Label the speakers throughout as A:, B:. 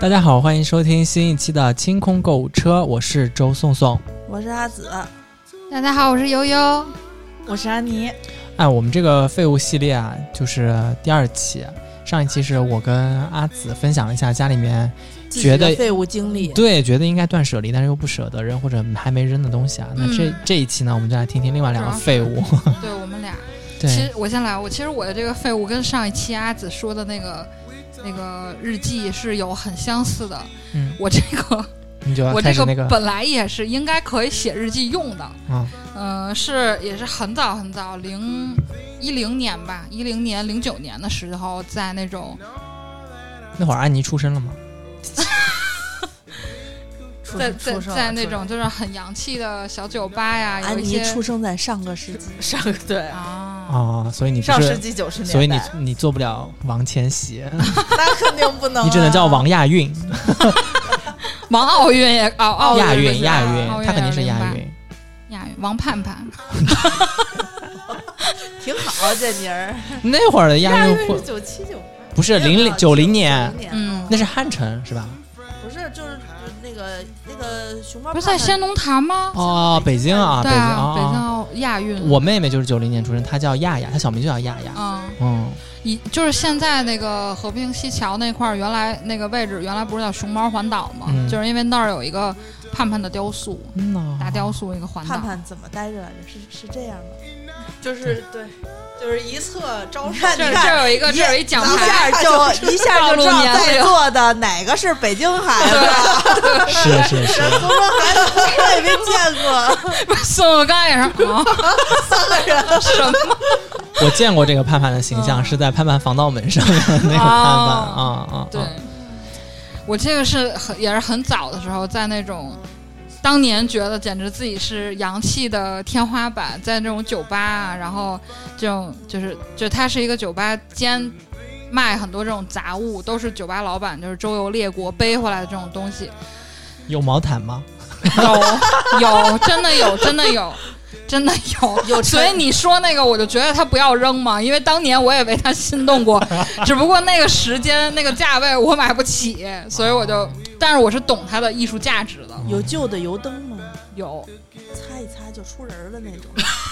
A: 大家好，欢迎收听新一期的清空购物车，我是周颂颂。
B: 我是阿紫，
C: 大家好，我是悠悠。
B: 我是安妮。
A: 哎，我们这个废物系列啊，就是第二期。上一期是我跟阿紫分享了一下家里面
B: 自己的
A: 觉得
B: 废物经历，
A: 对觉得应该断舍离，但是又不舍得扔或者还没扔的东西啊。那这、
C: 嗯
A: 这一期呢，我们就来听听另外两个
C: 主要是
A: 废物。
C: 对我们俩，
B: 啊
C: 其
A: 对
C: 实我先来，我其实我的这个废物跟上一期阿紫说的那个那个日记是有很相似的。
A: 嗯，
C: 我这个
A: 你就要
C: 我
A: 开
C: 这
A: 始那个
C: 本来也是应该可以写日记用的，
A: 嗯
C: 嗯、是也是很早很早，零一零年吧，一零年零九年的时候，在那种
A: 那会儿安妮出生了吗？
B: 出
C: 在
B: 出
C: 在
B: 生
C: 在
B: 了
C: 那
B: 出
C: 种
B: 生
C: 就是很洋气的小酒吧呀，有
B: 安
C: 一
B: 妮
C: 些
B: 出生在上个世纪，上个对
C: 啊，
A: 啊、所以你不
B: 上世
A: 是，
B: 纪九十年代，
A: 所以你你做不了王千玺，
B: 那肯定不能啊，
A: 你只能叫王亚运，
C: 王奥运也奥
B: 哦
C: 奥
A: 亚
C: 运不
A: 运
C: 是
A: 亚
C: 啊
A: 运
C: 奥，运
A: 他肯定是
C: 2008
A: 亚运。
C: 亚运王盼盼。
B: 挺好啊，这妮儿。
A: 那会儿的亚运会
B: 是九七九八，
A: 不是
B: 没有
A: 零
B: 没有
A: 九零
B: 年
A: 年，，
C: 嗯
A: 那是汉城是吧？
B: 不是就是那个那个熊猫
C: 不是在
B: 盼盼
C: 仙农坛吗？
A: 哦，北京啊，
C: 对
A: 京
C: 啊，北京
A: 啊。
C: 奥亚运。
A: 我妹妹就是九零年出生，她叫亚亚，她小名就叫亚亚。
C: 嗯，
A: 嗯，
C: 以就是现在那个和平西桥那块儿，原来那个位置原来不是叫熊猫环岛吗？
A: 嗯
C: 就是因为那儿有一个盼盼的雕塑，
A: 嗯呐
C: 大雕塑一个环岛。
B: 盼盼怎么待着来着？是是这样的，就是对，就是一侧招
D: 式
B: 看
C: 这
B: 你
C: 儿
B: 看
C: 这。儿有一个，这儿有一奖
D: 一
C: 牌。
D: 下就一下就知道在座的哪个是北京孩子，
A: 嗯是是是，
D: 我也没见过。
C: 宋我刚才也 是啊， 什么？
A: 我见过这个盼盼的形象，是在盼盼防盗门上面的那个盼盼啊
C: 嗯哦
A: 啊。啊
C: 对，我这个是很也是很早的时候，在那种当年觉得简直自己是洋气的天花板，在那种酒吧啊，然后这种就是就它是一个酒吧兼卖很多这种杂物，都是酒吧老板就是周游列国背回来的这种东西，
A: 有毛毯吗？
C: 有有真的有真的有。真的有有，所以你说那个，我就觉得他不要扔嘛，因为当年我也为他心动过，只不过那个时间、那个价位我买不起，所以我就，但是我是懂它的艺术价值的。
B: 有旧的油灯吗？
C: 有，
B: 擦一擦就出人儿的那种。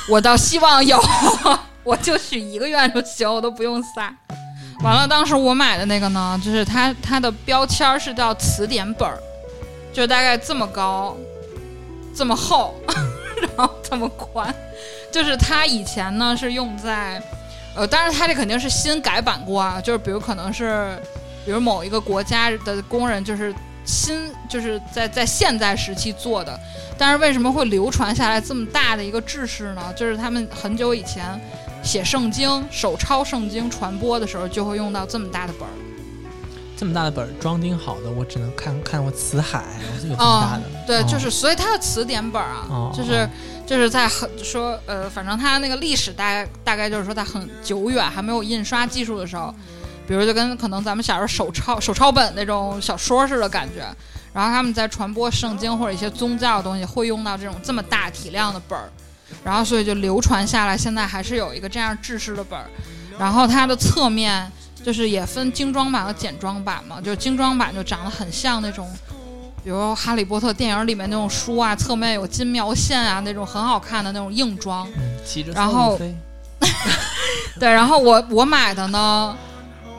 C: 我倒希望有， 我就许一个愿就行，我都不用撒。完了，当时我买的那个呢，就是它它的标签儿是叫词典本儿，就大概这么高，这么厚， 然后这么宽，就是它以前呢是用在，呃，当然它这肯定是新改版过啊，就是比如可能是，比如某一个国家的工人就是新就是在在现代时期做的，但是为什么会流传下来这么大的一个制式呢？就是他们很久以前写圣经、手抄圣经传播的时候，就会用到这么大的本儿。
A: 这么大的本儿装订好的，我只能看看过《辞海》，我就有这么大
C: 啊，
A: 的。
C: 对，
A: 哦
C: 就是所以它的词典本儿啊，
A: 哦
C: 就是就是在很说呃，反正它那个历史大概大概就是说它很久远，还没有印刷技术的时候，比如就跟可能咱们小时候手抄手抄本那种小说似的感觉。然后他们在传播圣经或者一些宗教的东西，会用到这种这么大体量的本儿，然后所以就流传下来，现在还是有一个这样制式的本儿。然后它的侧面就是也分精装版和简装版嘛，就精装版就长得很像那种，比如《哈利波特》电影里面那种书啊，侧面有金描线啊，那种很好看的那种硬装。
A: 嗯，骑着
C: 然
A: 扫帚
C: 后
A: 飞
C: 对，然后我我买的呢，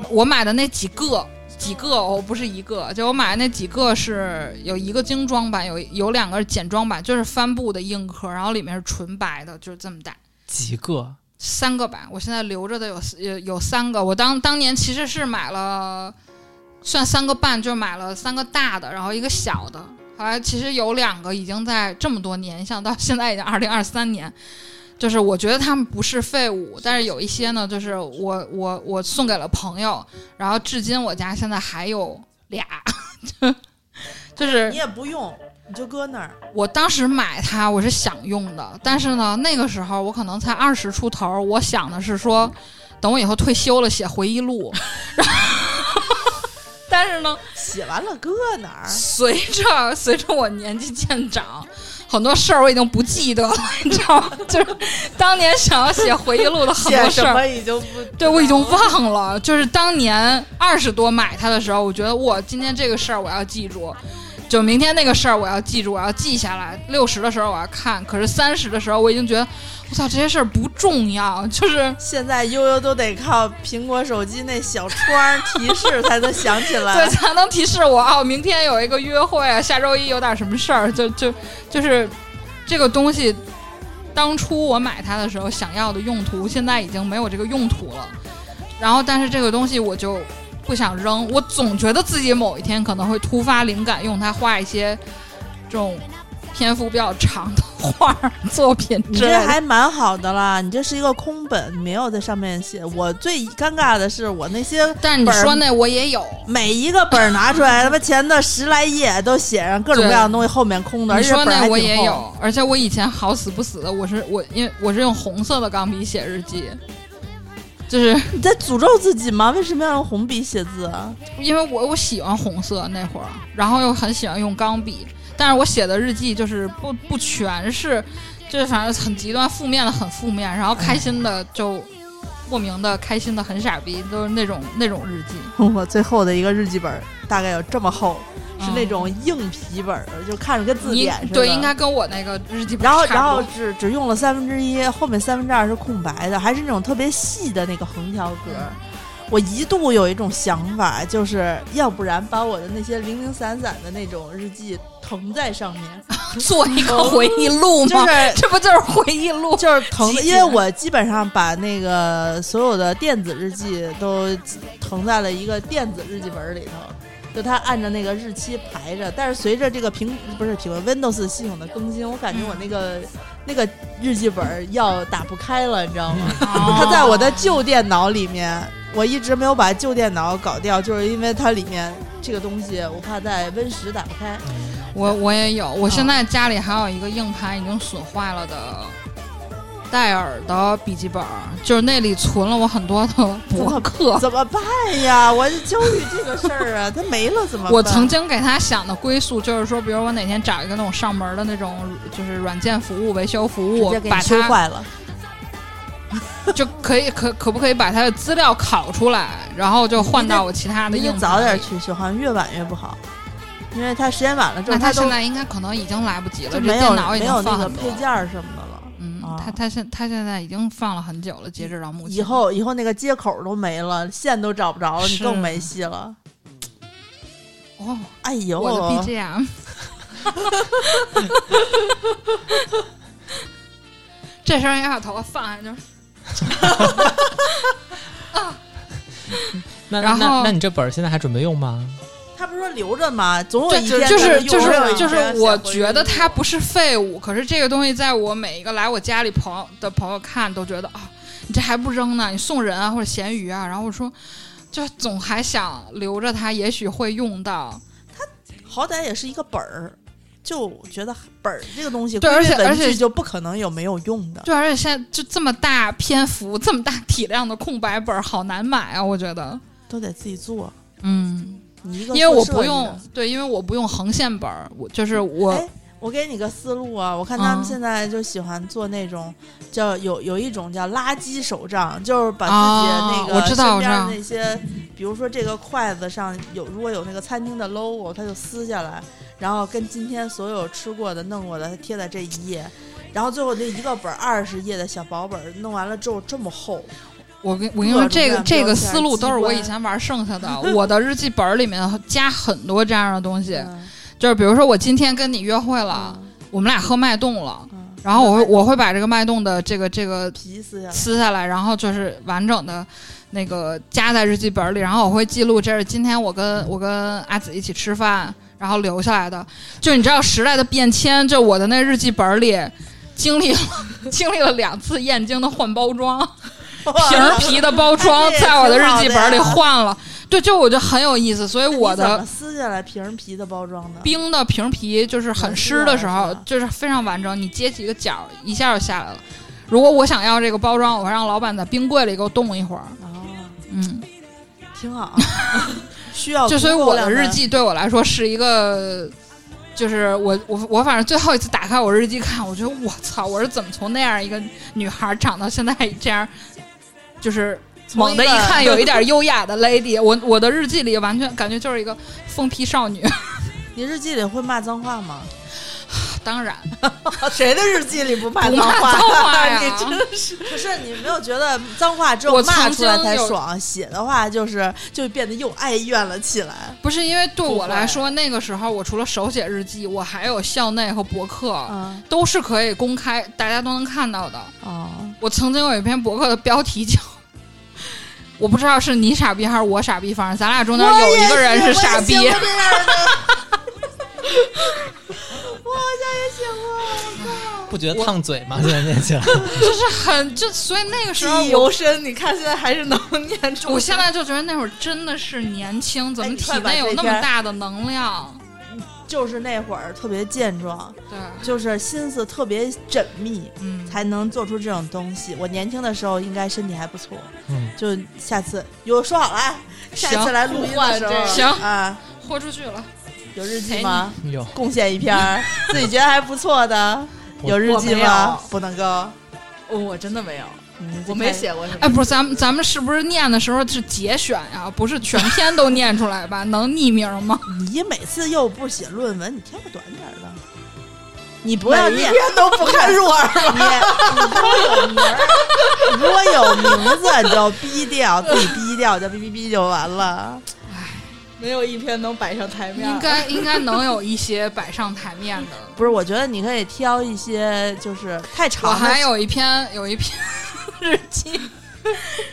C: 我买的那几个几个哦，不是一个，就我买的那几个是有一个精装版，有有两个是简装版，就是帆布的硬壳，然后里面是纯白的，就是这么大。
A: 几个
C: 三个版，我现在留着的有有有三个。我当当年其实是买了，算三个半，就买了三个大的，然后一个小的。后来其实有两个已经在这么多年，像到现在已经二零二三年，就是我觉得他们不是废物，但是有一些呢，就是我我我送给了朋友，然后至今我家现在还有俩， 就就是
B: 你也不用，你就搁 那儿。
C: 我当时买它，我是想用的，但是呢，那个时候我可能才二十出头，我想的是说，等我以后退休了写回忆录。 然后但是呢，
B: 洗完了搁哪儿？
C: 随着随着我年纪渐长，很多事儿我已经不记得了，你知道吗？就是当年想要写回忆录的很
D: 写
C: 多事
D: 什
C: 儿
D: 么，已经不
C: 对我已经忘了。就是当年二十多买它的时候，我觉得我今天这个事儿我要记住，就明天那个事儿我要记住，我要记下来。六十的时候我要看，可是三十的时候我已经觉得，我操，这些事儿不重要，就是。
D: 现在悠悠都得靠苹果手机那小窗提示才能想起
C: 对，
D: 来。
C: 才能提示我哦，明天有一个约会，啊下周一有点什么事儿，就就就是这个东西，当初我买它的时候想要的用途，现在已经没有这个用途了。然后，但是这个东西我就不想扔，我总觉得自己某一天可能会突发灵感，用它画一些这种篇幅比较长的 画儿作品
D: 你
C: 之类
D: 这
C: 的。
D: 还蛮好的啦，你这是一个空本，没有在上面写。我最尴尬的是，我那些
C: 但是你
D: 本儿
C: 说那我也有，
D: 每一个本儿拿出来，他妈前的十来页都写上各种各样的东西，后面空的，而
C: 你
D: 且
C: 说
D: 本儿
C: 那
D: 还
C: 我
D: 挺
C: 也
D: 厚。
C: 有，而且我以前好死不死的，我是我因为我是用红色的钢笔写日记，就是
D: 你在诅咒自己吗？为什么要用红笔写字啊？
C: 因为我我喜欢红色那会儿，然后又很喜欢用钢笔，但是我写的日记就是不不全是，就是反正很极端负面的很负面，然后开
D: 嗯
C: 心的就莫名的开心的很傻逼，都是那种那种日记，
D: 我最后的一个日记本儿大概有这么厚，是那
C: 嗯
D: 种硬皮本儿，就看着跟字
C: 你
D: 典似的。
C: 对应该跟我那个日记本
D: 然后，然
C: 差不
D: 后
C: 多。
D: 只只用了三分之一，后面三分之二是空白的，还是那种特别细的那个横条格。我一度有一种想法，就是要不然把我的那些零零散散的那种日记腾在上 面，
C: 做一个回忆 录
D: 就
C: 吗？
D: 是哦
C: 这不就是回忆 录？
D: 就是腾
C: 集，
D: 因
C: 锦
D: 为我基本上把那个所有的电子日记都腾在了一个电子日记本里头，就它按照那个日期排着。但是随着这个苹不是苹果 Windows 系统的更新，我感觉我
C: 嗯
D: 那个、那个日记本要打不开了，你知道吗？
C: 嗯
D: 它在
C: 哦
D: 我的旧电脑里面，我一直没有把旧电脑搞掉，就是因为它里面这个东西，我怕在 Win 十打不开。
C: 哦我我也有，我现
D: 嗯
C: 在家里还有一个硬盘已经损坏了的戴尔的笔记本，就是那里存了我很多的博客。
D: 怎么办呀？我就焦虑这个事儿啊，它没了怎么办？
C: 我曾经给他想的归宿就是说，比如我哪天找一个那种上门的那种，就是软件服务、维修服
D: 直
C: 务
D: 接，给你
C: 把
D: 修
C: 它
D: 坏了。
C: 就可以可可不可以把它的资料拷出来，然后就换到我其他的
D: 你
C: 硬
D: 就
C: 盘里。
D: 早点去修，好像越晚越不好，因为它时间晚了之后，
C: 那他
D: 它都
C: 现在应该可能已经来不及了，
D: 就
C: 这
D: 没
C: 电
D: 有
C: 脑已
D: 没
C: 经
D: 有那
C: 放
D: 个
C: 很多
D: 配
C: 了。
D: 件儿什么的了。
C: 嗯
D: 啊，
C: 他他现他现在已经放了很久了，截止到目前。
D: 以后以后那个接口都没了，线都找不着了，你
C: 是
D: 更没戏了。
C: 哦，
D: 哎呦，
C: 我的 BGM。这时候应该把头发放下，就是
A: 那那
C: 然
A: 那
C: 后
A: 那你这本儿现在还准备用吗？
D: 他不是说留着吗？总有一
C: 就
D: 天
C: 就是就
D: 它
C: 是
D: 用
C: 就是
D: 上，
C: 我觉得它不是废物，可是这个东西在我每一个来我家里朋友的朋友看都觉得啊、你这还不扔呢？你送人啊或者咸鱼啊？然后我说，就总还想留着它，也许会用到。
D: 好歹也是一个本儿。就觉得本儿这个东西，
C: 对
D: 归
C: 而且
D: 类文
C: 而且
D: 具就不可能有没有用的。
C: 对，而且现在就这么大篇幅、这么大体量的空白本儿，好难买啊！我觉得，
D: 都得自己做。
C: 嗯。
D: 你一个
C: 因为我
D: 宿舍一
C: 不
D: 个
C: 用，对，因为我不用横线本儿，我就是我，
D: 哎我给你个思路啊！我看他们
C: 嗯
D: 现在就喜欢做那种叫有有一种叫垃圾手账，就是把
C: 啊
D: 自己那
C: 我
D: 个
C: 知道
D: 身边
C: 我知道
D: 那些，比如说这个筷子上有如果有那个餐厅的 logo，他就撕下来，然后跟今天所有吃过的、弄过的，他贴在这一页。然后最后那一个本二十页的小薄本儿弄完了之后这么厚，
C: 我跟我跟你说，
D: 各种
C: 这
D: 各
C: 个
D: 样
C: 这
D: 标
C: 个
D: 签
C: 思路都是
D: 机
C: 我
D: 关
C: 以前玩剩下的，我的日记本儿里面加很多这样的东西，
D: 嗯
C: 就是比如说我今天跟你约会了，
D: 嗯
C: 我们俩喝脉动了，
D: 嗯
C: 然后我会我会把这个脉动的这个这个
D: 皮撕下来，
C: 撕下来，然后就是完整的那个加在日记本里，然后我会记录这是今天我跟我跟阿紫一起吃饭，然后留下来的。就你知道时代的变迁，就我的那日记本里经历了 经历了两次燕京的换包 装，
D: 哇
C: 瓶儿皮的包装
D: 哎这也
C: 在我的日记本里
D: 挺好的呀
C: 换了。对，就我觉得很有意思，所 以
D: 那你
C: 我
D: 怎
C: 的
D: 么撕下来瓶儿皮的包装的，
C: 冰的瓶皮就是很湿的时候
D: 是吧，
C: 就是非常完整，你接几个角一下就下来了。如果我想要这个包装，我会让老板在冰柜里给我冻一会儿。
D: 哦，
C: 嗯，
D: 挺好，需要啊
C: 就所以
D: 哦足够
C: 我
D: 量
C: 的日
D: 的
C: 记对我来说是一个就是我我我反正最后一次打开我日记看，我觉得我操，我是怎么从那样一个女孩长到现在这样，就是猛的一看有 一点优雅的 lady，我我的日记里完全感觉就是一个疯批少女。
D: 你日记里会骂脏话 吗？
C: 当然，
D: 啊谁的日记里不骂
C: 不
D: 脏
C: 骂
D: 话？
C: 脏话呀
D: 你真是不是你没有觉得脏话只有
C: 我
D: 骂
C: 曾
D: 出来
C: 经
D: 才
C: 有
D: 爽，写的话就是就变得又哀怨了起来。
C: 不是因为对我来
D: 不会
C: 说，那个时候我除了手写日记，我还有校内和博客，
D: 啊
C: 都是可以公开，大家都能看到的。
D: 哦，
C: 我曾经有一篇博客的标题叫。 我不知道是你傻逼还是我傻逼，反正咱俩中间有一个人是傻逼
D: 我。也写过这样 的我好像也写过，
A: 不觉得烫嘴吗？现在念起来，
C: 就是很就，所以那个时候
D: 记忆
C: 我
D: 犹深。你看现在还是能念出来。
C: 我现在就觉得那会儿真的是年轻，怎么体内有那么大的能量？
D: 就是那会儿特别健壮，
C: 对，
D: 就是心思特别缜密，
C: 嗯，
D: 才能做出这种东西。我年轻的时候应该身体还不错，
A: 嗯，
D: 就下次有说好了，
C: 行
D: 下次来录音的时候，
C: 行
D: 啊，
C: 豁出去了。
D: 有日记
B: 哎
D: 吗？
A: 有
D: 贡献一篇 儿自己觉得还不错的，
A: 我
D: 有日记
B: 我没
D: 吗
B: 有？
D: 不能够，
B: 我真的没有，
D: 嗯
B: 我没。写过什么。
C: 哎，不是，咱们咱们是不是念的时候是节选呀、不是全篇都念出来吧？能匿名吗？
D: 你每次又不写论文，你挑个短点儿的。你不要念，
B: 都不看啊入耳
D: 你你如果有名儿，如果有名字你就逼掉，自己逼掉，就哔哔哔就完了。
B: 没有一篇能摆上台面儿。
C: 应 该应该能有一些摆上台面 的。
D: 不是，我觉得你可以挑一些就是太
C: 我
D: 长的
C: 还有一篇有一篇 日记，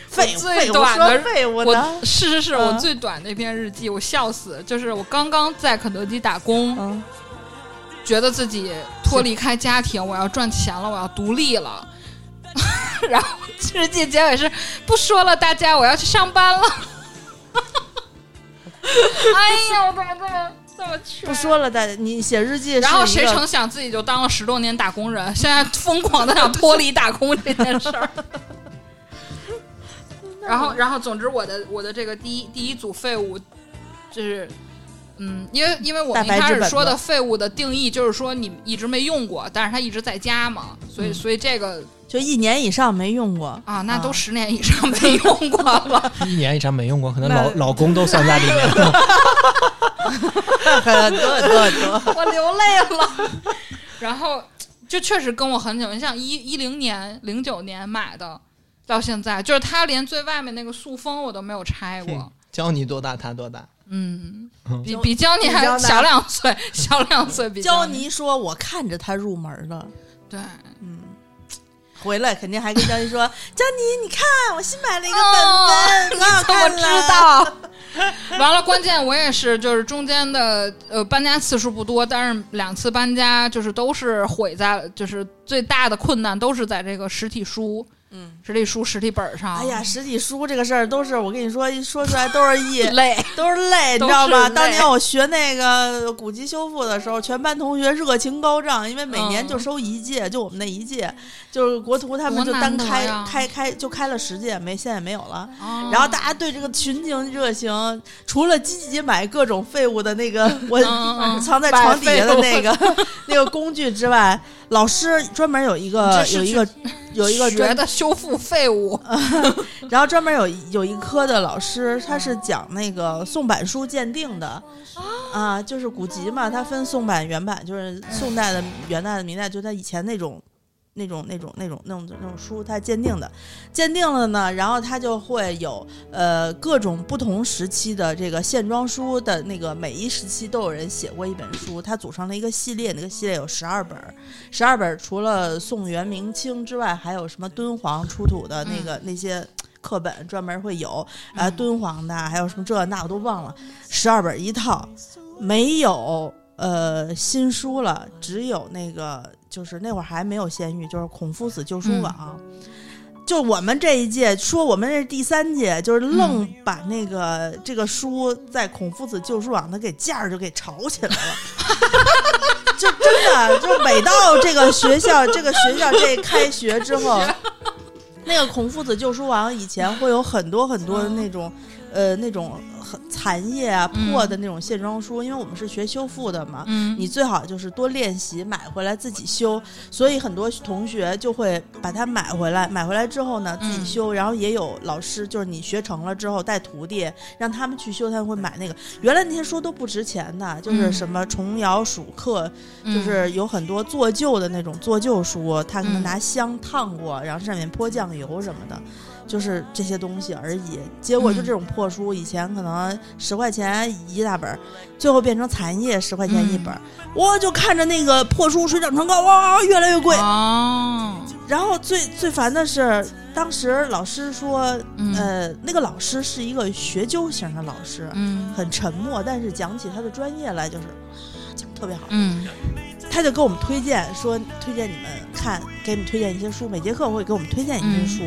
D: 废物，
C: 我最
D: 废物
C: 短的
D: 说废物呢
C: 我。是是是、
D: 嗯
C: 我最短的一篇日记，我笑死。就是我刚刚在肯德基打工，
D: 嗯，
C: 觉得自己脱离开家庭，我要赚钱了，我要独立了。 然后日记结尾是不说了，大家我要去上班了。 哎呀，我怎么这么这么缺？
D: 不说了，大家你写日记是一个，
C: 然后谁成想自己就当了十多年打工人，现在疯狂的想脱离打工这件事 儿。然后，然后，总之，我的我的这个第一第一组废物，就是，嗯，因为因为我们一
D: 蛋白质
C: 开始
D: 本
C: 说的
D: 子
C: 废物的定义就是说你一直没用过，但是它一直在家嘛，所以、
D: 嗯
C: 所以这个
D: 就一年以上没用过
C: 啊，那都
D: 是。
C: 十年以上没用过了。
A: 一年以上没用过，可能
D: 那
A: 老老公都算在里面了。
D: 很多很多很多。
C: 我流泪了。然后就确实跟我很久，你像一一零年、零九年买的，到现在就是他连最外面那个塑封我都没有拆过。
A: 嗯教你多大他多大，
C: 嗯，
A: 嗯
C: 比比胶你还
D: 比胶大
C: 小两岁，小两岁比
D: 教
C: 你
D: 尼说：“我看着他入门了，
C: 对。
D: 嗯，回来肯定还跟教 尼说：‘教尼，你看我新买了一个本本，老好
C: 哦我
D: 看
C: 知
D: 了。’
C: 道。 完了，关键我也是，就是中间的呃搬家次数不多，但是两次搬家就是都是毁在，就是最大的困难都是在这个实体书、
D: 嗯，
C: 实体书、实体本儿上。
D: 哎呀，实体书这个事儿都是我跟你说，一说出来都是 一
C: 累。
D: 都是累，你
C: 都
D: 知道吗？
C: 是
D: 当
C: 累
D: 年我学那个古籍修复的时候，全班同学热情高涨，因为每年
C: 嗯
D: 就收一届，就我们那一届，就是国图他们
C: 多
D: 就单
C: 难得
D: 开
C: 呀
D: 开开就开了十届，没现在没有了。
C: 哦
D: 然后大家对这个群情热情，除了积极买各种废物的 那个我
C: 嗯嗯
D: 藏在床底下的那个 那个工具之外，老师专门有一
C: 这
D: 个
C: 是
D: 有一个有一个
C: 学
D: 专
C: 的修复废物，
D: 然后专门有有一科的老师，他是讲那个宋版书鉴定的，啊，就是古籍嘛，它分宋版、原版，就是宋代的、元代的、明代，就他以前那种。那种、那种、那种、那种、那种书，它鉴定的，鉴定了呢，然后它就会有呃各种不同时期的这个线装书的那个，每一时期都有人写过一本书，它组成了一个系列，那个系列有十二本儿，十二本儿除了宋元明清之外，还有什么敦煌出土的那个、那些课本专门会有，啊，
C: 嗯
D: 敦煌的，还有什么这那我都忘了，十二本一套，没有呃新书了，只有那个就是那会儿还没有仙域，就是孔夫子旧书网。就我们这一届说，我们这是第三届，就是愣把那个、这个书在孔夫子旧书网它给价儿就给炒起来了， 就真的就每到这个学校这个学校这开学之后，那个孔夫子旧书网以前会有很多很多的那种呃那种很残页啊、
C: 嗯
D: 破的那种卸妆书，因为我们是学修复的嘛，
C: 嗯，
D: 你最好就是多练习，买回来自己修。所以很多同学就会把它买回来，买回来之后呢，自己
C: 嗯
D: 修。然后也有老师，就是你学成了之后带徒弟，让他们去修，他们会买那个。原来那些书都不值钱的，就是
C: 嗯
D: 什么琼瑶蜀刻，
C: 嗯
D: 就是有很多做旧的那种做旧书，他可能
C: 嗯
D: 拿香烫过，然后上面泼酱油什么的。就是这些东西而已，结果就
C: 嗯
D: 这种破书，以前可能十块钱一大本儿，最后变成残页十块钱一本儿，
C: 嗯
D: 我就看着那个破书水涨船高，哇哇越来越贵。
C: 哦，
D: 然后最最烦的是，当时老师说，
C: 嗯
D: 呃，那个老师是一个学究型的老师，
C: 嗯
D: 很沉默，但是讲起他的专业来就是啊讲得特别好。
C: 嗯
D: 他就给我们推荐说，推荐你们看，给你们推荐一些书，每节课会给我们推荐一些
C: 嗯
D: 书，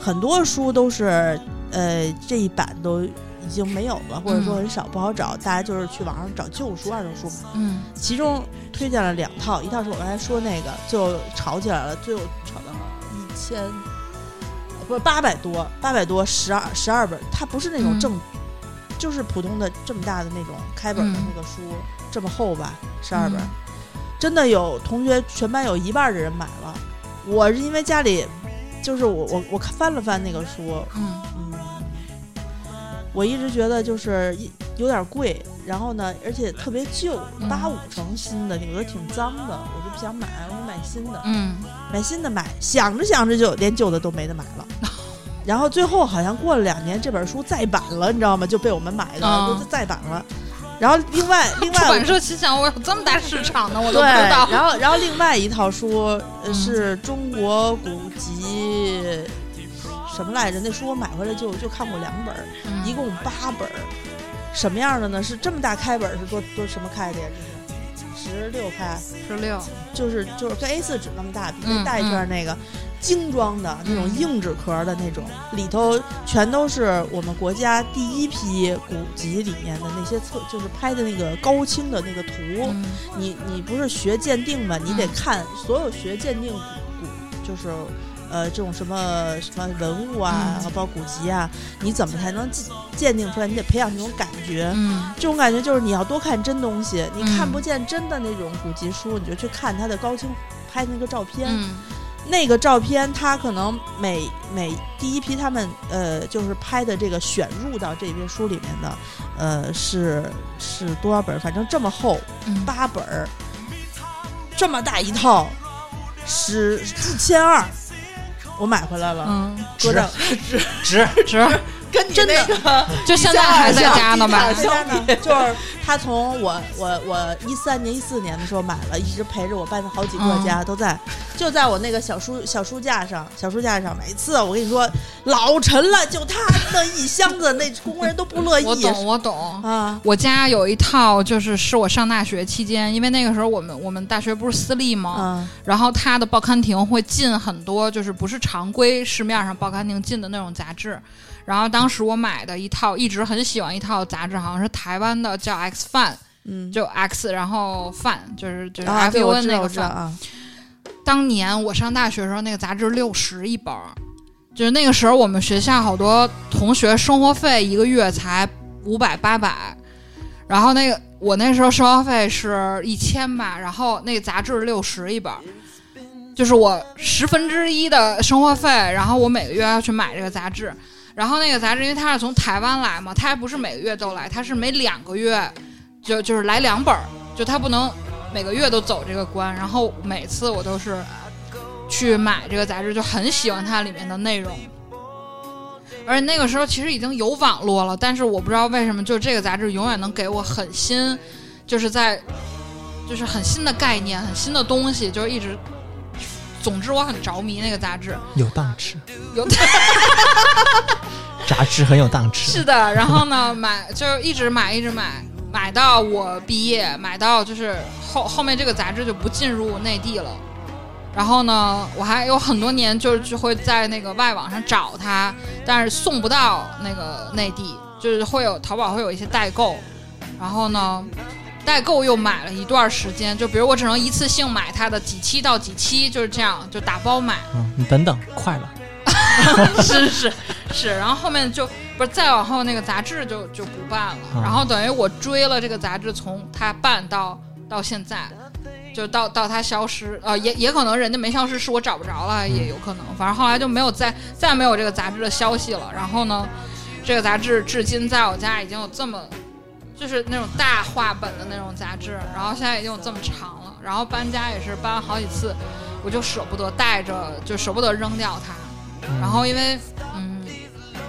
D: 很多书都是呃这一版都已经没有了，或者说很少不好找，大家就是去网上找旧书、二手书嘛。
C: 嗯
D: 其中推荐了两套，一套是我刚才说那个，最后吵起来了，最后吵到一千，不是八百多，八百多十二十二本，它不是那种
C: 嗯
D: 正，就是普通的这么大的那种开本的
C: 嗯
D: 那个书，这么厚吧，十二本，
C: 嗯
D: 真的有同学全班有一半的人买了，我是因为家里，就是我我我看翻了翻那个书，
C: 嗯
D: 嗯，我一直觉得就是一有点贵，然后呢，而且特别旧，
C: 嗯
D: 八五成新的，有的挺脏的，我就不想买，我买新的，
C: 嗯
D: 买新的买，想着想着就连旧的都没得买 了。然后最后好像过了两年，这本书再版了，你知道吗？就被我们买的，
C: 哦
D: 就再版了。然后另外另
C: 出
D: 外
C: 版社心想我有这么大市场呢，我都
D: 对，
C: 不知道。
D: 然后然后另外一套书呃
C: 嗯
D: 是中国古籍什么来着？那书我买回来就就看过两本儿，
C: 嗯
D: 一共八本儿，什么样的呢？是这么大开本儿是多多什么开的呀？这是十六开，
C: 十六，
D: 就是就是跟 A 四纸那么大，比
C: 嗯
D: 那大一圈儿那个、精装的那种
C: 嗯
D: 硬纸壳儿的那种，里头全都是我们国家第一批古籍里面的那些册，就是拍的那个高清的那个图。
C: 嗯
D: 你你不是学鉴定嘛？你得
C: 嗯
D: 看所有学鉴定古古就是。呃，这种什么什么文物啊，
C: 嗯
D: 包括古籍啊，你怎么才能鉴鉴定出来？你得培养这种感觉。
C: 嗯
D: 这种感觉就是你要多看真东西，你
C: 嗯
D: 看不见真的那种古籍书，你就去看它的高清拍那个照片。
C: 嗯
D: 那个照片，它可能每每第一批他们呃，就是拍的这个选入到这篇书里面的，呃，是是多少本儿？反正这么厚，
C: 嗯，
D: 八本儿，这么大一套，十一千二，我买回来了，
C: 嗯，
D: 搁这儿
A: 值值，
B: 跟你
D: 真的
B: 那 个
C: 就现在还在家呢吧
D: 我？家呢，就是他从我我我一三年一四年的时候买了，一直陪着我搬了好几个家，都在
C: 嗯
D: 就在我那个小书小书架上，小书架上，每次我跟你说老沉了，就他那一箱子，那工人都不乐意
C: 我懂，我懂。
D: 啊，
C: 我家有一套，就是是我上大学期间，因为那个时候我们我们大学不是私立吗？
D: 啊
C: 然后它的报刊亭会进很多，就是不是常规市面上报刊亭进的那种杂志。然后当时我买的一套，一直很喜欢一套杂志，好像是台湾的，叫 X Fan，
D: 嗯，
C: 就 X，然后 Fan 就是就是
D: 啊，
C: F
D: 对，
C: U
D: 我
C: N
D: 知
C: 那
D: 道，
C: 个
D: 我知道
C: Fan。
D: 啊，
C: 当年我上大学的时候，那个杂志六十一本儿，就是那个时候我们学校好多同学生活费一个月才五百八百，然后那个我那时候生活费是一千吧，然后那个杂志六十一本儿，就是我十分之一的生活费，然后我每个月要去买这个杂志，然后那个杂志因为它是从台湾来嘛，它还不是每个月都来，它是每两个月就就是来两本儿，就它不能每个月都走这个关，然后每次我都是去买这个杂志，就很喜欢它里面的内容。而且那个时候其实已经有网络了，但是我不知道为什么，就这个杂志永远能给我很新，就是在就是很新的概念、很新的东西，就是一直。总之，我很着迷那个杂志，
A: 有档次，
C: 有
A: 杂志很有档次。
C: 是的，然后呢，买就是一直买，一直买，买到我毕业，买到就是后后面这个杂志就不进入内地了。然后呢，我还有很多年就是就会在那个外网上找它，但是送不到那个内地，就是会有淘宝会有一些代购。然后呢，代购又买了一段时间，就比如我只能一次性买它的几期到几期，就是这样，就打包买。
A: 嗯，你等等，快了，
C: 是是是，然后后面就不是再往后那个杂志就就不办了，
A: 啊
C: 然后等于我追了这个杂志，从它办到到现在，就到到它消失，呃，也也可能人家没消失，是我找不着了，也有可能。反正后来就没有再再没有这个杂志的消息了。然后呢，这个杂志至今在我家已经有这么，就是那种大画本的那种杂志，然后现在已经有这么长了。然后搬家也是搬了好几次，我就舍不得带着，就舍不得扔掉它。
A: 嗯
C: 然后因为嗯，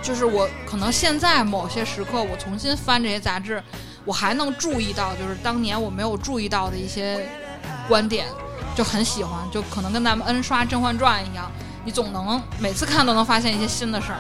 C: 就是我可能现在某些时刻，我重新翻这些杂志，我还能注意到，就是当年我没有注意到的一些观点，就很喜欢，就可能跟咱们 N 刷《甄嬛传》一样，你总能每次看都能发现一些新的事儿。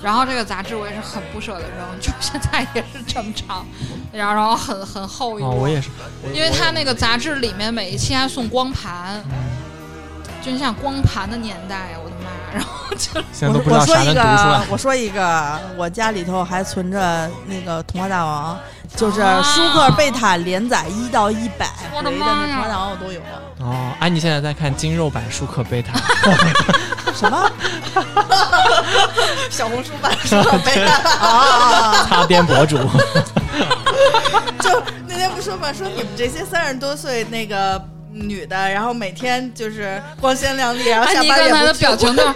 C: 然后这个杂志我也是很不舍得扔，就现在也是这么长，然后然后很很厚一
A: 哦，
C: 摞，
A: 我也是，
C: 因为它那个杂志里面每一期还送光盘，
A: 嗯，
C: 就你想光盘的年代呀，我的妈呀！然后就
A: 现在
D: 我
A: 都不知道
D: 我说
A: 啥
D: 一
A: 能读出
D: 个啊
A: 来，。
D: 我说一个，我家里头还存着那个《童话大王》，就是舒克贝塔连载一到一百
C: 啊我
D: 回
C: 的
D: 的
C: 妈
D: 那
C: 呀
D: 《童话大王》我都有。
A: 哦，安妮现在在看精肉版舒克贝塔，
D: 什么？
B: 小红书版设 备，
D: 啊，
A: 擦边博主。
B: 就那天不说嘛，说你们这些三十多岁那个女的，然后每天就是光鲜亮丽，然后
C: 安
B: 啊下
C: 妮
B: 班
C: 刚
B: 也
C: 才
B: 不
C: 的
B: 聚
C: 表情就是，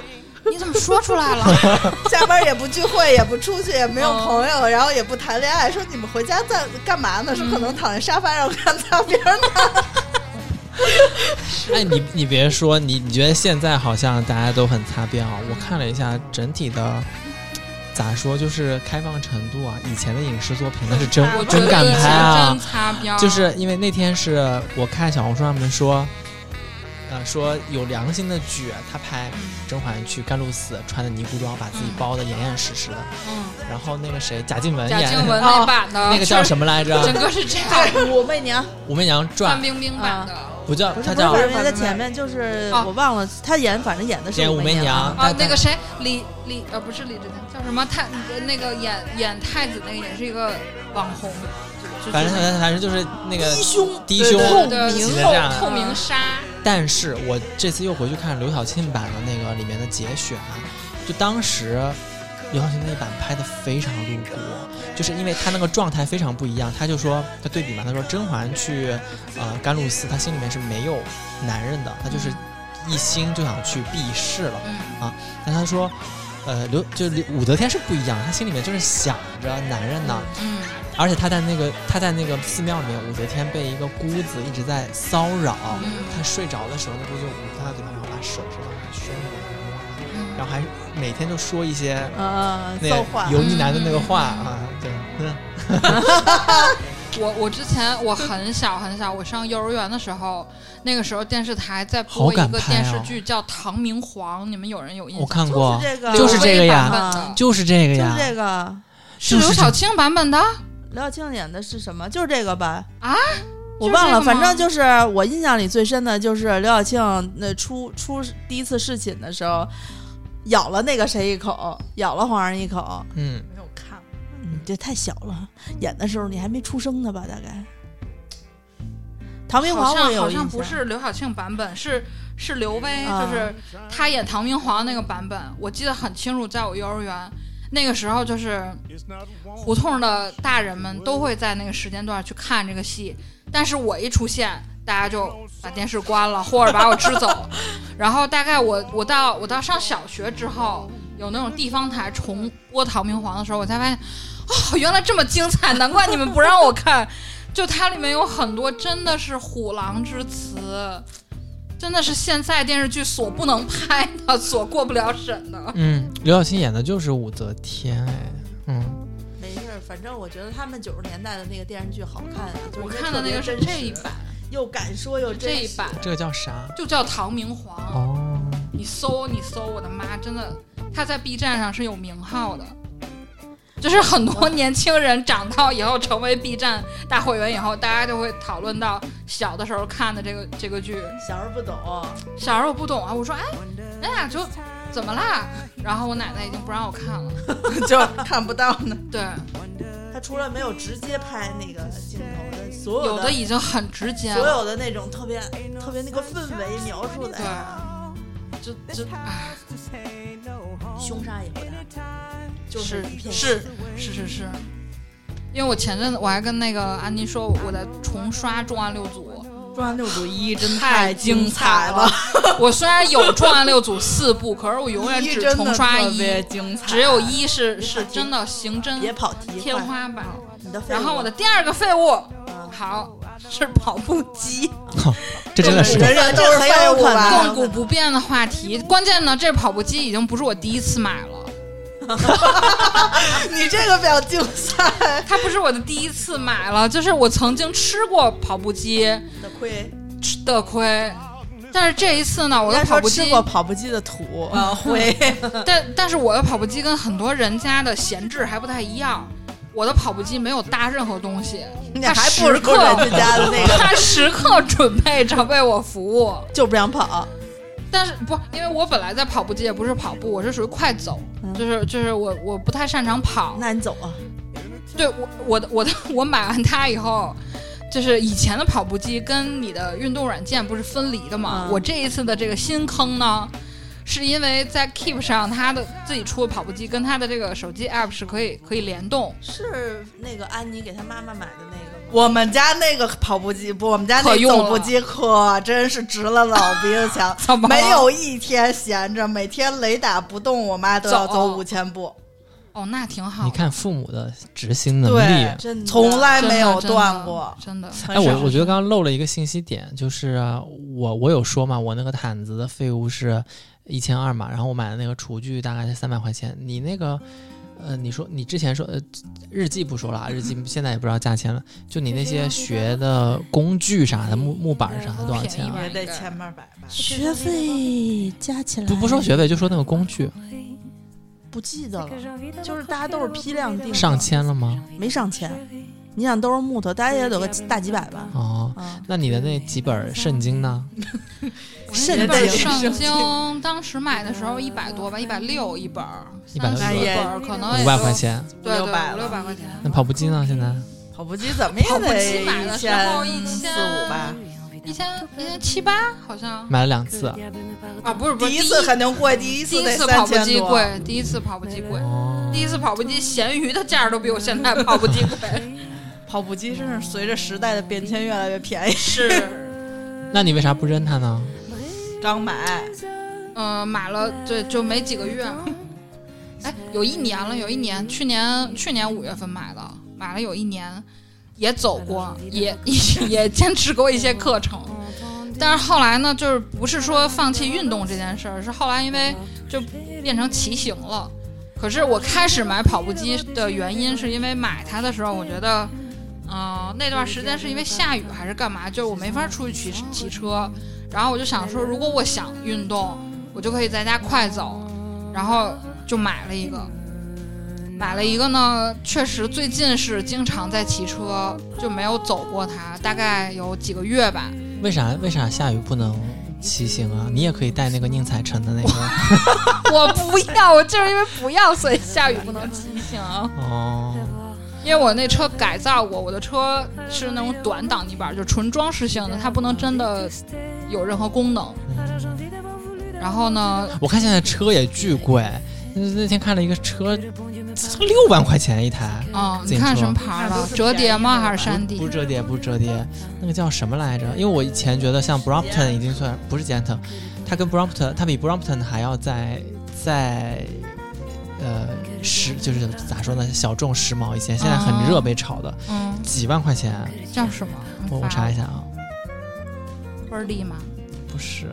C: 你怎么说出来了？
B: 下班也不聚会，也不出去，也没有
C: 嗯
B: 朋友，然后也不谈恋爱。说你们回家在干嘛呢？说可能躺在沙发上看擦边呢。
A: 哎，你你别说，你你觉得现在好像大家都很擦边啊？我看了一下整体的，咋说就是开放程度啊，以前的影视作品那是真
B: 我
A: 真
C: 觉
A: 敢
C: 得以前
A: 拍啊
C: 真，擦边儿，
A: 就是因为那天是我看小红书上面说，呃，说有良心的剧，他拍甄嬛去甘露寺穿的尼姑装，把自己
C: 嗯
A: 包的严严实实的，
C: 嗯，
A: 然后那个谁贾静雯
C: 贾
A: 演
C: 静
A: 的
C: 雯啊那版的，
A: 啊那个叫什
C: 么？
A: 么来 着
C: 整？个是这样，
D: 武媚娘
A: 《武媚娘传
C: 范》冰冰版的
A: 不叫，
D: 不是
A: 她
D: 不是，
A: 叫
D: 反正在前面就是
C: 啊
D: 我忘了，他演反正演的是
A: 演武媚娘
D: 娘。
A: 大
C: 啊
A: 概，
C: 那个谁李李呃不是李志廷，叫什么太那个演演太子那个也是一个网红，就
A: 反正
C: 就是
A: 反正反正就是那个
D: 低胸
A: 低胸
C: 对
D: 透
C: 对
D: 明
C: 对
A: 这样嗯
C: 透透明纱，
A: 但是我这次又回去看刘晓庆版的那个里面的节选啊，就当时刘晓庆那版拍的非常露骨，就是因为她那个状态非常不一样。她就说，她对比嘛，她说甄嬛去呃甘露寺，她心里面是没有男人的，她就是一心就想去避世了。
C: 嗯
A: 但她说，呃，刘就刘武则天是不一样，她心里面就是想着男人呢。
C: 嗯
A: 而且她在那个她在那个寺庙里面，武则天被一个姑子一直在骚扰。
C: 嗯
A: 他睡着的时候，那不就捂他的嘴巴，然后把手伸到他的胸里，
C: 嗯
A: 然后还每天都说一些
D: 呃，
A: 那
D: 造化
A: 油腻男的那个话
C: 嗯
A: 啊，对，嗯
C: 我我之前我很小很小，我上幼儿园的时候，那个时候电视台在
A: 好
C: 播一
A: 敢
C: 个
A: 拍
C: 电视
A: 哦
C: 剧叫《唐明皇》，你们有人有印
A: 我
C: 象？
A: 看
D: 就是
A: 过，
D: 这
C: 嗯
D: 个，
A: 就是这个呀
C: 刘亦菲版本的
A: 就是这个
D: 就
A: 呀
D: 是， 这个。
C: 是
A: 就是
C: 刘晓庆版本的
D: 刘晓庆演的是什么？就是这个吧？
C: 啊，
D: 我忘了，
C: 就是这个
D: 反
C: 吗
D: 正就是我印象里最深的就是刘晓庆那出出第一次侍寝的时候，咬了那个谁一口，咬了皇上一口。
A: 嗯，
B: 没有看过，
D: 你这太小了，演的时候你还没出生呢吧？大概。唐明
C: 好
D: 皇我
C: 像
D: 也有
C: 好
D: 印
C: 像
D: 象，
C: 不是刘晓庆版本，是是刘威，
D: 啊
C: 就是她演唐明皇那个版本，我记得很清楚，在我幼儿园。那个时候就是胡同的大人们都会在那个时间段去看这个戏，但是我一出现，大家就把电视关了，或者把我支走。 然后大概我我到我到上小学之后，有那种地方台重播《唐明皇》的时候，我才发现，哦，原来这么精彩，难怪你们不让我看。就它里面有很多真的是虎狼之词，真的是现在电视剧所不能拍的， 所过不了审的。
A: 嗯，刘晓庆演的就是武则天，哎，嗯，
D: 没事儿，反正我觉得他们九十年代的那个电视剧好看啊。就是
C: 我看的那个是
D: 特别
C: 这一
D: 真实
C: 版，
D: 又敢说又真
C: 这一
D: 实
C: 版
A: 这个叫啥？
C: 就叫《唐明皇》
A: 哦，
C: 你搜你搜，我的妈，真的，他在 B 站上是有名号的，就是很多年轻人长到以后成为 B 站大会员以后，大家就会讨论到小的时候看的这个这个剧。
D: 小时候不懂，
C: 小时候我不懂啊，我说哎，咱俩就怎么啦？然后我奶奶已经不让我看了。
B: 就看不到呢。
C: 对，
D: 他除了没有直接拍那个镜头的，所
C: 有的已经很直接
D: 所
C: 了，
D: 有的那种特别特别那个氛围描述的，
C: 对就就哎，
D: 凶杀也不大，就是一片
C: 啊是是是是，因为我前阵子我还跟那个安妮说，我在重刷《重案六组
B: 《重案六组一》，真》，
C: 太
B: 精
C: 彩
B: 了，。
C: 我虽然有《重案六组》四部，可是我永远
B: 一
C: 只
B: 真的
C: 重刷
B: 特
C: 一，
B: 别精彩，
C: 只有一是
D: 别
C: 是
D: 跑题
C: 真的刑
D: 别
C: 侦
D: 跑题，
C: 天
D: 快
C: 花板。
D: 你的废物。啊
C: 然后我的第二个废物，
D: 嗯
C: 好是跑步机。
A: 这真的是
B: 每个人都是
D: 很有
B: 废物
D: 可能
B: 吧？
C: 亘古不变的话题。关键呢，这跑步机已经不是我第一次买了，
B: 你这个表竞赛，
C: 它不是我的第一次买了，就是我曾经吃过跑步机
D: 的亏，
C: 吃的亏。但是这一次呢，我
D: 我
C: 的
D: 该
C: 跑
D: 说
C: 步
D: 吃
C: 机，
D: 过跑步机的土，
B: 啊，会
C: 但但是我的跑步机跟很多人家的闲置还不太一样。我的跑步机没有搭任何东西，
D: 你
C: 它
D: 还
C: 时
D: 不如
C: 刻
D: 人家家的那个，
C: 它时刻准备着为我服务。
D: 就不想跑。
C: 但是不，因为我本来在跑步机也不是跑步，我是属于快走，
D: 嗯
C: 就是就是我我不太擅长跑，
D: 那你走啊，
C: 对我我的我的我买完它以后，就是以前的跑步机跟你的运动软件不是分离的嘛？
D: 嗯
C: 我这一次的这个新坑呢，是因为在 Keep 上它的自己出的跑步机跟它的这个手机 App 是可以可以联动，
D: 是那个安妮给她妈妈买的那个吗？
B: 我们家那个跑步机不，我们家
C: 可
B: 那
C: 用了
B: 走步机可真是值了老鼻子墙
C: 怎么，了
B: 没有一天闲着，每天雷打不动，我妈都要
C: 走
B: 走五千步，
C: 哦，那挺好。
A: 你看父母的执行能力啊
B: 对。，
D: 真的
B: 从来
C: 真的
B: 没有
C: 真的
B: 断过。
C: 真的。
A: 哎，我我觉得刚刚漏了一个信息点，就是啊我我有说嘛，我那个毯子的废物是一千二嘛，然后我买的那个厨具大概是三百块钱。你那个，呃，你说你之前说，呃，日记不说了啊，日 记现在也不知道价钱了。就你那些学的工具啥的，木木板儿啥的多少钱啊？
C: 便宜
B: 也
C: 吧
B: 得千八百吧。
D: 学费加起来
A: 不不说学费，就说那个工具
D: 不记得了，就是大家都是批量定的
A: 上千了吗？
D: 没上千，你想都是木头，大家也得有个几大几百吧？
A: 哦，
D: 啊，
C: 嗯
A: 那你的那几本圣经呢？
D: 甚
C: 一
D: 至
C: 本
D: 有
C: 圣经当时买的时候一百多吧，一百六一本儿，
A: 160
C: 三十
B: 哎呀
C: 本儿可能也
A: 五百
C: 就
A: 块，钱。
C: 对对，
B: 五六百
C: 五六百块钱。
A: 那跑步机呢？现在
B: 跑步机怎么也
C: 跑步
B: 得
C: 机买的
B: 一
C: 时候
B: 四
C: 1400
B: 五吧，
C: 一千一千七八好像
A: 买了两次。
C: 啊，不是不是
B: 第一次肯定贵，第
C: 第一
B: 一
C: 第
B: 次
C: 一
B: 得
C: 次跑
B: 三
C: 步
B: 千
C: 机
B: 多。
C: 贵，第一次跑步机贵，
A: 哦，
C: 第一次跑步机咸鱼的价儿都比我现在跑步机贵，
B: 跑步机真是随着时代的变迁越来越便宜。
C: 是，
A: 那你为啥不扔它呢？
B: 刚买，
C: 嗯，买了对就没几个月，哎，有一年了，有一年，去年去年五月份买的，买了有一年，也走过，也也 坚持过一些课程。但是后来呢，就是不是说放弃运动这件事儿，是后来因为就变成骑行了。可是我开始买跑步机的原因，是因为买它的时候，我觉得，嗯、那段时间是因为下雨还是干嘛，就是我没法出去骑骑车。然后我就想说，如果我想运动，我就可以在家快走，然后就买了一个。买了一个呢，确实最近是经常在骑车，就没有走过它，大概有几个月 吧。
A: 为啥为啥下雨不能骑行啊？你也可以带那个宁采臣的那个
C: 我不要，我就是因为不要，所以下雨不能骑行。
A: 哦，
C: 因为我那车改造过，我的车是那种短挡泥板，就纯装饰性的，它不能真的有任何功能。然后呢，
A: 我看现在车也巨贵，那那天看了一个车，六万块钱一台，
C: 嗯，
A: 自
C: 你
A: 行
C: 看什么
A: 车
C: 牌儿
B: 那
C: 的
B: 都？是
C: 折叠吗？
B: 便宜的
C: 还是山
A: 不
C: 地？
A: 折叠不折叠，那个叫什么来着？因为我以前觉得像 Brompton 已经算不是 Gent，它跟 Brompton 它比 Brompton 还要再再呃时就是咋说呢，小众时髦一些。现在很热被炒的，
C: 嗯，
A: 几万块钱，
C: 叫什么？
A: 我我查一
C: 下，
A: 下啊，
C: 倍儿利吗？
A: 不是。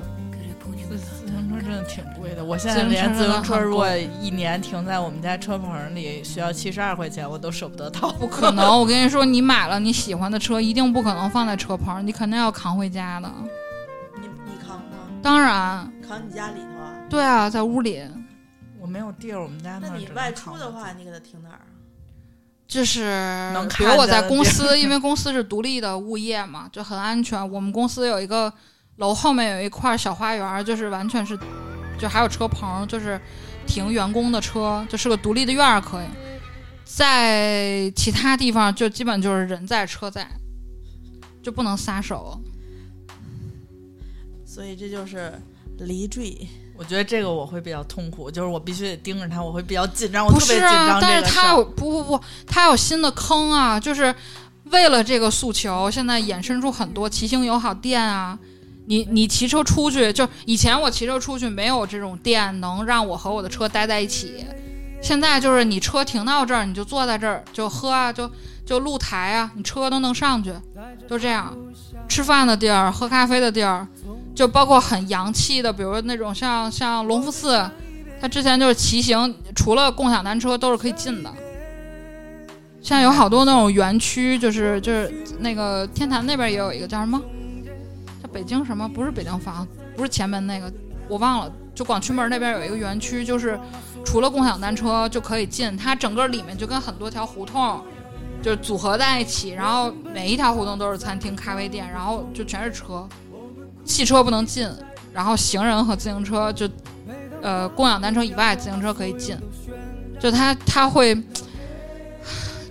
B: 自行车真的挺贵的。我现
C: 自
B: 在
C: 行车
B: 连自行
C: 真的
B: 车
C: 很
B: 如果一年停在我们家车棚里需要七十二块钱，我都舍 不得掏。
C: 不可能！我跟你说，你买了你喜欢的车，一定不可能放在车棚，你肯定要扛回家的。
D: 你你扛吗？
C: 当然，
D: 扛你家里头啊？
C: 对啊，在屋里，
B: 我没有地儿，我们家
D: 那
B: 儿
D: 你
B: 只能
D: 外出
B: 扛
D: 的话，你给它停哪儿啊？
C: 就是
B: 能
C: 比如
B: 看
C: 我
B: 见
C: 在
B: 的
C: 公
B: 地儿
C: 司，因为公司是独立的物业嘛， 就很安全。我们公司有一个楼后面有一块小花园，就是完全是，就还有车棚，就是停员工的车，就是个独立的院儿可以。在其他地方就基本就是人在车在，就不能撒手。
D: 所以这就是离坠。
B: 我觉得这个我会比较痛苦，就是我必须得盯着他，我会比较紧张，我
C: 不
B: 特别
C: 是
B: 紧
C: 啊
B: 张，这
C: 但
B: 个
C: 是
B: 事
C: 他
B: 儿。
C: 有不不不，他有新的坑啊，就是为了这个诉求，现在衍生出很多骑行友好店啊。你你骑车出去，就以前我骑车出去没有这种店能让我和我的车待在一起，现在就是你车停到这儿，你就坐在这儿就喝啊，就就露台啊，你车都能上去，就这样。吃饭的地儿，喝咖啡的地儿，就包括很洋气的，比如那种像像隆福寺，他之前就是骑行，除了共享单车都是可以进的。现在有好多那种园区，就是就是那个天坛那边也有一个叫什么，叫北京什么？不是北京坊，不是前门那个，我忘了。就广渠门那边有一个园区，就是除了共享单车就可以进，它整个里面就跟很多条胡同就是组合在一起，然后每一条胡同都是餐厅、咖啡店，然后就全是车，汽车不能进，然后行人和自行车就呃共享单车以外，自行车可以进。就它它会，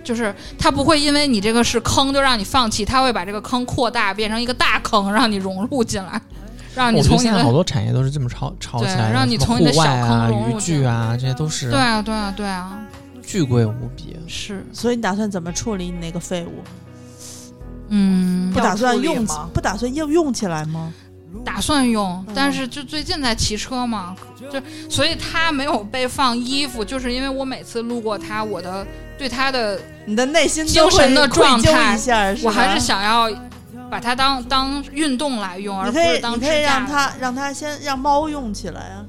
C: 就是它不会因为你这个是坑就让你放弃，它会把这个坑扩大，变成一个大坑，让你融入进来，让你
A: 我觉
C: 从
A: 得
C: 你
A: 现在
C: 的
A: 好多产业都是这么炒炒起
C: 对
A: 来的，
C: 让你
A: 什么
C: 从你的
A: 户外
C: 小坑
A: 啊、
C: 融入
A: 渔
C: 进
A: 具啊，这些都是
C: 对啊对啊对啊
A: 巨贵无比。
C: 是
D: 所以你打算怎么处理你那个废物？
C: 嗯
D: 不打算
B: 处理
D: 用起
B: 吗，
D: 不打算用用起来吗？
C: 打算用
D: 嗯，
C: 但是就最近在骑车嘛，就所以它没有被放衣服，就是因为我每次路过它，我的对它的
D: 你的内心
C: 精神的状态
D: 都会愧疚一下，是吧啊
C: 我还是想要把它当当运动来用，而
D: 你
C: 不
D: 可以
C: 是，当
D: 你
C: 支
D: 可以
C: 架
D: 让。它让它先让猫用起来啊。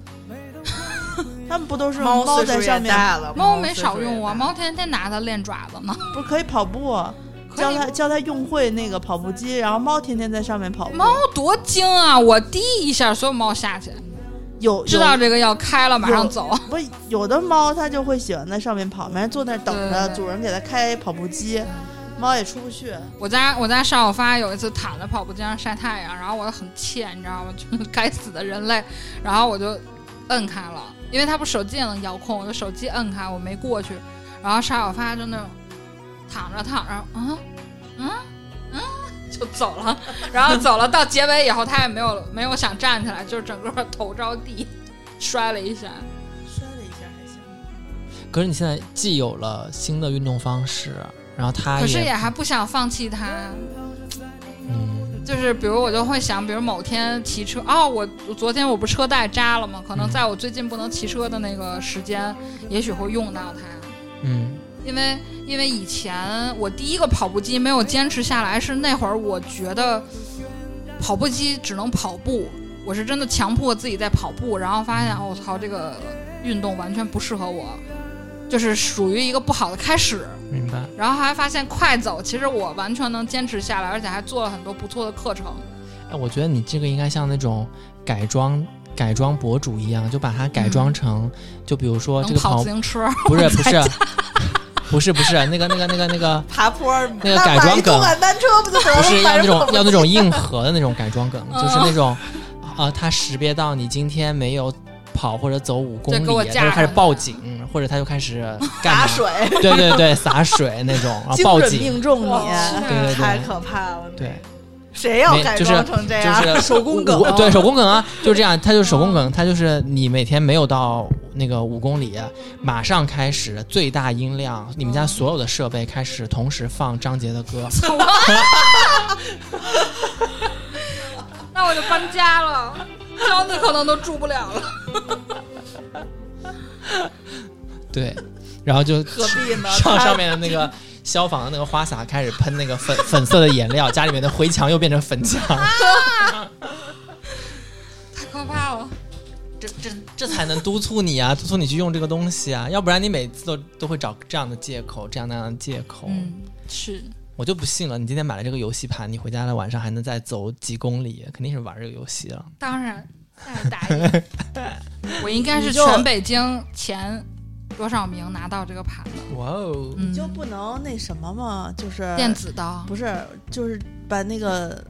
D: 他们不都是
B: 猫岁
D: 在
B: 数
D: 上
B: 也
D: 面，
B: 大了，
C: 猫
B: 岁
C: 没
B: 数
C: 少
B: 也
C: 用啊，
B: 大
C: 猫天天拿它练爪子呢。
D: 不是可以跑步啊？
C: 可
D: 教
C: 以，
D: 它教它用会那个跑步机，然后猫天天在上面跑步。
C: 猫多精啊！我滴一下，所有猫下去，
D: 有
C: 知
D: 有
C: 道这个要开了，马上走。
D: 不是有的猫它就会喜欢在上面跑，反正坐那儿等着
C: 对
D: 主人给它开跑步机，猫也出不去。
C: 我家我家上午发有一次躺在跑步机上晒太阳，然后我很欠，你知道吗？ 就是该死的人类，然后我就摁开了，因为它不手机也能遥控，我就手机摁开，我没过去，然后沙小发就那种躺着躺着，嗯嗯嗯 就走了，然后走了到结尾以后，他也没有没有想站起来，就是整个头着地 摔了一下。
D: 摔了一下还行。
A: 可是你现在既有了新的运动方式，然后它
C: 可是也还不想放弃它，
A: 嗯，
C: 就是比如我就会想，比如某天骑车，哦，我我昨天我不是车带扎了吗？可能
A: 嗯
C: 在我最近不能骑车的那个时间，也许会用到它，
A: 嗯，
C: 因为因为以前我第一个跑步机没有坚持下来，是那会儿我觉得跑步机只能跑步，我是真的强迫自己在跑步，然后发现哦我操、这个运动完全不适合我，就是属于一个不好的开始。
A: 明白。
C: 然后还发现快走，其实我完全能坚持下来，而且还做了很多不错的课程。
A: 哎，我觉得你这个应该像那种改装改装博主一样，就把它改装成，就比如说这
C: 嗯能
A: 个
C: 跑
A: 跑
C: 自行车，
A: 不是不是不是不是那个那个那个那个
B: 爬坡儿
A: 那个
B: 买
A: 改
B: 一
A: 装
B: 共
A: 梗
B: 买单车不就得了？
A: 不 是要
B: 买
A: 那
B: 一
A: 种
B: 共
A: 要那种硬核的那种改装梗，就是那种啊，他识别到你今天没有跑或者走五公
C: 就给我
A: 里，
C: 架
A: 他就开始
C: 上
A: 报
C: 了
A: 警，或者他就开始干嘛
B: 打水，
A: 对对对，洒水那种，然后
D: 精
A: 报
D: 准
A: 警，
D: 命中你，
B: 哇
A: 对对
B: 太
A: 对
B: 可怕了。
A: 对，
B: 谁要
A: 没
B: 改
A: 就是
B: 装成这样？
A: 就是
D: 手工梗
A: 五五对手工梗啊，就是这样，它就是手工梗，它就是你每天没有到那个五公里，马上开始最大音量，你们家所有的设备开始同时放张杰的歌，
C: 那我就搬家 了，教你可能都住不了了。
A: 对，然后就
B: 何必呢？
A: 上
B: 他
A: 上面的那个消防的那个花洒开始喷那个粉粉色的颜料，家里面的灰墙又变成粉墙，
B: 啊
C: 太可怕了！
A: 这这这才能督促你啊，督促你去用这个东西啊，要不然你每次都都会找这样的借口，这样那样的借口，
C: 嗯，是
A: 我就不信了，你今天买了这个游戏盘，你回家了晚上还能再走几公里，肯定是玩这个游戏了。
C: 当 然再打一个。我应该是
D: 你就
C: 全北京前多少名拿到这个盘的？
A: 哇哦，
C: 嗯，
D: 你就不能那什么吗？就是
C: 电子刀，
D: 不是，就是把那个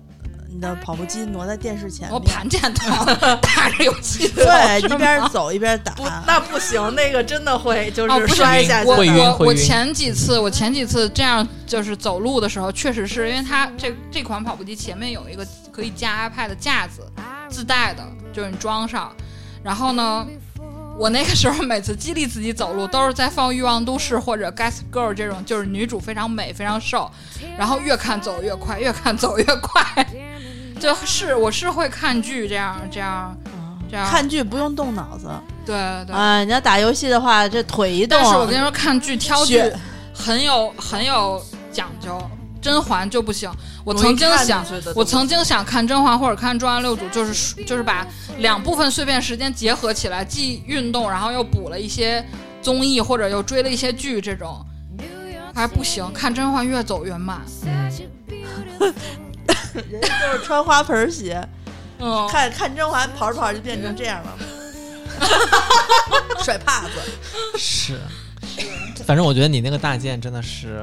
D: 你的跑步机挪在电视前面，
C: 我盘 剑刀，打着游戏刀
D: 对，
C: 是吗
D: 一边走一边打。
B: 不，那不行，那个真的会就
C: 哦，不
B: 是
C: 是
B: 摔下去
C: 我
A: 会晕
B: 的。
C: 我
A: 会
C: 我
A: 晕
C: 前几次我前几次这样就是走路的时候，确实是因为它这这款跑步机前面有一个可以架 iPad 的架子，自带的，就是你装上。然后呢，我那个时候每次激励自己走路，都是在放《欲望都市》或者《Guess Girl》这种，就是女主非常美、非常瘦，然后越看走越快，越看走越快。 就是我是会看剧这样这样这样
D: 看剧不用动脑子
C: 对对。
B: 嗯
D: 啊，你要打游戏的话，这腿一动，
C: 但是我跟你说，看剧挑剧
D: 血
C: 很有很有讲究，《甄嬛》就不行。我
D: 容易
C: 曾经
D: 看
C: 想
D: 进去的，东
C: 我
D: 西
C: 曾经想看《甄嬛》或者看《重案六组》，就是就是把两部分碎片时间结合起来，既运动，然后又补了一些综艺，或者又追了一些剧，这种还不行。看《甄嬛》越走越慢，
D: 就是穿花盆鞋，
C: 嗯，
D: 看看甄嬛跑着跑着就变成这样了，甩帕子。
A: 是，反正我觉得你那个大件真的是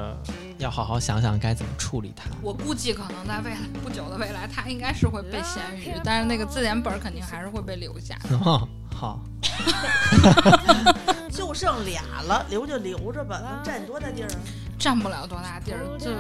A: 要好好想想该怎么处理它。
C: 我估计可能在未来不久的未来，它应该是会被咸鱼，但是那个字典本儿肯定还是会被留下。
A: 哦，好，
D: 就剩俩了，留就留着吧，能占多大地儿啊？
C: 占不了多大地儿，这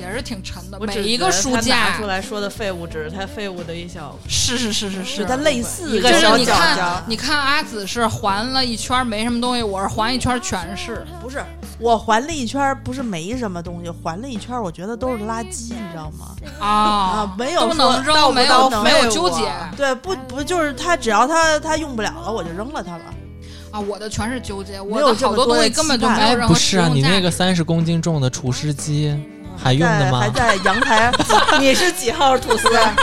C: 也是挺沉的。
B: 我只
C: 每一个
B: 觉得
C: 书
B: 他拿
C: 架
B: 出，来说的废物，只是他废物的一小
C: 是是是是是，
D: 它类似
B: 一个
C: 就
B: 小
C: 是你
B: 角
C: 看
B: 角，，
C: 你看阿紫是环了一圈没什么东西，我是环一圈全是。
D: 不是，我环了一圈儿，不是没什么东西，环了一圈儿，我觉得都是垃圾，你知道吗？
C: 啊
D: 啊没有
C: 都
D: 说到
C: 能扔，
D: 不
C: 没
D: 到
C: 有
D: 废
C: 没有
B: 物
C: 纠结
B: 啊
C: 啊！
D: 对，不不就是它，只要它它用不了了，我就扔了它了。
C: 啊我的全是纠结，我
D: 没有
C: 的
D: 这
C: 好
D: 么
C: 多
D: 多
C: 东西
D: 的
C: 根本就
D: 期待
C: 没有
D: 哎
C: 任
A: 不
C: 何
A: 是
C: 使
A: 啊，
C: 用
A: 你
C: 价
A: 那个
C: 值。
A: 三十公斤重的厨师机还用
D: 在
A: 的
D: 还
A: 吗？
D: 在阳 台，
B: 你是几号吐司？
D: 啊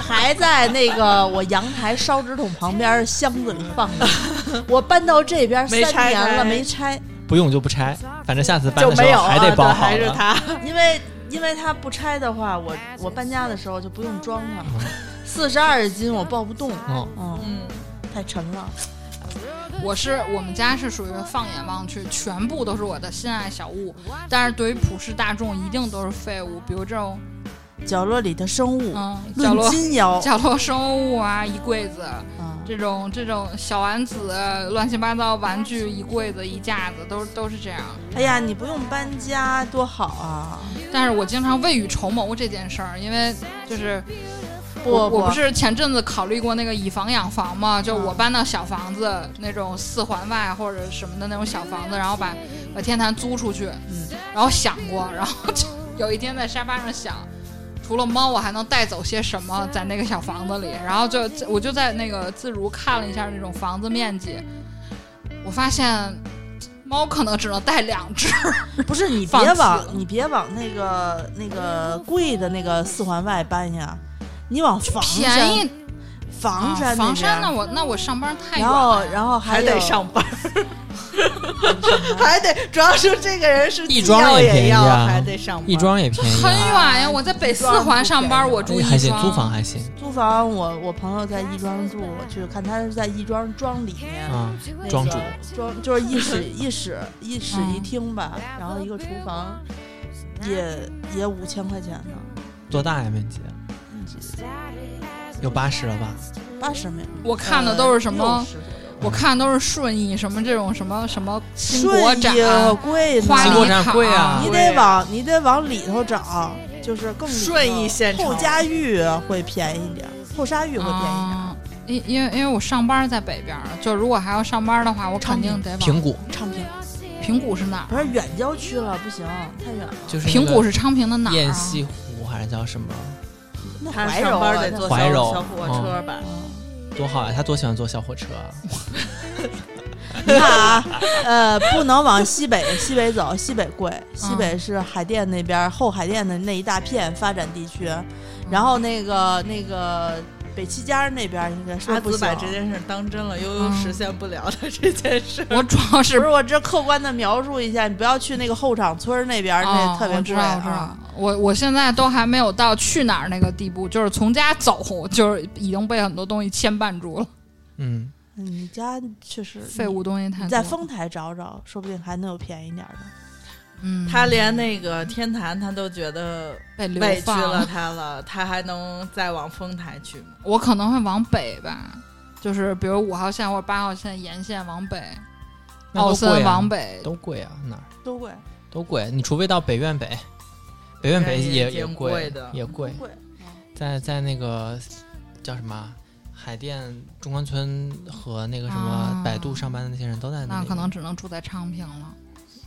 D: 还在那个我阳台烧纸筒旁边儿箱子里放着。 我搬到这边儿三
B: 没拆
D: 年了
B: 开
D: 没拆，
A: 不用就不拆，反正下次搬
B: 就
A: 的时
B: 没有
A: 候
B: 啊，
A: 还得包好
B: 对还是
A: 了。
B: 他。
D: 因为因为它不拆的话，我我搬家的时候就不用装它了。四十二斤我抱不动，
A: 嗯，
D: 嗯，
B: 嗯，
D: 太沉了。
C: 我是我们家是属于放眼望去，全部都是我的心爱小物，但是对于普世大众一定都是废物，比如这种
D: 角落里的生物，
C: 嗯角
D: 论
C: 落
D: 斤摇
C: 角落生物啊，一柜子
D: 啊，
C: 这种这种小丸子、乱七八糟玩具一柜子一架子，都都是这样。
D: 哎呀，你不用搬家多好啊！
C: 但是我经常未雨绸缪这件事儿，因为就是
D: 不
C: 我
D: 不
C: 我不是前阵子考虑过那个以房养房嘛，就
D: 嗯
C: 我搬到小房子那种四环外或者什么的那种小房子，然后把把天坛租出去，
D: 嗯
C: 然后想过，然后就有一天在沙发上想。除了猫，我还能带走些什么在那个小房子里？然后就我就在那个自如看了一下那种房子面积，我发现猫可能只能带两只。
D: 不是你
C: 放
D: 别
C: 弃了
D: 往你别往那个那个贵的那个四环外搬呀，你往房山
C: 便宜
D: 房
C: 啊
D: 山
C: 房
D: 边
C: 山那我那我上班太远
D: 然后
C: 了，
D: 然后还
B: 还
D: 有啊
B: 得上班， 还得主要是这个人是
A: 亦庄
B: 既要
A: 也
B: 也
A: 便宜
B: 要，
A: 啊
B: 还得上班。
A: 亦庄也便宜
C: 很
A: 啊，
C: 远呀！我在北四
D: 啊
C: 环上班，我住
A: 还
C: 亦
A: 行，
C: 庄，
A: 租房还行
D: 租房我，我朋友在亦庄住，我去看他是在亦庄庄里面。
A: 啊。
D: 那个
A: 庄主
D: 装就是一 室一室一室
C: 嗯
D: 一厅吧，然后一个厨房，也也五千块钱呢，
A: 多大呀面积？有八十了吧？
D: 八十没有。
C: 我看的都是什么
D: 呃？60左右
C: 我看的都是顺义什么这种什么什么兴国
D: 顺
C: 展、
D: 义啊可贵呢，
C: 啊花
A: 兴国
C: 梨
A: 展
C: 厂
A: 贵啊
D: 你得往你得往里头找，就是更里头
B: 顺义县城
D: 后嘉峪会便宜点儿，后沙峪会便宜点儿。
C: 啊因因为因为我上班在北边儿，就如果还要上班的话，我肯定得往
A: 平谷
D: 昌平
C: 平谷是哪
D: 不
C: 儿？
D: 是远郊区了，不行，太远了。
A: 就是那
C: 平
A: 个
C: 谷是昌平的哪儿、
A: 雁
C: 啊？
A: 西湖还是叫什么？
D: 那
B: 他
D: 怀
B: 上
D: 柔啊嗯
B: 班得坐
A: 怀柔嗯
B: 小小火车吧？
A: 多好呀、他多喜欢坐小火车啊！
D: 你看啊，呃，不能往西北，西北走，西北贵，西北
C: 嗯
D: 是海淀那边儿后海淀的那一大片发展地区，然后那个那个北七家那边儿应该
B: 阿
D: 说不
B: 紫
D: 行
B: 把。这件事当真了，悠悠
C: 嗯
B: 实现不了他这件事。
D: 嗯
C: 我主要是
D: 不是我这客观的描述一下，你不要去那个后场村儿那边儿，
C: 哦
D: 那特别
C: 我知
D: 贵
C: 道，我知道
D: 啊。。
C: 我我现在都还没有到去哪儿那个地步，就是从家走，就是已经被很多东西牵绊住了，
A: 嗯，
D: 你家确实
C: 废物东西太
D: 你
C: 多。
D: 在丰台找找，说不定还能有便宜点儿的。
C: 嗯，
B: 他连那个天坛他都觉得
C: 被流
B: 委屈
C: 放
B: 了。他了，他还能再往丰台去吗？
C: 我可能会往北吧，就是比如五号线或者八号线沿线往北，
A: 那
C: 奥
A: 都贵
C: 森
A: 啊
C: 往北，
A: 都贵啊，哪儿
D: 都贵，
A: 都贵。你除非到北苑北，北苑北
B: 北苑也
A: 也
B: 挺
A: 也
B: 贵的
A: 也贵。
D: 贵。
A: 在在那个叫什么啊海淀中关村和那个什么
C: 啊
A: 百度上班啊的那些人都在
C: 那
A: 里。
C: 可能只能住在昌平了。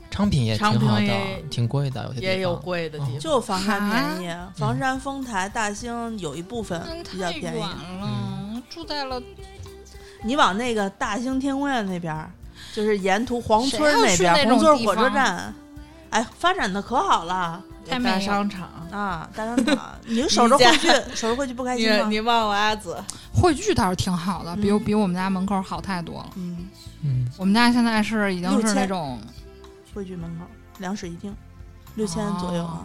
A: 昌平也挺好
B: 昌平
A: 的
B: 也，
A: 挺贵的，有些地方
B: 也有贵
A: 嗯
B: 的地方，
D: 就房山便宜，房山、丰台、大兴有一部分
C: 啊嗯，
D: 比较
C: 太
D: 便
C: 远
D: 宜。嗯
C: 了，住在了
D: 你往那个大兴天宫院那边儿，就是沿途黄村儿
C: 谁
D: 边
C: 要
D: 儿，
C: 去那
D: 黄
C: 种
D: 村儿
C: 地
D: 火车
C: 方啊
D: 站，哎，发展的可好了
C: 太
B: 大
C: 美了。
B: 商场。
D: 啊！大商 场，你就守着
B: 你家
D: 汇聚，守着汇聚不开
B: 你
D: 心吗？
B: 你忘了阿紫，
C: 汇聚倒是挺好的，比
D: 嗯
C: 比我们家门口好太多了。
D: 嗯，
A: 嗯，
C: 我们家现在是已经
D: 六
C: 是那
D: 千
C: 种
D: 汇聚门口两室一厅，六千左右
C: 哦
D: 啊，。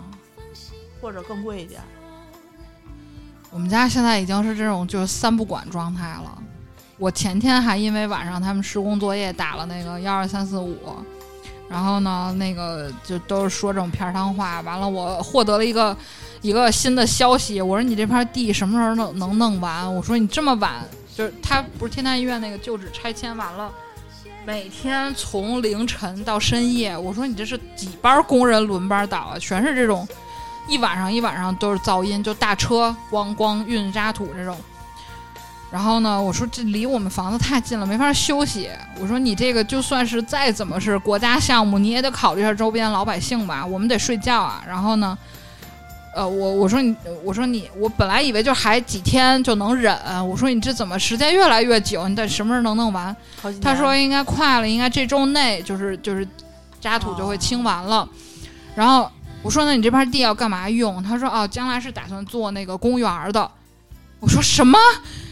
D: 或者更贵一点儿。
C: 我们家现在已经是这种就是三不管状态了。我前天还因为晚上他们施工作业打了那个幺二三四五，然后呢，那个就都是说这种片儿汤话。完了，我获得了一个一个新的消息，我说你这片地什么时候能能弄完？我说你这么晚，就是他不是天坛医院那个旧址拆迁完了。每天从凌晨到深夜，我说你这是几班工人轮班倒啊？全是这种一晚上一晚上都是噪音，就大车咣咣运渣土这种。然后呢，我说这离我们房子太近了，没法休息。我说你这个就算是再怎么是国家项目，你也得考虑一下周边老百姓吧，我们得睡觉啊。然后呢，呃，我我说你，我说你，我本来以为就还几天就能忍，我说你这怎么时间越来越久？你得什么时候能弄完？
D: 好几
C: 他
D: 年
C: 说应该快了，应该这周内就是就是渣土就会清完了。然后我说那你这片地要干嘛用？他说哦，将来是打算做那个公园儿的。我说什么？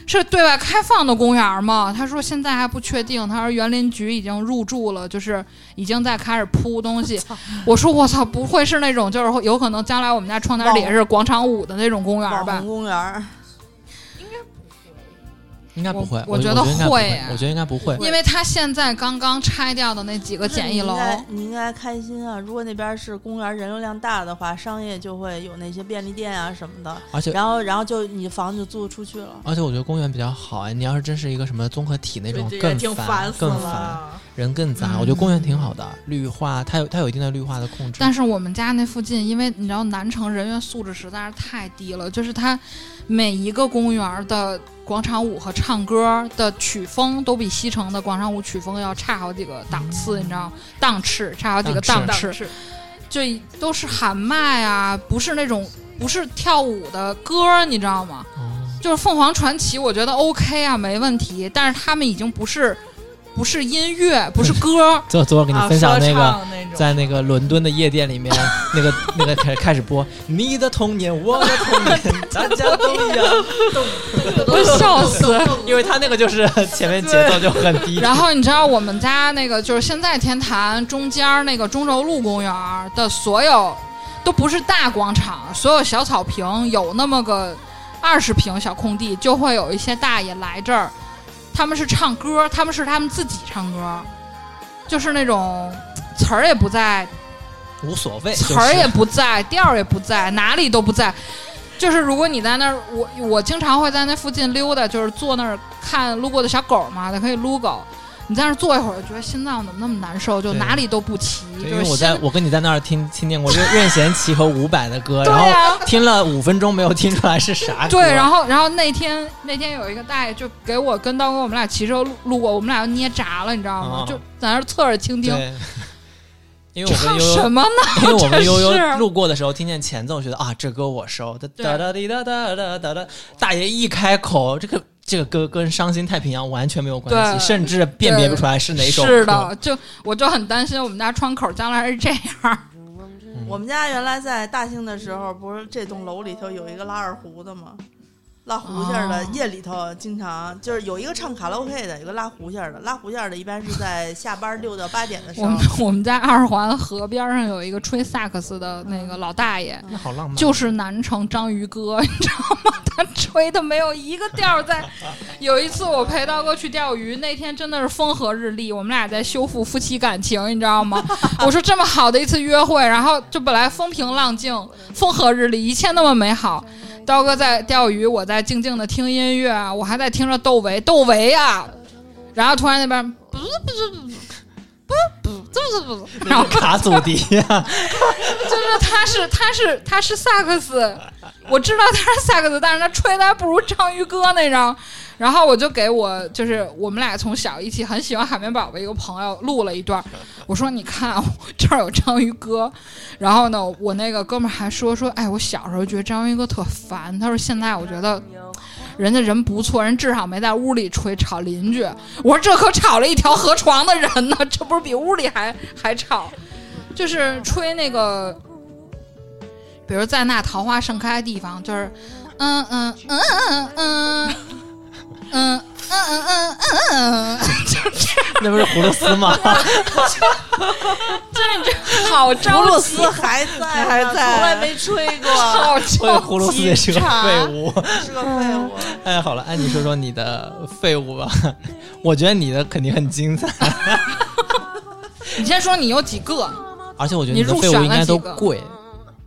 C: 是对外开放的公园儿吗？他说现在还不确定。他说园林局已经入驻了，就是已经在开始铺东西。我说我操，不会是那种就是有可能将来我们家窗台里
D: 网
C: 是广场舞的那种公园儿
D: 网
C: 吧
D: 红？公园儿，
A: 应该不会，
C: 我
A: 我
C: 觉
A: 我
C: 得
A: 应该不
C: 会啊
A: 我觉得应该不会。
C: 因为他现在刚刚拆掉的那几 个
D: 不是
C: 简
D: 你
C: 易
D: 应
C: 楼，
D: 该你应该开心啊！如果那边儿是公园儿，人流量大的话，商业就会有那些便利店啊什么的，
A: 而且
D: 然后然后就你房子就租出去了。
A: 而且我觉得公园比较好哎，你要是真是一个什么综合体那种
B: 这也
A: 更
B: 挺
A: 烦，
B: 死
A: 更烦，
B: 了。啊
A: 人更杂。
C: 嗯
A: 我觉得公园挺好的，绿化它有它有一定的绿化的控制。
C: 但是我们家那附近，因为你知道南城人员素质实在是太低了，就是它每一个公园的广场舞和唱歌的曲风都比西城的广场舞曲风要差好几个档次，你知道吗档次差好几个
A: 档
C: 档
B: 档
C: 次，
B: 次
C: 就都是喊麦啊，不是那种不是跳舞的歌，你知道吗？
A: 哦，
C: 就是凤凰传奇，我觉得 OK 啊，没问题，但是他们已经不是不是音乐，不是歌。
A: 昨昨儿给你
B: 啊
A: 分享
B: 说
A: 那个。
B: 唱那种
A: 在那个伦敦的夜店里面， 那个那个开开始播《你的童年，我的童 年》，大家都一样，
C: 我笑死！
A: 因为他那个就是前面节奏就很低。
C: 然后你知道我们家那个就是现在天坛中间儿那个中轴路公园儿的所有都不是大广场，所有小草坪有那么个二十平小空地，就会有一些大爷来这儿，他们是唱歌，他们是他们自己唱歌，就是那种词儿也不在，
A: 无所谓，
C: 词儿
A: 就是
C: 也不在，调儿也不在，哪里都不在。就是如果你在那儿，我我经常会在那附近溜达，就是坐那儿看路过的小狗嘛，它可以撸狗。你在那儿坐一会儿，觉得心脏怎么那么难受，就
A: 对
C: 哪里都不齐，
A: 对因
C: 就
A: 为
C: 是
A: 我
C: 心
A: 在我跟你在那儿听听见过任任贤齐和伍佰的歌，
C: 对
A: 然后
C: 啊，
A: 听了五分钟没有听出来是啥歌。
C: 对，然后然后那天那天有一个大爷就给我跟刀哥我们俩骑车路路过，我们俩就捏闸了，你知道吗？
A: 啊
C: 就在那儿侧耳倾听，
A: 对，因为我跟
C: 唱
A: 悠
C: 什
A: 悠，
C: 么呢？
A: 因为我跟悠
C: 真
A: 悠
C: 是
A: 路过的时候听见前奏，觉得啊这歌我熟，哒
C: 对
A: 哒哒滴哒哒哒哒哒。大爷一开口，这个这个歌跟《伤心太平洋》完全没有关
C: 对
A: 系，甚至辨别不出来是哪首歌。
C: 是的，就我就很担心我们家窗口将来是这样。
D: 我们家原来在大兴的时候，不是这栋楼里头有一个拉二胡的吗？拉胡线儿的，
C: 哦
D: 夜里头经常就是有一个唱卡拉 OK 的，有个拉胡线儿的。拉胡线儿的一般是在下班六到八点的时
C: 我
D: 候
C: 们。我们家二环河边上有一个吹萨克斯的那个老大爷，
A: 那好浪漫。啊
C: 就是南城章鱼哥，你知道吗？他吹的没有一个调儿在。有一次我陪刀哥去钓鱼，那天真的是风和日丽，我们俩在修复夫妻感情，你知道吗？我说这么好的一次约会，然后就本来风平浪静、风和日丽，一切那么美好。刀哥在钓鱼，我在静静的听音乐，我还在听着窦唯，窦唯啊，然后突然那边不是不是不是，不不不不，然
A: 那
C: 后
A: 是卡祖笛啊呀、
C: 就是他是他是他是萨克斯，我知道他是萨克斯，但是他吹的还不如章鱼哥那张。然后我就给我就是我们俩从小一起很喜欢海绵宝宝一个朋友录了一段，我说你看啊 这儿有章鱼哥，然后呢我那个哥们儿还说说哎我小时候觉得章鱼哥特烦，他说现在我觉得人家人不错，人至少没在屋里吹吵邻居。我说这可吵了一条河床的人呢，这不是比屋里还还吵？就是吹那个，比如在那桃花盛开的地方，就是嗯嗯嗯嗯嗯嗯嗯嗯 嗯嗯嗯，
A: 那不是葫芦丝 吗？
C: 好
D: 葫芦
C: 着急
D: 丝，还在呢，
B: 还在
D: 从来没吹过，
C: 好
A: 所以
C: 着
A: 葫芦丝也是个废物。
D: 是个
B: 嗯
D: 废物。
A: 哎，好了，哎，你说说你的废物 吧，我觉得你的肯定很精彩，
C: 急。你先说你有几个？
A: 而且我觉得你的
C: 你入
A: 废
C: 选
A: 物应该都
C: 了几个
A: 贵。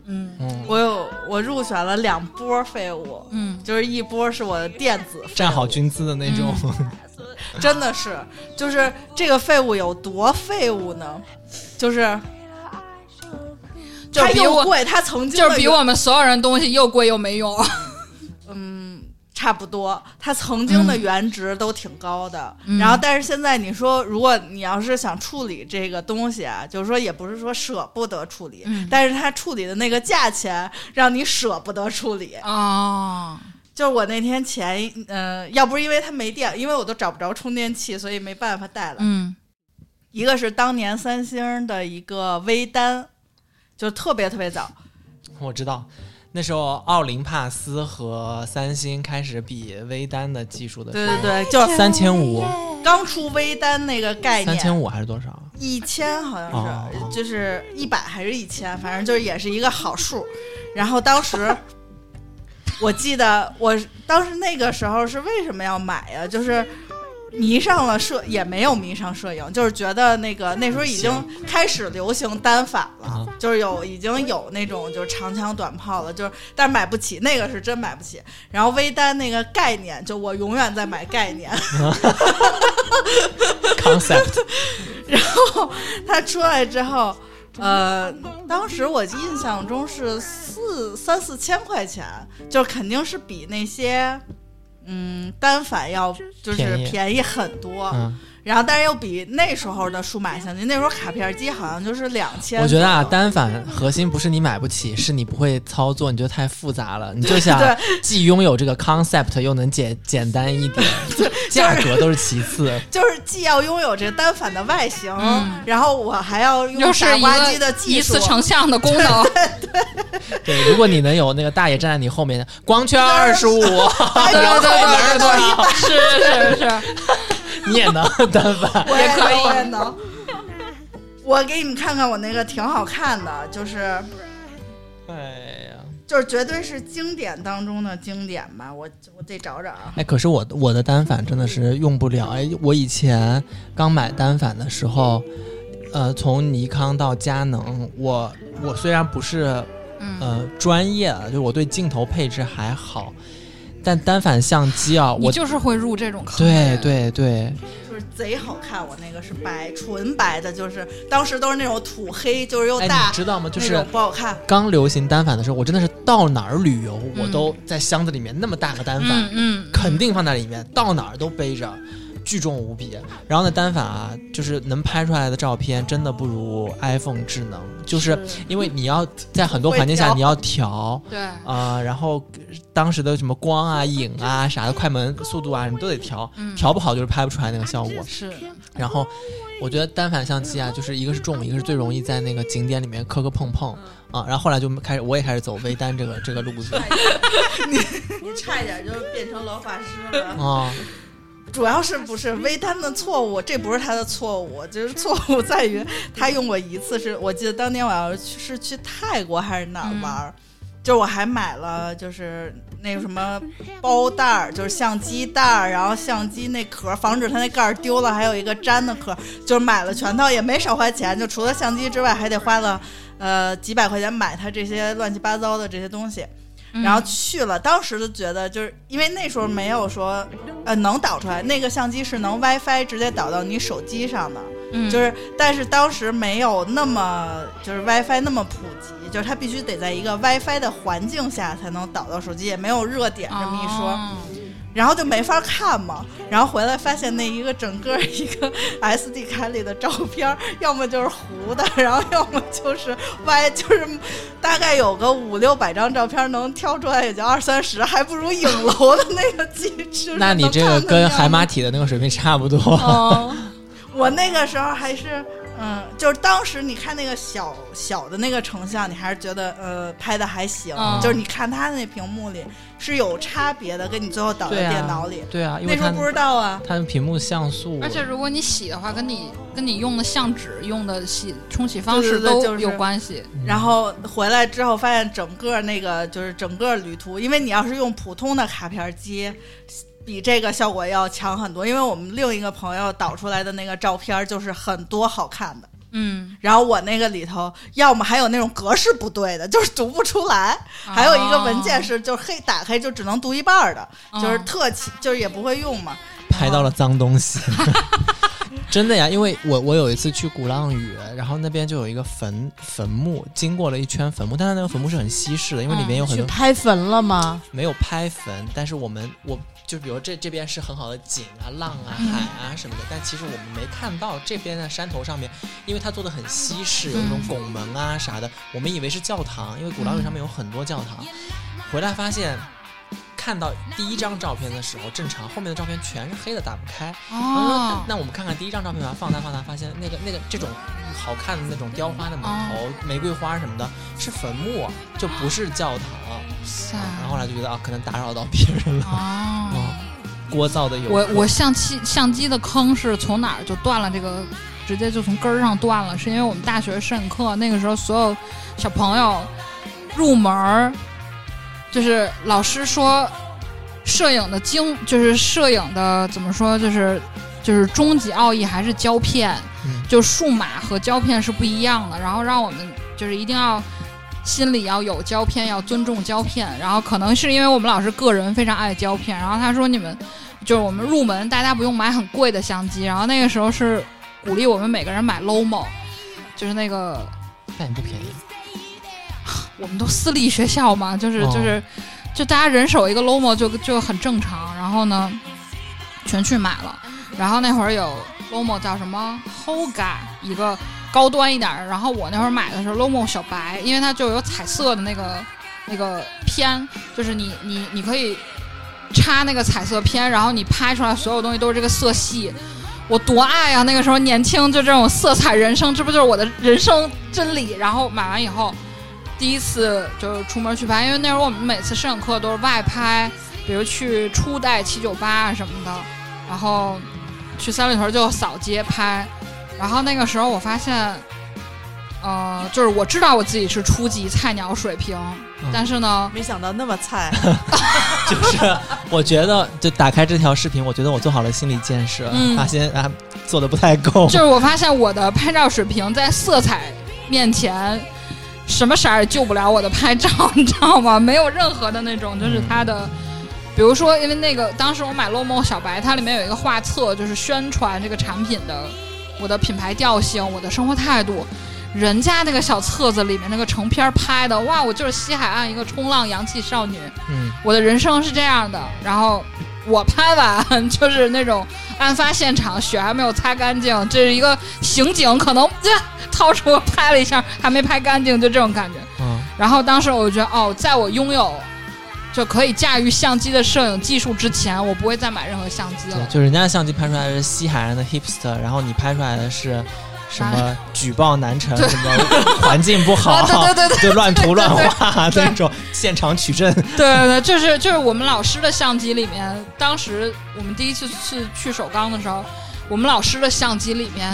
C: 嗯
A: 嗯，
B: 我有我入选了两波废物，
C: 嗯，
B: 就是一波是我的电子废物
A: 站好军姿的那种。
C: 嗯
B: 真的是，就是这个废物有多废物呢？就是
C: 就
B: 它
C: 是比
B: 又
C: 我
B: 贵，它曾经
C: 就
B: 的
C: 是比我们所有人东西又贵又没用。
B: 嗯。差不多，它曾经的原值都挺高的，
C: 嗯
B: 然后但是现在你说，如果你要是想处理这个东西啊，就是说也不是说舍不得处理，
C: 嗯
B: 但是它处理的那个价钱让你舍不得处理，
C: 哦，
B: 就是我那天前一，呃，要不是因为它没电，因为我都找不着充电器，所以没办法带了。
C: 嗯
B: 一个是当年三星的一个微单，就特别特别早，
A: 我知道，那时候奥林帕斯和三星开始比微单的技术的时
B: 对
A: 候，
B: 对对，就
A: 三千五，
B: 刚出微单那个概
A: 三千
B: 念，
A: 五还是多少？
B: 一千好像
A: 哦
B: 是，就是一百还是一千，反正就是也是一个好数。然后当时我记得，我当时那个时候是为什么要买呀、就是。迷上了摄也没有迷上摄影，就是觉得那个那时候已经开始流行单反了，
A: 啊
B: 就是有已经有那种就是长枪短炮了，就是但是买不起，那个是真买不起。然后微单那个概念，就我永远在买概念，
A: ，concept
B: 然后它出来之后，呃，当时我印象中是四三四千块钱，就是肯定是比那些嗯单反要就是
A: 便宜
B: 便宜很多，
A: 嗯，
B: 然后但是又比那时候的数码相机，那时候卡片机好像就是两千，
A: 我觉得啊，单反核心不是你买不起，是你不会操作，你觉得太复杂了，你就想
B: 对
A: 既拥有这个 concept，又能简简单一点，价格都是其次。
B: 就是既要拥有这单反的外形，
C: 嗯
B: 然后我还要用
C: 又是
B: 傻
C: 一
B: 瓜机的
C: 个
B: 技
C: 一
B: 术
C: 次。成像的功 能。
A: 对，如果你能有那个大爷站在你后面，光圈二十五，
B: 哎
C: 对
B: 呦
C: 对
B: 我
C: 对
B: 都
C: 对，是
B: 一
C: 是是，
A: 你也能单反。
B: 我
C: 也可以
B: 我也能。我给你们看看我那个挺好看的，就是
A: 哎呀，
B: 就是绝对是经典当中的经典吧。我我得找找啊。
A: 哎，可是我我的单反真的是用不了。哎，我以前刚买单反的时候，呃，从尼康到佳能，我我虽然不是
C: 嗯，
A: 呃专业的，就是我对镜头配置还好，但单反相机啊，
C: 你
A: 我
C: 就是会入这种坑。
A: 对。对对，
B: 就是贼好看，我那个是白纯白的，就是当时都是那种土黑，就是又
A: 哎，
B: 大
A: 你，知道吗？就
B: 那
A: 是
B: 种不好看。
A: 刚流行单反的时候，我真的是到哪儿旅游，我
C: 嗯
A: 都在箱子里面那么大个单反，
C: 嗯嗯，
A: 肯定放在里面，到哪儿都背着，巨重无比。然后呢，单反啊，就是能拍出来的照片真的不如 iPhone 智能，就是因为你要在很多环境
B: 会
A: 下
B: 调
A: 你要调。
C: 对，
A: 啊、然后当时的什么光啊、影啊、啥的，快门速度啊，你都得调，
C: 嗯
A: 调不好就是拍不出来那个效果。
C: 是
A: 然后我觉得单反相机啊，就是一个是重，一个是最容易在那个景点里面磕磕碰碰啊。然后后来就开始，我也开始走微单这个这个路 子
C: 哎
B: 你差一点就变成老法师 了。
A: 啊。
B: 主要是不是微单的错误，这不是他的错误，就是错误在于他用过一次是，我记得当年我要去是去泰国还是哪儿玩儿，就是我还买了就是那个什么包袋儿，就是相机袋儿，然后相机那壳儿，防止它那盖儿丢了，还有一个粘的壳儿，就是买了全套也没少花钱，就除了相机之外还得花了呃几百块钱买它这些乱七八糟的这些东西。
C: 嗯
B: 然后去了，当时就觉得就是因为那时候没有说，呃，能导出来那个相机是能 WiFi 直接导到你手机上的，
C: 嗯
B: 就是但是当时没有那么就是 WiFi 那么普及，就是它必须得在一个 WiFi 的环境下才能导到手机，也没有热点这么一说，
C: 哦
B: 然后就没法看嘛。然后回来发现那一个整个 一个 SD 卡里的照片儿，要么就是糊的， 然后要么就是歪，就是大概有个五六百张照片，能挑出来也就二三十，还不如影楼的那个机制。
A: 那你这个跟海马体的那个水平差不多。
C: 哦，
B: 我那个时候还是，嗯，就是当时你看那个小小的那个成像，你还是觉得呃拍的还行，
C: 嗯
B: 就是你看它那屏幕里是有差别的，跟你最后导到
A: 对啊
B: 电脑里，
A: 对啊，因为
B: 那时候
A: 它
B: 不知道啊。
A: 它的屏幕像素，
C: 而且如果你洗的话，跟你跟你用的相纸、用的洗冲洗方式
B: 对对对
C: 都
B: 就是
C: 有关系。
A: 嗯
B: 然后回来之后发现整个那个就是整个旅途，因为你要是用普通的卡片机。比这个效果要强很多，因为我们另一个朋友导出来的那个照片就是很多好看的，
C: 嗯，
B: 然后我那个里头，要么还有那种格式不对的，就是读不出来；还有一个文件是就是黑打开就只能读一半儿的，
C: 哦
B: 就是特奇，就是也不会用嘛。
A: 拍到了脏东西。真的呀，因为我我有一次去鼓浪屿，然后那边就有一个坟坟墓，经过了一圈坟墓，但是那个坟墓是很西式的，因为里面有很
D: 去
A: 多
D: 拍坟了吗？
A: 没有拍坟，但是我们我就比如这这边是很好的景啊、浪啊、海啊什么的，但其实我们没看到这边的山头上面，因为它做的很西式，有那种拱门啊啥的，我们以为是教堂，因为鼓浪屿上面有很多教堂。回来发现，看到第一张照片的时候正常，后面的照片全是黑的，打不开。然后说
C: 哦
A: 那我们看看第一张照片吧，放大放大，发现那个那个这种好看的那种雕花的门头、玫瑰花什么的，是坟墓，就不是教堂。
C: 塞
A: 然后后来就觉得啊，可能打扰到别人了，
C: 哦，
A: 聒噪的有。
C: 我我相机相机的坑是从哪儿就断了这个。直接就从根儿上断了，是因为我们大学上课那个时候，所有小朋友入门儿，就是老师说，摄影的精就是摄影的怎么说，就是就是终极奥义还是胶片，
A: 嗯
C: 就数码和胶片是不一样的。然后让我们就是一定要心里要有胶片，要尊重胶片。然后可能是因为我们老师个人非常爱胶片，然后他说你们就是我们入门，大家不用买很贵的相机。然后那个时候是鼓励我们每个人买 Lomo，就是那个
A: 但也不便宜，
C: 我们都私立学校嘛，就是、
A: 哦
C: 就是，就大家人手一个 Lomo 就就很正常。然后呢，全去买了。然后那会儿有 Lomo 叫什么 Hoga，一个高端一点儿。然后我那会儿买的时候 Lomo 小白，因为它就有彩色的那个那个片，就是你你你可以插那个彩色片，然后你拍出来所有东西都是这个色系。我多爱啊！那个时候年轻，就这种色彩人生，这不就是我的人生真理？然后买完以后，第一次就是出门去拍，因为那时候我们每次摄影课都是外拍，比如去初代七九八啊什么的，然后去三里屯就扫街拍。然后那个时候我发现，呃，就是我知道我自己是初级菜鸟水平，
A: 嗯
C: 但是呢，
D: 没想到那么菜，
A: 就是我觉得就打开这条视频，我觉得我做好了心理建设，
C: 嗯
A: 发现啊做的不太够
C: 就。是我发现我的拍照水平在色彩面前，什么色儿也救不了我的拍照，你知道吗？没有任何的那种，就是它的，比如说，因为那个当时我买 Lomo 小白，它里面有一个画册，就是宣传这个产品的，我的品牌调性，我的生活态度。人家那个小册子里面那个成片儿拍的，哇！我就是西海岸一个冲浪洋气少女，
A: 嗯，
C: 我的人生是这样的，然后我拍完 就是那种案发现场，血还没有擦干净，这是一个刑警可能这掏出拍了一下，还没拍干净，就这种感觉。
A: 嗯，
C: 然后当时我就觉得，哦，在我拥有就可以驾驭相机的摄影技术之前，我不会再买任何相机
A: 对，
C: 了。
A: 就人家的相机拍出来是西海岸的 hipster，然后你拍出来的是什么举报南城
C: 啊对
A: 什么环境不 好，
C: 啊，对对对对
A: 就乱涂乱画
C: 对对嗯
A: 那种现场取证。
C: 对对对，就是就是我们老师的相机里面，当时我们第一次去去首钢的时候，我们老师的相机里面，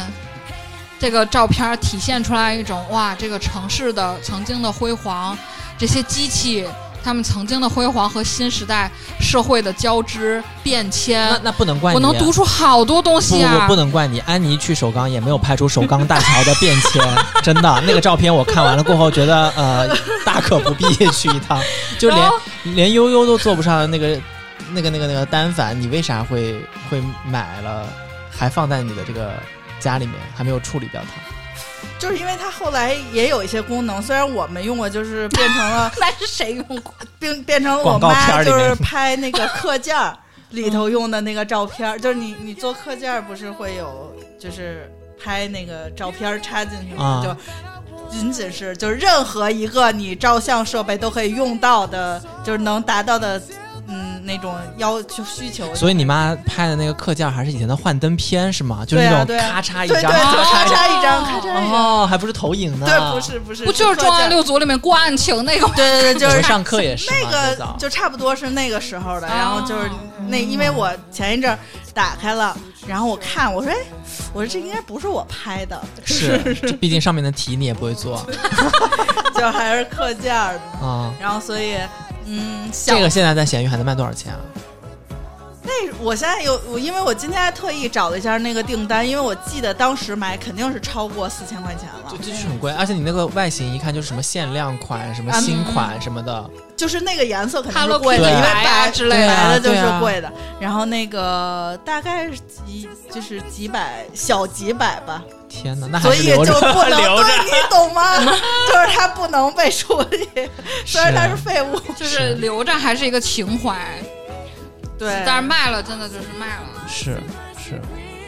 C: 这个照片体现出来一种哇，这个城市的曾经的辉煌，这些机器他们曾经的辉煌和新时代社会的交织变迁
A: 那，那不能怪你，啊
C: 我能读出好多东
A: 不
C: 西
A: 不
C: 啊！
A: 不，不能怪你。安妮去首钢也没有拍出首钢大桥的变迁，真的。那个照片我看完了过后，觉得呃，大可不必去一趟。就
C: 然
A: 连
B: 哦
C: 后
A: 连悠悠都坐不上那个那个那个那个单反，你为啥会会买了，还放在你的这个家里面，还没有处理掉它？
B: 就是因为它后来也有一些功能，虽然我们用过，就是变成了
C: 那是谁用过？
B: 变变成我
A: 广告片
B: 妈
A: 儿里
B: 就
A: 面
B: 是拍那个课件儿里头用的那个照片儿，就是你你做课件儿不是会有就是拍那个照片儿插进去
A: 啊
B: 吗？就仅仅是就是任何一个你照相设备都可以用到的，就是能达到的嗯那种要求需求。
A: 所以你妈拍的那个课件还是以前的幻灯片是吗？就是
B: 对啊
A: 那种
B: 对啊
A: 咔嚓一
B: 对对，
A: 张，
C: 对
A: 咔嚓
B: 咔
A: 一张。
B: 嚓一张，
C: 哦
B: 咔嚓一张。
A: 哦，还不是投影呢，
B: 对， 不。是不是，
C: 不就是《
B: 课件
C: 重案
B: 儿
C: 六组》里面郭案情那个吗？
B: 对对对，就
A: 我
B: 是
A: 们上课也是嘛
B: 那
A: 最早
B: 个就差不多是那个时候的，
C: 啊
B: 然后就是那，因为我前一阵儿打开了，然后我看，我说，哎，我说这应该不是我拍的，
A: 是，这毕竟上面的题你也不会做
B: 就还是课件儿的，
A: 啊。
B: 然后所以，嗯，小
A: 这个现在在闲鱼还能卖多少钱啊？
B: 那我现在有我，因为我今天还特意找了一下那个订单，因为我记得当时买肯定是超过四千块钱了
A: 就，这就是很贵，而且你那个外形一看就是什么限量款、
B: 嗯
A: 什么新款什么的，
B: 就是那个颜色肯定
C: Hello
B: 是贵的，
A: Kitty
B: 因为
C: 白啊
B: 白
C: 之类的
B: 白的就
A: 对
B: 是
A: 啊
B: 贵的，然后那个大概是几就是几百小几百吧，
A: 天哪，那还
B: 所
A: 是
B: 以
A: 留
B: 就
A: 着
B: 不能
A: 留着。
B: 对，你懂 吗？就是它不能被处理，虽然它是废物。
C: 就是留着还是一个情怀，
B: 对，
C: 但是卖了真的就是卖了。
A: 是是，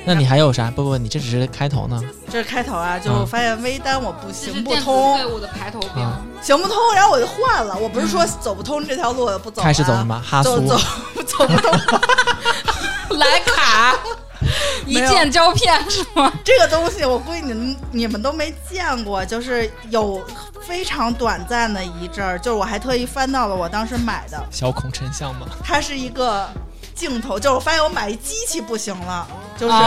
A: 那你还有啥？不不，你这只是开头呢。
B: 这是开头啊，就
A: 嗯
B: 我发现微单我不
C: 这是
B: 行不
C: 电子队
B: 通，
C: 伍的排头兵，
A: 啊
B: 行不通，然后我就换了。我不是说走不通这条路，我就不走了啊，
A: 开始走什么？哈
B: 走
A: 苏
B: 走走不通，
C: 徕卡一
B: 没有
C: 键胶片是吗？
B: 这个东西我估计你们你们都没见过，就是有非常短暂的一阵儿，就是我还特意翻到了我当时买的，
A: 小孔成像吗？
B: 它是一个镜头，就是我发现我买一机器不行了，
A: 嗯
B: 就是。
A: 啊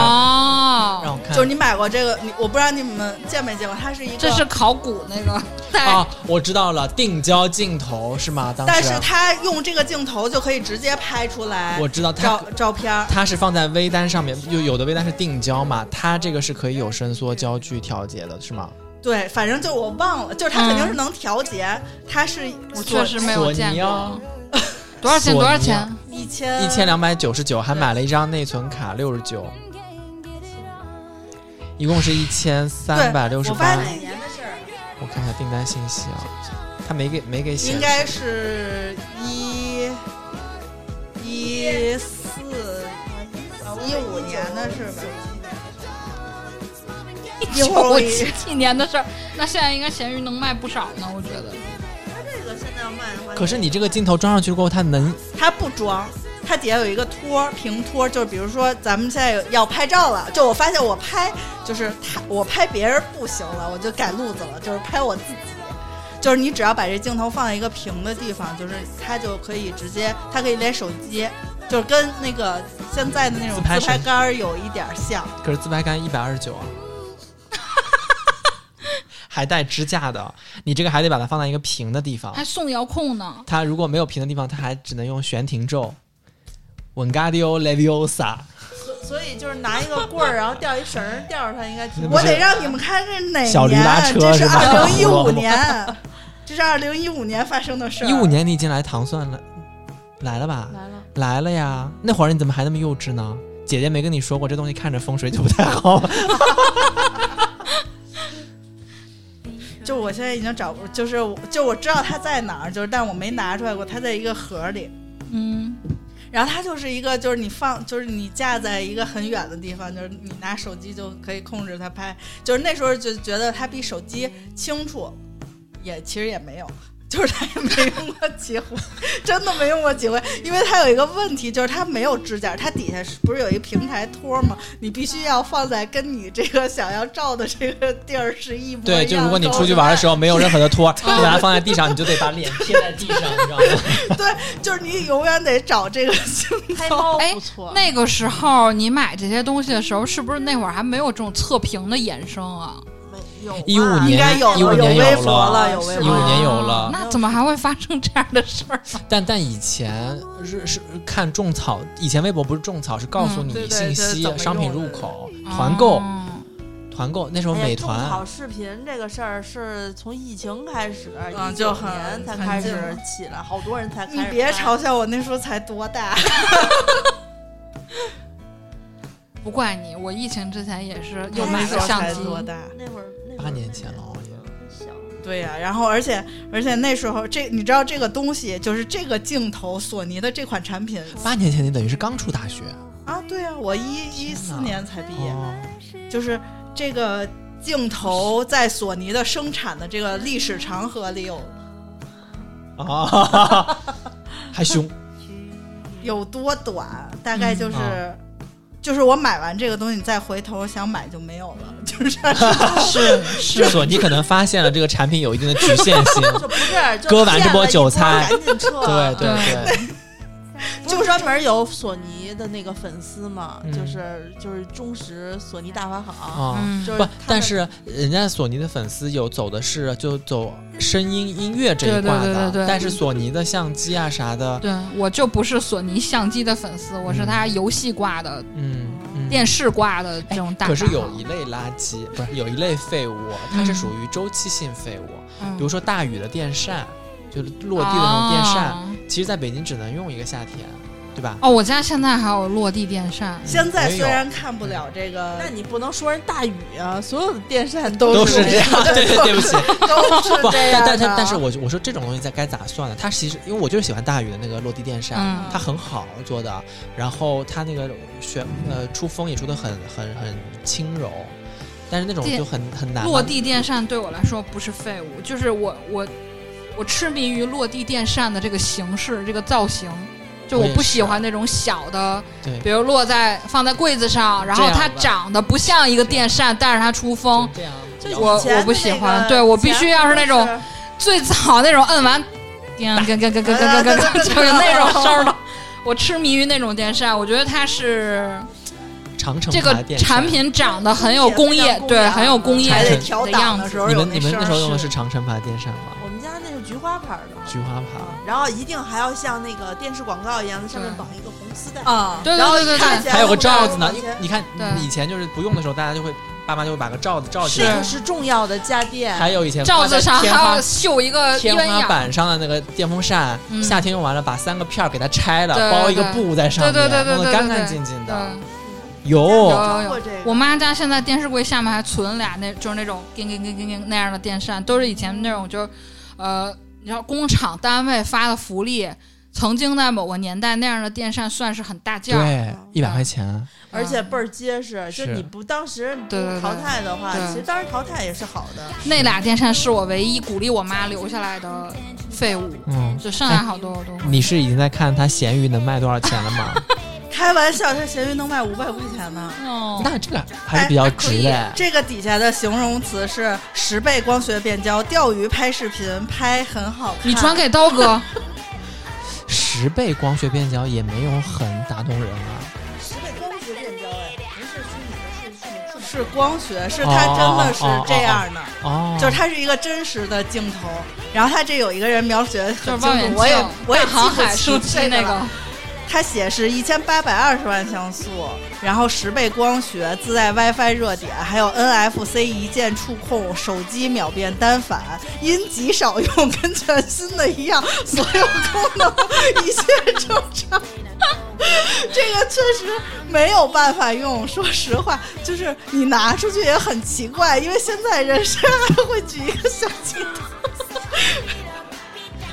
A: 让
C: 哦，
A: 我看。
B: 就是你买过这个，你我不知道你们见没见过，它是一个，
C: 这是考古那个带
A: 啊，我知道了，定焦镜头是吗？当时。啊
B: 但是它用这个镜头就可以直接拍出来
A: 我知道它
B: 照照片儿，
A: 它是啊放在微单上面，就有的微单是定焦嘛，它这个是可以有伸缩焦距调节的，是吗？
B: 对，反正就我忘了，就是它
C: 嗯
B: 肯定是能调节，它是
C: 我确实没有
A: 索尼
C: 见
A: 啊
C: 过。 多少钱？
A: 索尼啊
C: 多少钱？
B: 一千
A: 一千两百九十九，还买了一张内存卡六十九，一共是一千三百六
B: 对
A: 十
B: 我发
A: 八。
B: 现那年的事儿
A: 我看一下订单信息啊，他没给没给写。
B: 应该是一一四啊一五年的事吧。一会儿
C: 九
B: 我
C: 七七年的事儿，那现在应该闲鱼能卖不少呢，我觉得。
D: 这个现在要卖的话
A: 可是你这个镜头装上去过后，它能
B: 它不装，它底下有一个托儿平托儿，就是比如说咱们现在有要拍照了，就我发现我拍就是他，我拍别人不行了，我就改路子了，就是拍我自己。就是你只要把这镜头放在一个平的地方，就是它就可以直接，它可以连手机，就是跟那个现在的那种
A: 自拍
B: 自拍
A: 神
B: 杆儿有一点儿像。
A: 可是自拍杆一百二十九啊， 还带支架的，啊你这个还得把它放在一个平的地方
C: 还。送遥控呢，
A: 它如果没有平的地方，它还只能用悬停咒。Wingardio Leviosa，
D: 所以就是拿一个棍儿，然后吊一绳儿吊上它，应该挺
A: 不
B: 我
A: 是
B: 得让你们看这是哪
A: 小驴拉
B: 年，
A: 车
B: 这
A: 是吧
B: 二零 一五年，这是二零一五年发生的事儿。
A: 一五年你已经来糖蒜了，来了吧？
D: 来了。
A: 来了呀！那会儿你怎么还那么幼稚呢？姐姐没跟你说过这东西看着风水就不太好 吗？
B: 就我现在已经找不，就是我就我知道它在哪儿，就是但我没拿出来过，它在一个盒里。
C: 嗯，
B: 然后它就是一个，就是你放，就是你架在一个很远的地方，就是你拿手机就可以控制它拍。就是那时候就觉得它比手机清楚，也其实也没有， 就是它也没用过几回， 真的没用过几回。因为它有一个问题，就是它没有支架，它底下是不是有一平台托吗？你必须要放在跟你这个想要照的这个地儿是一模一样
A: 对，就如果你出去
B: 高
A: 玩
B: 度
A: 的时候没有任何的 托儿，你把它放在地上，你就得把脸贴在地上，你知道吗？
B: 就是你永远得找这个镜
D: 拍
B: 头。
D: 猫
C: 哎
D: 不错，
C: 那个时候你买这些东西的时候，是不是那会儿还没有这种测评的衍生啊？
D: 没
A: 一五年
B: 应该有
A: 一五
B: 了，有
A: 年
B: 微
A: 有
B: 博
A: 了，
B: 有微
A: 15
B: 博了。
A: 年有了
C: 哦那怎么还会发生这样的事儿？
A: 但但以前是是看种草，以前微博不是种草，是告诉
C: 嗯
A: 你
B: 对对
A: 信
B: 这
A: 息、
B: 怎么
A: 商品
B: 用
A: 入
B: 的
A: 口、 团购、
C: 哦
A: 团购。那时候
D: 哎呀
A: 美
D: 种
A: 团
D: 草视频这个事儿是从疫情开始，
B: 嗯
D: 19
B: 就很
D: 年才
B: 很
D: 开
B: 近
D: 始
B: 了
D: 起来，好多人才开始
B: 你
D: 看。
B: 别嘲笑我，那时候才多大？
C: 不怪你，我疫情之前也是又
B: 我那
C: 买
B: 时
C: 了
B: 候
C: 相
B: 才
C: 机，
B: 多大？
D: 那会儿，那会儿
A: 八年前了，我觉得
D: 小
B: 对呀、然后而且而且那时候这你知道这个东西就是这个镜头，索尼的这款产品
A: 八年前你等于是刚出大学，
B: 啊，对呀、我一一四年才毕业，
A: 哦，
B: 就是这个镜头在索尼的生产的这个历史长河里有
A: 啊， 还凶，
B: 有多短，大概就是、
A: 嗯
B: 就是我买完这个东西，你再回头想买就没有了， 就是
C: 是
A: 是索尼可能发现了这个产品有一定的局限性，
D: 就不是就
A: 割完这波
D: 骗了一
A: 韭菜
D: 赶紧撤。
A: 对对对，
D: 不是专门有索尼的那个粉丝嘛，
A: 嗯
D: 就是就是忠实索尼大法好，
A: 啊。
C: 嗯
D: 就是
A: 不
D: 他们，
A: 但是人家索尼的粉丝有走的是就走声音音乐这一
C: 对对
A: 挂的，
C: 对对对
A: 但是索尼的相机啊啥的，
C: 对我就不是索尼相机的粉丝，我是他游戏挂的、
A: 嗯嗯，
C: 电视挂的这种大
A: 哎可
C: 咖。
A: 是有一类垃圾，不是有一类废物，它是属于周期性废物，
C: 嗯
A: 比如说大雨的电扇，就是落地的那种电扇，
C: 哦
A: 其实在北京只能用一个夏天，对吧？
C: 哦，我家现在还有落地电扇，
B: 现在
A: 没
B: 虽
A: 有
B: 然看不了这个，
D: 那你不能说人大宇啊，所有的电扇
A: 都
D: 是
A: 是这样，对对对不起，
B: 都 是
A: 不，
B: 这
A: 但
B: 样
A: 但
C: 啊
B: 的
A: 但但是我我说这种东西在该咋算呢？它其实因为我就是喜欢大宇的那个落地电扇，
C: 嗯
A: 它很好做的，然后它那个旋呃出风也出的很很很轻柔，但是那种
C: 电
A: 就很很难嘛
C: 落地电扇对我来说不是废物，就是我我我痴迷于落地电扇的这个形式、这个造型。就
A: 我
C: 我
A: 也
C: 不喜
A: 是
C: 欢那种小的，
A: 对
C: 比如落在放在柜子上，然后
A: 这样
C: 它
A: 吧
C: 长得不像一个电扇，但是它出风
A: 就，这样。
D: 就
A: 然
D: 以
A: 后
C: 我
D: 前
C: 我不
D: 那
C: 喜
D: 个
C: 欢对我必须要是那种
D: 以前
C: 最早那种 摁完，叮叮叮叮叮叮叮叮，就是那种声儿的。 我痴迷于那种电扇，我觉得它是
A: 长城
C: 这个
A: 牌电扇
C: 产，品长得很有工业，对，很有工业
B: 还得
A: 的
B: 调
C: 样
B: 档
C: 子
B: 的时候
A: 你
B: 有
A: 们你们
B: 声儿
A: 那时候用的是长城牌电扇吗？
D: 我们家那是菊花牌儿的，
A: 菊花牌。
D: 啊然后一定还要像那个电视广告一样，上面绑一个红丝带，
B: 啊，
C: 对
D: 然后
C: 对对对
D: 看
C: 对
D: 起来
A: 还有个
D: 就跟
A: 罩子呢
D: 以，前
A: 你看
C: 对
A: 以前就是不用的时候，大家就会爸妈就会把个罩子罩起
D: 这
A: 来。
D: 个是重要的家电，
A: 还有以前
C: 罩子上
A: 天
C: 还
A: 花
C: 要绣一个呃鸳
A: 天花
C: 鸯，
A: 板上的那个电风扇，
C: 嗯
A: 夏天用完了，把三个片儿给它拆了，
C: 对
A: 包一个布在上面，
C: 对对对对
A: 弄得
C: 对
A: 干
C: 对
A: 干
C: 对嗯
A: 净
B: 嗯
A: 净
C: 对
A: 的。哦
D: 我
A: 有，
D: 装过这个，
C: 我妈家现在电视柜下面还存俩那，就是那种叮叮叮叮叮那样的电扇，都是以前那种就是，呃，你知道工厂单位发的福利，曾经在某个年代那样的电扇算是很大件儿，嗯
A: 对，一百块钱，
D: 而且倍儿结实，就是你不当时不
C: 对对对
D: 淘汰的话，
C: 对
D: 其实当时淘汰也是好的。
C: 那俩电扇是我唯一鼓励我妈留下来的废物，
A: 嗯。
C: 就剩下好多我都。
A: 你是已经在看它闲鱼能卖多少钱了吗？
B: 开玩笑，这咸鱼能卖五百块钱呢。
C: 哦 哎
A: 那这个还是比较值的。
B: 哎这个底下的形容词是十倍光学变焦，钓鱼拍视频拍很好看。
C: 你传给刀哥，
A: 嗯十倍光学变焦也没有很打动人啊，
D: 十倍光学变焦哎，不是虚拟的，是是是
B: 是光学，是它真的是这样的，
A: 哦，
B: 就是它是一个真实的镜头。然后它这有一个人描写得
C: 就
B: 很
C: 是望
B: 清
C: 远
B: 楚，
C: 镜，
B: 我也我也
C: 大
B: 记
C: 航
B: 不
C: 海时
B: 清
C: 期
B: 这
C: 那
B: 个了
C: 个，
B: 它写是一千八百二十万像素，然后十倍光学，自带 WiFi 热点，还有 NFC 一键触控，手机秒变单反，音极少用，跟全新的一样，所有功能一切正常。这个确实没有办法用，说实话，就是你拿出去也很奇怪，因为现在人身上还会举一个小旗头。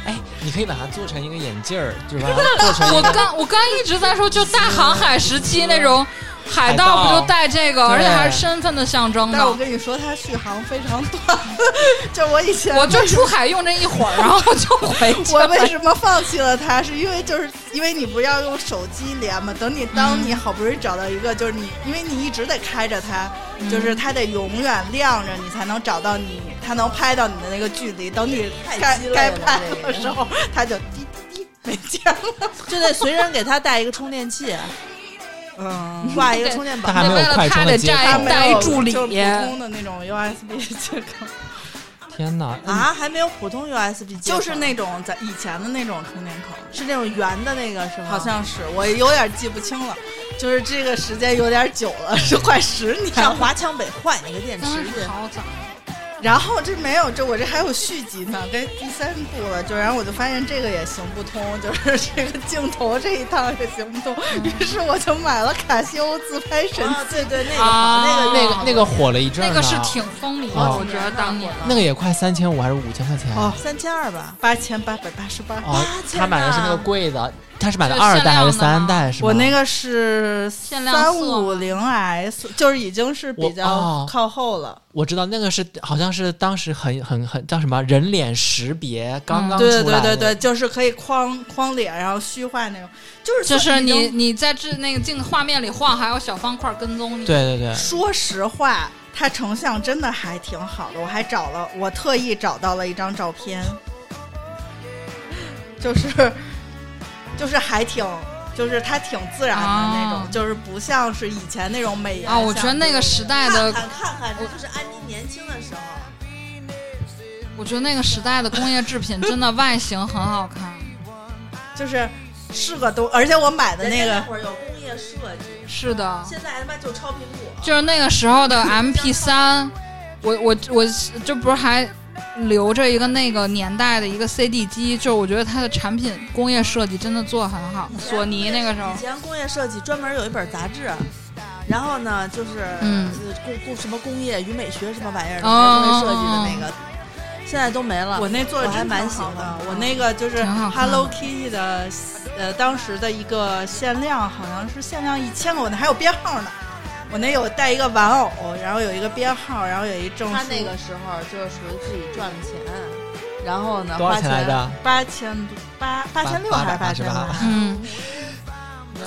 A: 哎，你可以把它做成一个眼镜儿，就是 把它做成一
C: 我
A: 个
C: 刚我刚一直在说，就大航海时期那种海
A: 海
C: 盗
A: 盗
C: 不就带这个，
A: 对
C: 而且还是身份的象征
B: 但是我
C: 呢。
B: 跟你说，它续航非常短， 就我以前
C: 我就出海用这一会儿，然后我就回去
B: 我
C: 了。
B: 为什么放弃了它？是因为就是因为你不要用手机连嘛。等你当你好不容易找到一个，就是你，因为你一直得开着它，
C: 嗯
B: 就是它得永远亮着，你才能找到你，它能拍到你的那个距离。等你
D: 太
B: 该
D: 鸡肋
B: 该
D: 了
B: 拍
D: 这个
B: 的时候，它就滴滴滴没电了。
D: 就得随身给他带一个充电器，
B: 嗯，
D: 挂一个充 电宝
A: 它。还没有快充接
C: 对
B: 它
C: 还
A: 口
B: 没。
C: 带
B: 有
C: 助理
B: 就是普通的那种 USB 接口，
A: 天哪！
C: 嗯
D: 啊，还没有普通 USB 接口
B: 就是那种咱以前的那种充电口。
D: 是那种圆的那个是
C: 嗯
D: 吗？
B: 好像是，我有点记不清了，就是这个时间有点久了，是快十年
D: 上
B: 了。
D: 华强北换一个电池
C: 当时
D: 去。啊
C: 好早，
B: 然后这没有，这我这还有续集呢，该第三部了。就然后我就发现这个也行不通，就是这个镜头这一趟也行不通，于是我就买了卡西欧自拍神
D: 啊，对对，那个
C: 啊
D: 好，那个
A: 那个那个火了一阵儿
C: 那
A: 呢，
C: 个是挺风靡的，
A: 哦
C: 我觉得当年
A: 那个也快三千五还是五千块钱
B: 哦
D: 三千二吧。
B: 八千八百八十八。
A: 哦
D: 千
A: 他买的是那个
D: 呐
A: 贵的，他是买的
C: 啊就是
A: 二
C: 限
A: 代还
C: 量
A: 是
C: 的吗
A: 三代？是吗？
B: 我那个是
C: 限量色
B: 三五
C: 吗
B: 零 S，就是已经是比
A: 我
B: 较
A: 哦
B: 靠后了。
A: 我知道那个是好像是当时很很很叫什么人脸识别刚刚出来
B: 嗯对
A: 的、
B: 对对对，就是可以框框脸，然后虚化那种，就是
C: 就
B: 算
C: 是
B: 已经
C: 你你在这那个镜画面里晃，还有小方块跟踪你。
A: 对对对
B: 说实话，它成像真的还挺好的，我还找了，我特意找到了一张照片， 就是就是还挺。就是它挺自然的那种，
C: 啊
B: 就是不像是以前那种美颜
C: 啊，我觉得那个时代的，
D: 看看看看，这就是安妮年轻的时候。
C: 我觉得那个时代的工业制品真的外形很好看。
B: 像就是是个东，而且我买的那
D: 人家
B: 个
D: 那会儿有工业设计，
C: 是的，
D: 现在他妈就抄苹果。
C: 就是那个时候的 MP 三，我我我这不是还留着一个那个年代的一个 CD 机，就是我觉得它的产品工业设计真的做得很好。索尼那个时候
D: 以，前工业设计专门有一本杂志，然后呢，就是
C: 嗯
D: 呃工工什么工业与美学什么玩意儿的，
C: 哦
D: 工业设计的那个，现在都没了。
B: 我那做的
D: 哦啊我还
B: 真
D: 蛮
B: 挺
D: 喜
B: 好
D: 欢
B: 的
D: 的，
B: 我那个就是
C: 挺好看的
B: Hello Kitty 的，呃，当时的一个限量，好像是限量一千个，我那还有编号呢。我那有带一个玩偶，然后有一个编号，然后有一证书。
D: 他那个时候就是属于自己赚了钱，然后呢，
A: 多少
D: 花
A: 钱来着？
B: 八千多八八千六
A: 八
B: 还是八千
A: 八百八十
B: 八？
C: 嗯，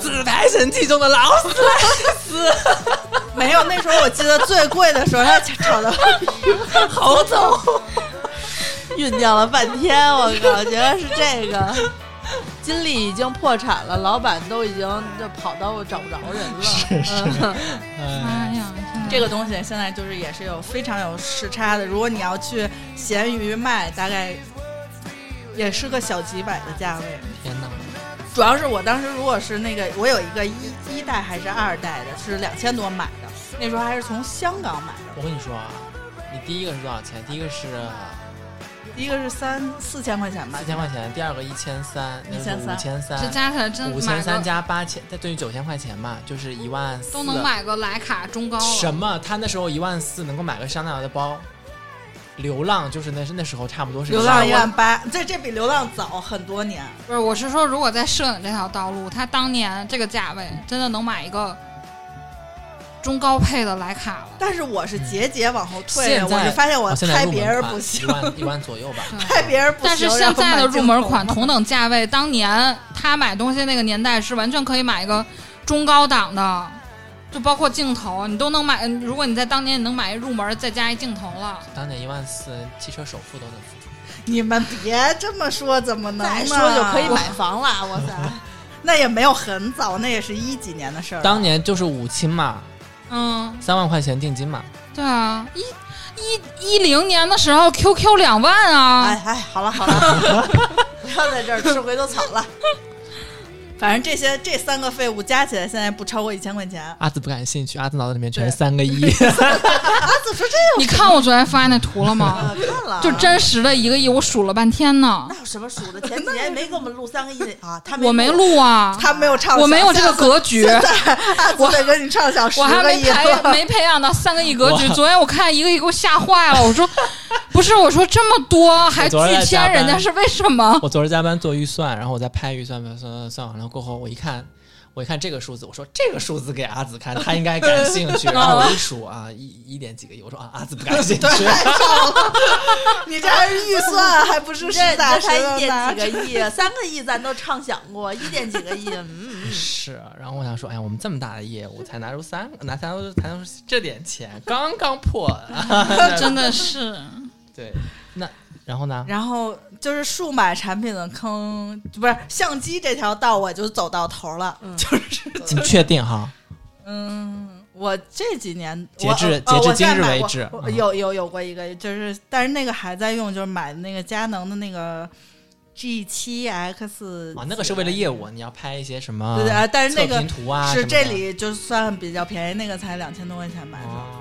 A: 自拍神器中的劳斯，
B: 没有，那时候我记得最贵的时候，它炒 到
D: 好走，酝酿了半天，我靠，觉得是这个。金立已经破产了，老板都已经就跑到找不着人了。
A: 是是
D: 嗯
A: 嗯，
C: 哎呀，天哪
B: 这个东西，现在就是也是有非常有时差的。如果你要去闲鱼卖，大概也是个小几百的价位。
A: 天哪！
B: 主要是我当时如果是那个，我有一个一一代还是二代的，是两千多买的，那时候还是从香港买的。
A: 我跟你说啊，你第一个是多少钱？第一个是
B: 第一个是三四千块钱吧
A: 四，千块钱，第二个一千三，那是五千
C: 这
A: 三，
C: 加起来真
A: 五
C: 买
A: 千三
C: 个
A: 加八千，它等于九千块钱嘛，就是一万四。
C: 都能买个徕卡中高
A: 什
C: 了。
A: 么？他那时候一万四能够买个香奈儿的包，流浪就是那是那时候差不多是
B: 流浪一万八，这这比流浪早很多年。
C: 不是，我是说，如果在摄影这条道路，它当年这个价位真的能买一个中高配的徕卡了。
B: 但是我是节节往后退
A: 现
B: 的，
A: 在
B: 我是发现我
A: 哦现在
B: 拍
A: 入门
B: 别人
A: 款
B: 不行
A: 一，万一万左右吧。
B: 拍别人不行。
C: 但是现在的入门款同
B: 等。
C: 等价位，当年他买东西那个年代是完全可以买一个中高档的，就包括镜头，你都能买。嗯如果你在当年你能买一入门再加一镜头了，
A: 当年一万四，汽车首付都能付出。
B: 你们别这么说，怎么能
D: 再
B: 呢
D: 说就可以买房了，哇塞！
B: 那也没有很早，那也是一几年的事儿。
A: 当年就是五亲嘛，
C: 嗯，
A: 三万块钱定金嘛。
C: 对啊，一一一零年的时候 QQ 两万啊，
D: 哎哎，好了好了， 不要在这儿吃回头草了。
B: 反正这些这三个废物加起来，现在不超过一千块钱。
A: 阿紫不感兴趣，阿紫脑子里面全
B: 对
A: 是三个 亿。
B: 阿紫说这
C: 你看我昨天发那图了吗？
D: 啊，看了，
C: 就真实的一个亿，我数了半天呢，
D: 那有什么数 的？前几年没给我们录三个亿的啊，他
C: 我没录啊，
B: 他没有畅想，
C: 我没有这个格局。
B: 阿紫得跟你畅想十
C: 我还
B: 个
C: 没
B: 亿
C: 培
B: 了。
C: 没培养到三个亿格局。
A: 我
C: 昨天我看一个亿给我吓坏了，我说不是，我说这么多还拒
A: 昨儿在加
C: 签
A: 班
C: 人家是为什么？
A: 我昨儿加班做预算，然后我在拍预算，算算算完了过后，我一看，我一看这个数字，我说这个数字给阿紫看，她应该感兴 趣。然后我一数啊，一一点几个亿，我说啊，阿紫不感兴趣。
B: 你这还是预 算，还不是
D: 这
B: 实
D: 这
B: 打实
D: 才一
B: 的拿
D: 点几个 亿，三个亿咱都畅想过，一点几个亿，嗯，
A: 是，然后我想说，哎呀，我们这么大的业务才拿出三，拿才拿出才拿出这点钱，刚刚破。啊
C: 真的是，
A: 对，那然后呢？
B: 然后就是数码产品的坑，不是相机这条道，我就走到头了。
A: 你确定哈？
B: 嗯，我这几年
A: 截
B: 我
A: 至
B: 呃
A: 截至
B: 我
A: 今
B: 在
A: 日
B: 买
A: 为
B: 过
A: 止
B: 我
A: 嗯
B: 有有有过一个，就是但是那个还在用，就是买的那个佳能的那个 G 七 X
A: 啊，那个是为了业务，你要拍一些什么
B: 对对啊，但是那
A: 测
B: 个
A: 评图啊，
B: 是
A: 什么
B: 这
A: 的
B: 里就算比较便宜，那个才两千多块钱买的，
A: 哦，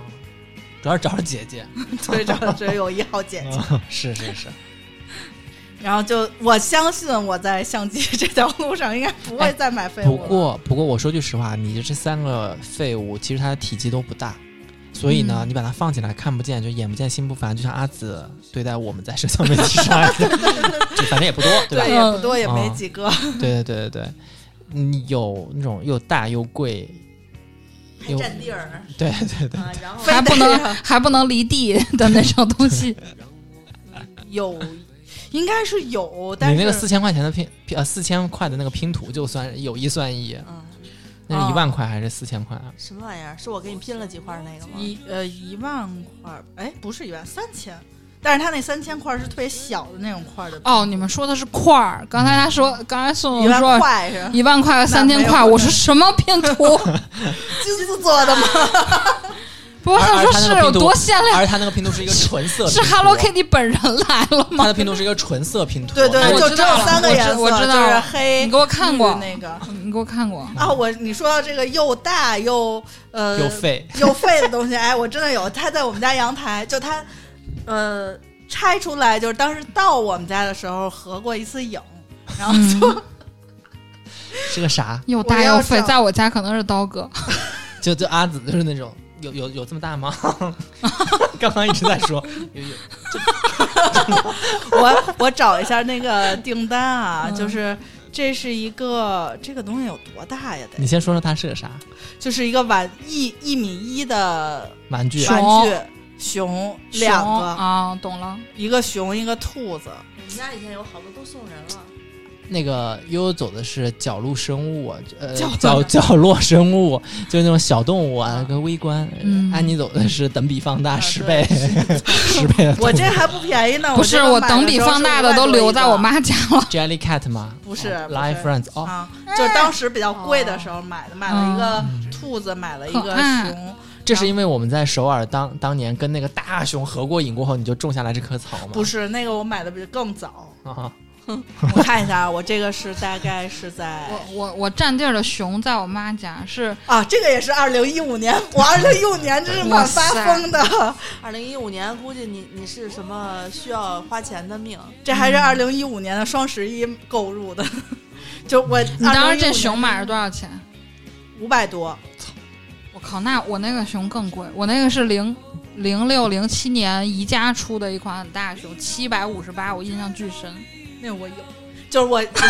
A: 主要是找着姐 姐，
B: 所以这只有一号姐姐。
A: 嗯是是 是，
B: 然后就我相信我在相机这条路上应该不会再买废
A: 哎不
B: 物了。
A: 过不过，我说句实话，你的这三个废物其实它的体积都不大，所以呢，
C: 嗯
A: 你把它放起来看不见，就眼不见心不烦，就像阿紫对待我们在社交媒体上一 样，就反正也不多，对吧？
B: 对，也不多，也没
A: 嗯
B: 几个，
A: 对对对对对，你有那种又大又贵，
D: 还
A: 又
D: 占地儿
A: 对对对，
D: 啊，然后
B: 非
C: 还不能
B: 得要
C: 还不能离地的那种东 西。
B: 有，应该是有，但
A: 你
B: 是
A: 那个四千块钱的拼拼呃四千块的那个拼图就算有一算一，
D: 嗯，
A: 那
C: 哦
A: 是一万块还是四千块啊？
D: 什么玩意儿？是我给你拼了几块儿那个吗？
B: 一呃一万块儿，哎，不是一万，三千。但是它那三千块儿是特别小的那种块儿的，
C: 哦，你们说的是块儿，刚才他说，刚才宋
B: 一
C: 总
B: 万
C: 说
B: 块是吧
C: 一万块、三千
B: 没
C: 块，
B: 有
C: 我说什么拼 图？
B: 金子做的吗？
C: 不是，
A: 而而
C: 他说
A: 他那
C: 是
A: 个
C: 有
A: 拼图
C: 多限量？
A: 而他那个拼图是一个纯色拼图，
C: 是 Hello Kitty 本人来了
A: 它
C: 吗
A: 的？拼图是一个纯色拼图，
B: 对对
A: 那，
C: 我
A: 个
B: 就
C: 知
B: 只有
C: 道了
B: 三个
C: 我知
B: 颜色，
C: 我知道
B: 就是
C: 了
B: 黑。
C: 你给我看
B: 绿
C: 过
B: 那个啊？
C: 你给我看过？
B: 我你说到这个又大又呃
A: 又废。
B: 又废的东西，哎，我真的有，它在我们家阳台，就它呃拆出来，就是当时到我们家的时候合过一次影，然后就、
A: 是个啥？
C: 又
B: 我
C: 大
B: 要
C: 又肥，
B: 找
C: 在我家可能是刀哥。
A: 就就阿紫就是那种有有有这么大吗？ 刚刚一直在说有有，
B: 我我找一下那个订单啊，
C: 嗯
B: 就是。这是一个这个东西有多大呀？
A: 你
B: 得
A: 先说说它是个啥
B: 就是一个碗一一米一的
A: 玩具？
C: 熊
B: 玩具熊，两
C: 熊
B: 个，
C: 啊，懂了。
B: 一个熊，一个兔子。
D: 我们家以前有好多都送人了，
A: 那个悠悠走的是角鹿生物，呃，
B: 角
A: 角角落生物， 就是那种小动物啊，跟微观。
C: 嗯
A: 安妮走的是等比放大
D: 啊
A: 十
D: 对
A: 倍， 十倍 的兔子。
B: 我这还不便宜呢，
C: 不是
B: 这个
C: 我
B: 买
C: 等
B: 的
C: 比
B: 时候
C: 放
B: 是
C: 大
B: 500
C: 的都
B: 多
C: 留
B: 一
C: 在
B: 个
C: 我妈哦家了。
A: Jelly Cat 吗？
B: 不是
A: 哦
B: 不是
A: Live Friends 哦，
B: 啊，
C: 嗯
B: 就是当时比较贵的时候买的，买了一个兔子，买了一
C: 哦可
B: 个
C: 爱
B: 熊，
A: 这是因为我们在首尔当当年跟那个大熊合过影过后，你就种下来这棵草吗？
B: 不是那个我买的比更 早。
A: 啊，
B: 我看一下啊，我这个是大概是在
C: 我我我占地儿的熊在我妈家是
B: 啊，这个也是二零一五年，我二零一五年真是
C: 哇
B: 蛮
C: 塞
B: 发疯的，
D: 二零一五年估计你你是什么需要花钱的命？
B: 这还是二零一五年的双十一购入的，就我
C: 你当时这熊买了多少钱？
B: 五百多，
C: 我靠，那我那个熊更贵，我那个是零零六零七年宜家出的一款很大熊，七百五十八，我印象巨深。
B: 那我有。就是我，不是，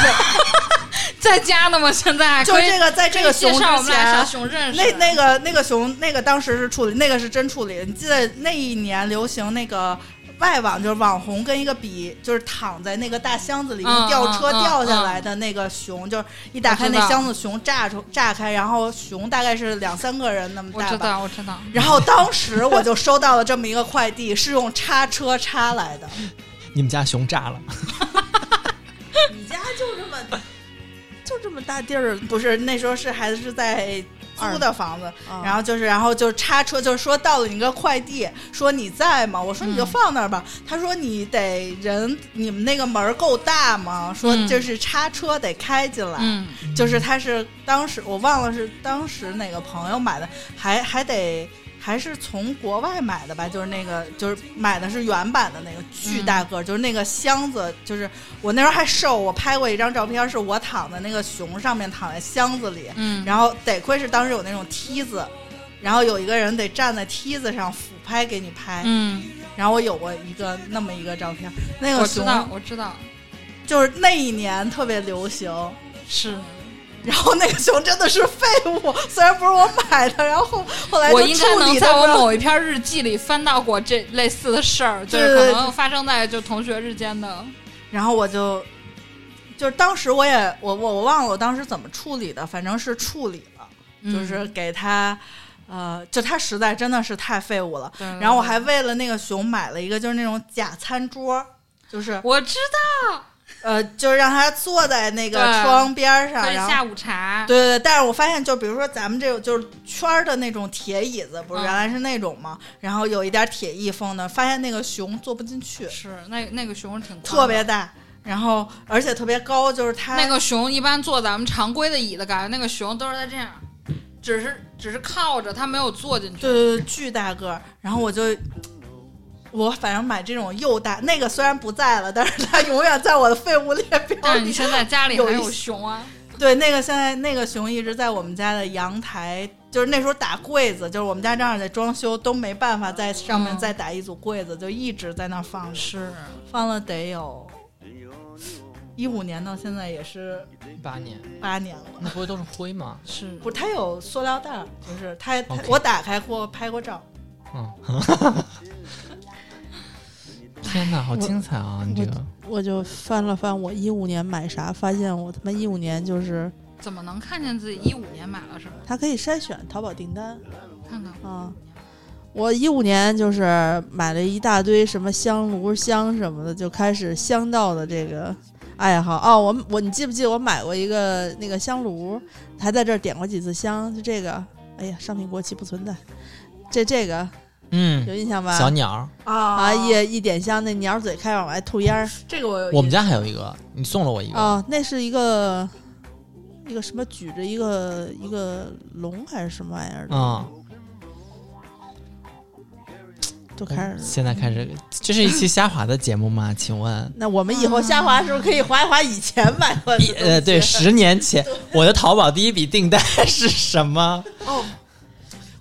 C: 在家呢吗？现在
B: 就是这个，在这个熊
C: 介
B: 之
C: 绍我们俩
B: 前
C: 小，熊认识。
B: 那那个那个熊，那个当时是处理，那个是真处理。你记得那一年流行那个外网，就是网红跟一个比，就是躺在那个大箱子里，
C: 嗯
B: 吊车
C: 嗯嗯
B: 掉下来的那个熊，就是一打开
C: 我知
B: 那
C: 道
B: 箱子，熊炸出炸开，然后熊大概是两三个人那么
C: 我
B: 大
C: 知
B: 吧。啊
C: 道，我知道，
B: 然后当时我就收到了这么一个快递，是用叉车叉来的。
A: 你们家熊炸了，
D: 你家就这么 就这么大地儿，
B: 不是那时候是还是在租的房子，
C: 嗯
D: 啊
B: 然后就是，然后就叉车，就是说到了你个快递，说你在吗？我说
C: 嗯
B: 你就放那儿吧。他说你得人，你们那个门儿够大吗？说
C: 嗯
B: 就是叉车得开进来，
C: 嗯，
B: 就是他是当时我忘了是当时哪个朋友买的，还还得。还是从国外买的吧，就是那个，就是买的是原版的那个
C: 嗯
B: 巨大个儿，就是那个箱子，就是我那时候还瘦，我拍过一张照片，是我躺在那个熊上面，躺在箱子里，
C: 嗯，
B: 然后得亏是当时有那种梯子，然后有一个人得站在梯子上俯拍给你拍。
C: 嗯，
B: 然后我有过一个那么一个照片，那
C: 我
B: 个
C: 知
B: 熊
C: 道，我知道，
B: 就是那一年特别流行，
C: 是
B: 然后那个熊真的是废物，虽然不是我买的，然后后后来
C: 我
B: 就
C: 应该
B: 处
C: 能
B: 理
C: 在
B: 的
C: 我
B: 时候
C: 某一篇日记里翻到过这类似的事儿，就是
B: 对对
C: 可能发生在就同学之间的。
B: 然后我就就是当时我也我我我忘了我当时怎么处理的，反正是处理了，
C: 嗯
B: 就是给他。呃，就他实在真的是太废物了，
C: 对对
B: 然后我
C: 对
B: 还为了那个熊买了一个就是那种假餐桌，就是
C: 我知道，
B: 呃，就让他坐在那个
C: 对
B: 窗边儿上，
C: 喝
B: 然后
C: 下午茶，
B: 对对对，但是我发现，就比如说咱们这种就是圈儿的那种铁椅子，不是
C: 嗯
B: 原来是那种吗？然后有一点铁艺风的，发现那个熊坐不进去，
C: 是那那个熊挺
B: 特
C: 宽的
B: 别大，然后而且特别高，就是它
C: 那个熊一般坐咱们常规的椅子，感觉那个熊都是在这样，只是只是靠着，它没有坐进去。
B: 对对对巨大个儿，然后我就。我反正买这种又大，那个虽然不在了，但是它永远在我的废物列表
C: 但是
B: 里
C: 你。现在家里
B: 哦有
C: 还
B: 一
C: 有熊啊？
B: 对，那个现在那个熊一直在我们家的阳台，就是那时候打柜子，就是我们家正好在装修，都没办法在上面
C: 嗯
B: 再打一组柜子，就一直在那儿放着。
C: 是，
B: 放了得有一五年到现在也是
A: 八年，
B: 八年了。
A: 那不会都是灰吗？
C: 是
B: 嗯不是，它有塑料袋儿，就是它它
A: OK
B: 我打开过拍过照，
A: 嗯，天哪，好精彩啊！你这个
D: 我就翻了翻我一五年买啥，发现我他妈一五年就是
C: 怎么能看见自己一五年买了什么？
D: 它可以筛选淘宝订单
C: 看看
B: 嗯
D: 啊。我一五年就是买了一大堆什么香炉香什么的，就开始香道的这个爱好哦。我我你记不记得我买过一个那个香炉，还在这儿点过几次香，就这个。哎呀，商品过期不存在， 这这个有
A: 嗯，
D: 印象吧？
A: 小鸟儿，
B: 啊
D: 啊，一一点香，那鸟嘴开往外吐烟儿。
B: 这个我有
A: 我们家还有一个，你送了我一
B: 哦
A: 个，
D: 啊，那是一个一个什么举着一个一个龙还是什么玩意儿的，
A: 嗯，
D: 都开始。
A: 现在开始，这是一期瞎滑的节目吗？请 问？
D: 那我们以后瞎滑是不是可以滑一滑以前买过的
A: 一呃，对，十年前我的淘宝第一笔订单是什 么？
B: 哦，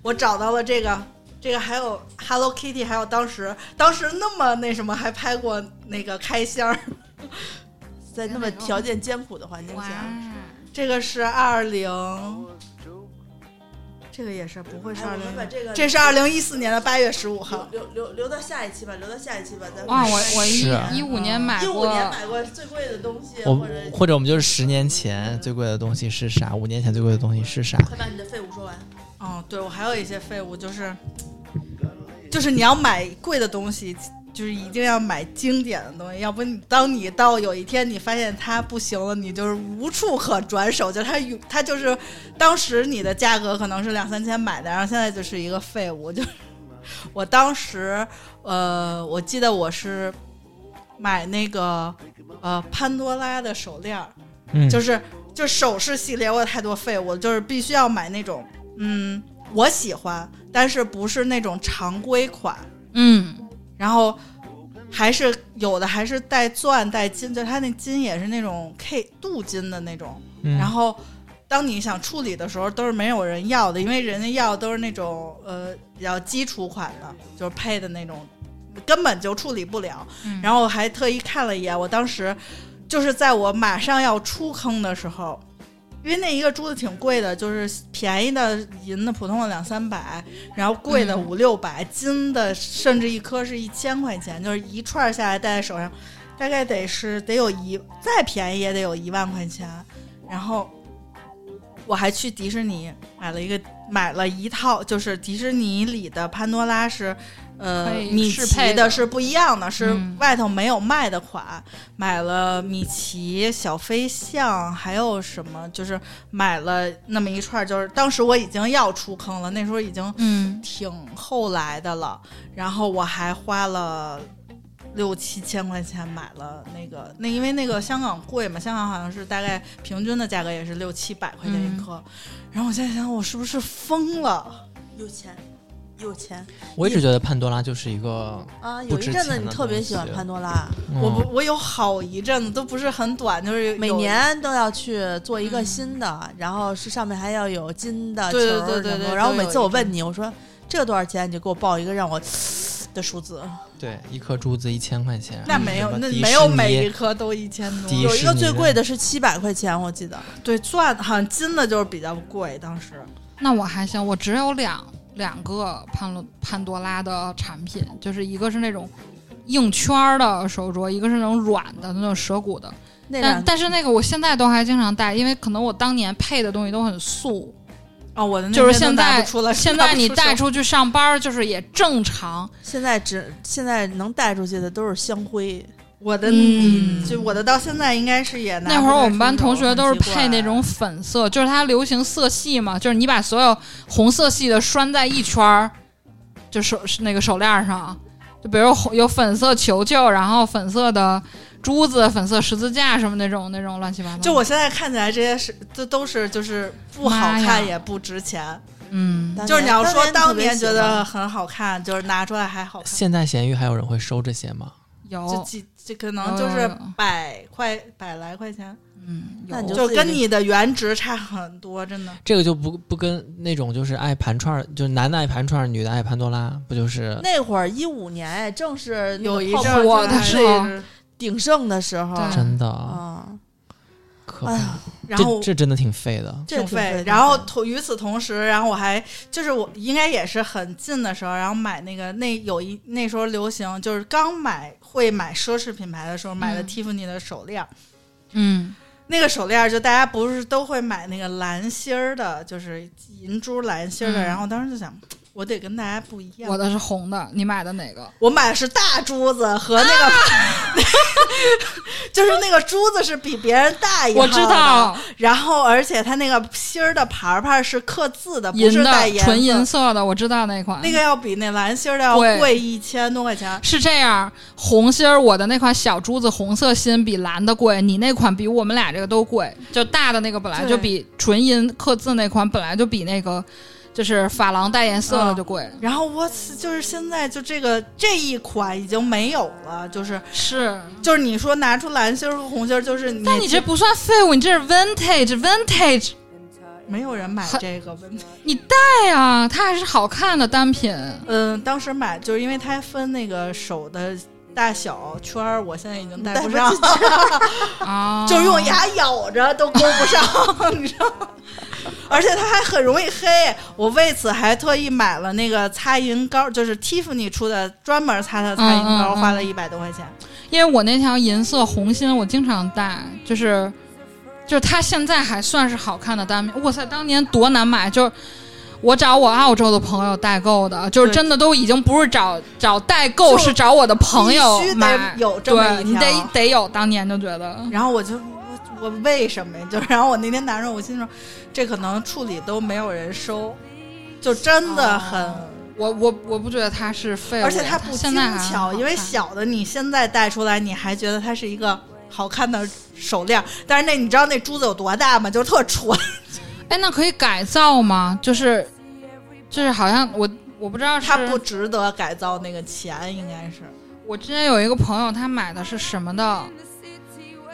B: 我找到了这个。这个还有 Hello Kitty，还有当时当时那么那什么，还拍过那个开箱儿。
D: 在那么条件艰苦的环境
C: 哇，
D: 下，
B: 这个是二零，这个也是不会是二
D: 哎我
B: 零
D: 们把，这个
B: 这是二零一四年的八月十五号
D: 留。留留留到下一期吧，留到下一期吧。咱
C: 哇，我我
A: 是
C: 一一五
B: 嗯
C: 年买
D: 一五
C: 过，
D: 年买过最贵的东西，
A: 我
D: 或者
A: 或者我们就是十年前最贵的东西是啥？五年前最贵的东西是啥？
D: 快把你的废物说完。
B: 哦，对，我还有一些废物，就是就是你要买贵的东西，就是一定要买经典的东西，要不你当你到有一天你发现它不行了，你就是无处可转手，就它有它就是当时你的价格可能是两三千买的，然后现在就是一个废物，就是。我当时，呃，我记得我是买那个呃潘多拉的手链儿，
A: 嗯，
B: 就是就首饰系列，我有太多废物了，就是必须要买那种，嗯，我喜欢，但是不是那种常规款，
C: 嗯，
B: 然后还是有的还是带钻带金，就是它那金也是那种 K 镀金的那种，
A: 嗯
B: 然后当你想处理的时候，都是没有人要的，因为人家要的都是那种呃比较基础款的，就是配的那种，根本就处理不了。
C: 嗯
B: 然后我还特意看了一眼，我当时就是在我马上要出坑的时候，因为那一个珠子挺贵的，就是便宜的银的普通的两三百，然后贵的
C: 嗯
B: 五六百，金的甚至一颗是一千块钱，就是一串儿下来戴在手上，大概得是得有一再便宜也得有一万块钱。然后我还去迪士尼买了一个买了一套，就是迪士尼里的潘多拉是。呃，
C: 可以
B: 米
C: 适
B: 奇
C: 配
B: 的
C: 的
B: 是不一样的，是
C: 嗯
B: 外头没有卖的款。买了米奇、小飞象，还有什么？就是买了那么一串儿，就是当时我已经要出坑了，那时候已经
C: 嗯，
B: 挺后来的了。然后我还花了六七千块钱买了那个，那因为那个香港贵嘛，香港好像是大概平均的价格也是六七百块钱一颗。然后我现在想，我是不是疯了？
D: 有钱，有钱
A: 我一直觉得潘多拉就是一个，
D: 啊！有
A: 不
D: 一
A: 值
D: 阵子
A: 钱
D: 你
A: 的
D: 特别
A: 东
D: 喜欢
A: 西
D: 潘多拉，
A: 嗯
B: 我不，我有好一阵子都不是很短，就是有
D: 每年都要去做一个新的，然后是上面还要有金的球
B: 对
D: 儿
B: 对对对
D: 什么
B: 对
D: 然后
B: 都
D: 每
B: 有
D: 次我
B: 一
D: 问你，我说这多少钱，你就给我报一个让我 的数字。
A: 对一颗珠子一千块钱，
B: 那没有，
A: 什么
B: 那
A: 迪
B: 没有
A: 士尼
B: 每一颗都一千多。
A: 迪
D: 有一
A: 士
D: 个
A: 尼
D: 最
A: 的
D: 贵的是七百块钱，我记得。
B: 对，钻好像金的就是比较贵，当时
C: 那我还行，我只有两两个潘罗潘多拉的产品，就是一个是那种硬圈儿的手镯，一个是那种软的那种蛇骨的，
D: 那
C: 但
D: 两
C: 但是那个我现在都还经常戴，因为可能我当年配的东西都很素，
B: 哦，我的那
C: 就是
B: 边都
C: 现
B: 拿
C: 在
B: 不出来，
C: 现
B: 拿
C: 在
B: 不
C: 你
B: 出
C: 带
B: 手
C: 出去上班儿就是也正常，
D: 现在只现在能带出去的都是香灰，
B: 我的、
C: 嗯
B: 就我的到现在应该是也拿
C: 那
B: 不
C: 会儿
B: 太
C: 我们班
B: 出手
C: 同学都是
B: 很奇怪
C: 配那种粉色，就是它流行色系嘛，就是你把所有红色系的拴在一圈儿，就手是那个手链儿上，就比如红有粉色球球，然后粉色的珠子、粉色十字架什么那种那种乱七八糟。
B: 就我现在看起来这些是这都是就是不好
C: 妈呀
B: 看也不值钱，
C: 嗯，
D: 当
B: 就是你要说当
D: 特别
B: 年
D: 喜
B: 觉
D: 欢
B: 得很好看，就是拿出来还好看，
A: 现在闲鱼还有人会收这些吗？
B: 就
C: 有
B: 几就可能就是
C: 有有有
B: 百块百来块钱，
C: 嗯
D: 那
C: 有，
D: 你就
B: 就
D: 自己
B: 跟你的原值差很多，真的。
A: 这个就不不跟那种就是爱盘串儿，就是男的爱盘串儿，女的爱潘多拉，不就是？
D: 那会儿一五年哎，正是那
B: 有
D: 个
B: 一
D: 泡
B: 阵
D: 泡
B: 儿
C: 火
B: 哎就
C: 的
B: 是
C: 时候
D: 鼎盛的时候
C: 对
A: 真的、
B: 哦
D: 啊，
A: 可怕，
D: 哎呀，
B: 然后
A: 这这真的挺废的。
D: 这
B: 挺
D: 费
B: 费。。然后同与此同时，然后我还就是我应该也是很近的时候，然后买那个那有一那时候流行就是刚买会买奢侈品牌的时候，买了
C: 嗯
B: Tiffany 的手链儿。
C: 嗯
B: 那个手链儿就大家不是都会买那个蓝心儿的，就是银珠蓝心儿
C: 嗯
B: 的。然后我当时就想，我得跟大家不一样。
C: 我的是红的，你买的哪个？
B: 我买的是大珠子和那个，
C: 啊
B: 就是那个珠子是比别人大一号
C: 我
B: 的
C: 知道，
B: 然后，而且它那个芯儿的牌牌是刻字的，不
C: 银
B: 是带
C: 的
B: 颜
C: 纯银
B: 色。
C: 色的，我知道那款。
B: 那个要比那蓝芯儿的要
C: 贵
B: 贵一千多块钱。
C: 是这样，红心儿我的那款小珠子红色心比蓝的贵，你那款比我们俩这个都贵。就大的那个本来就比纯银刻字那款本来就比那个就是珐琅带颜色
B: 嗯
C: 的就贵。
B: 然后我就是现在就这个这一款已经没有了，就是
C: 是，
B: 就是你说拿出蓝芯儿和红芯儿，就是你
C: 但你这不算废物，你这是 vintage vintage。
B: 没有人买
C: 很
B: 这个问题。
C: 哎呀，它还是好看的单品。
B: 嗯，当时买就是因为它分那个手的大小圈儿，我现在已经戴
D: 戴
B: 不
D: 不
B: 上，
C: 啊，
B: 就是用牙咬着都勾不上，你知道吗？而且它还很容易黑，我为此还特意买了那个擦银膏，就是 Tiffany 出的，专门擦它擦银膏，
C: 嗯嗯嗯
B: 花了一百多块钱。
C: 因为我那条银色红心我经常戴，就是就是它现在还算是好看的单品。哇塞，当年多难买，就是我找我澳洲的朋友代购的，就是
B: 对
C: 真的都已经不是找找代购，
B: 就是
C: 找我的朋友
B: 必须得
C: 买。
B: 有这么
C: 对
B: 一
C: 你
B: 条，
C: 得得有，当年就觉得
B: 然后我就我我为什么呀？就是然后我那天拿着，我心说这可能处理都没有人收，就真的很。
C: 我我我不觉得哦它是废物，
B: 而且它不
C: 现
B: 精
C: 在还很好
B: 巧，因为
C: 看
B: 小的你现在戴出来，你还觉得它是一个好看的手链，但是那你知道那珠子有多大吗？就是特蠢。
C: 哎，那可以改造吗？就是就是好像我我不知道是
B: 它不值得改造那个钱，应该是
C: 我之前有一个朋友，他买的是什么的？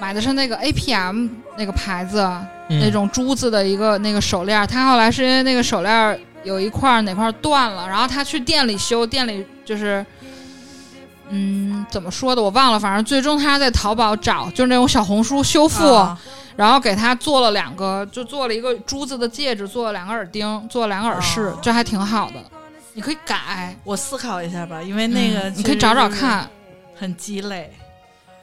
C: 买的是那个 APM 那个牌子，
A: 嗯
C: 那种珠子的一个那个手链儿。他后来是因为那个手链儿有一块儿哪块儿断了，然后他去店里修，店里就是，嗯，怎么说的我忘了，反正最终他在淘宝找，就是那种小红书修复，
B: 啊
C: 然后给他做了两个，就做了一个珠子的戒指，做了两个耳钉，做了两个耳饰，
B: 哦
C: 这还挺好的。你可以改，
B: 我思考一下吧，因为那个、
C: 嗯你可以找找，看。
B: 很鸡肋。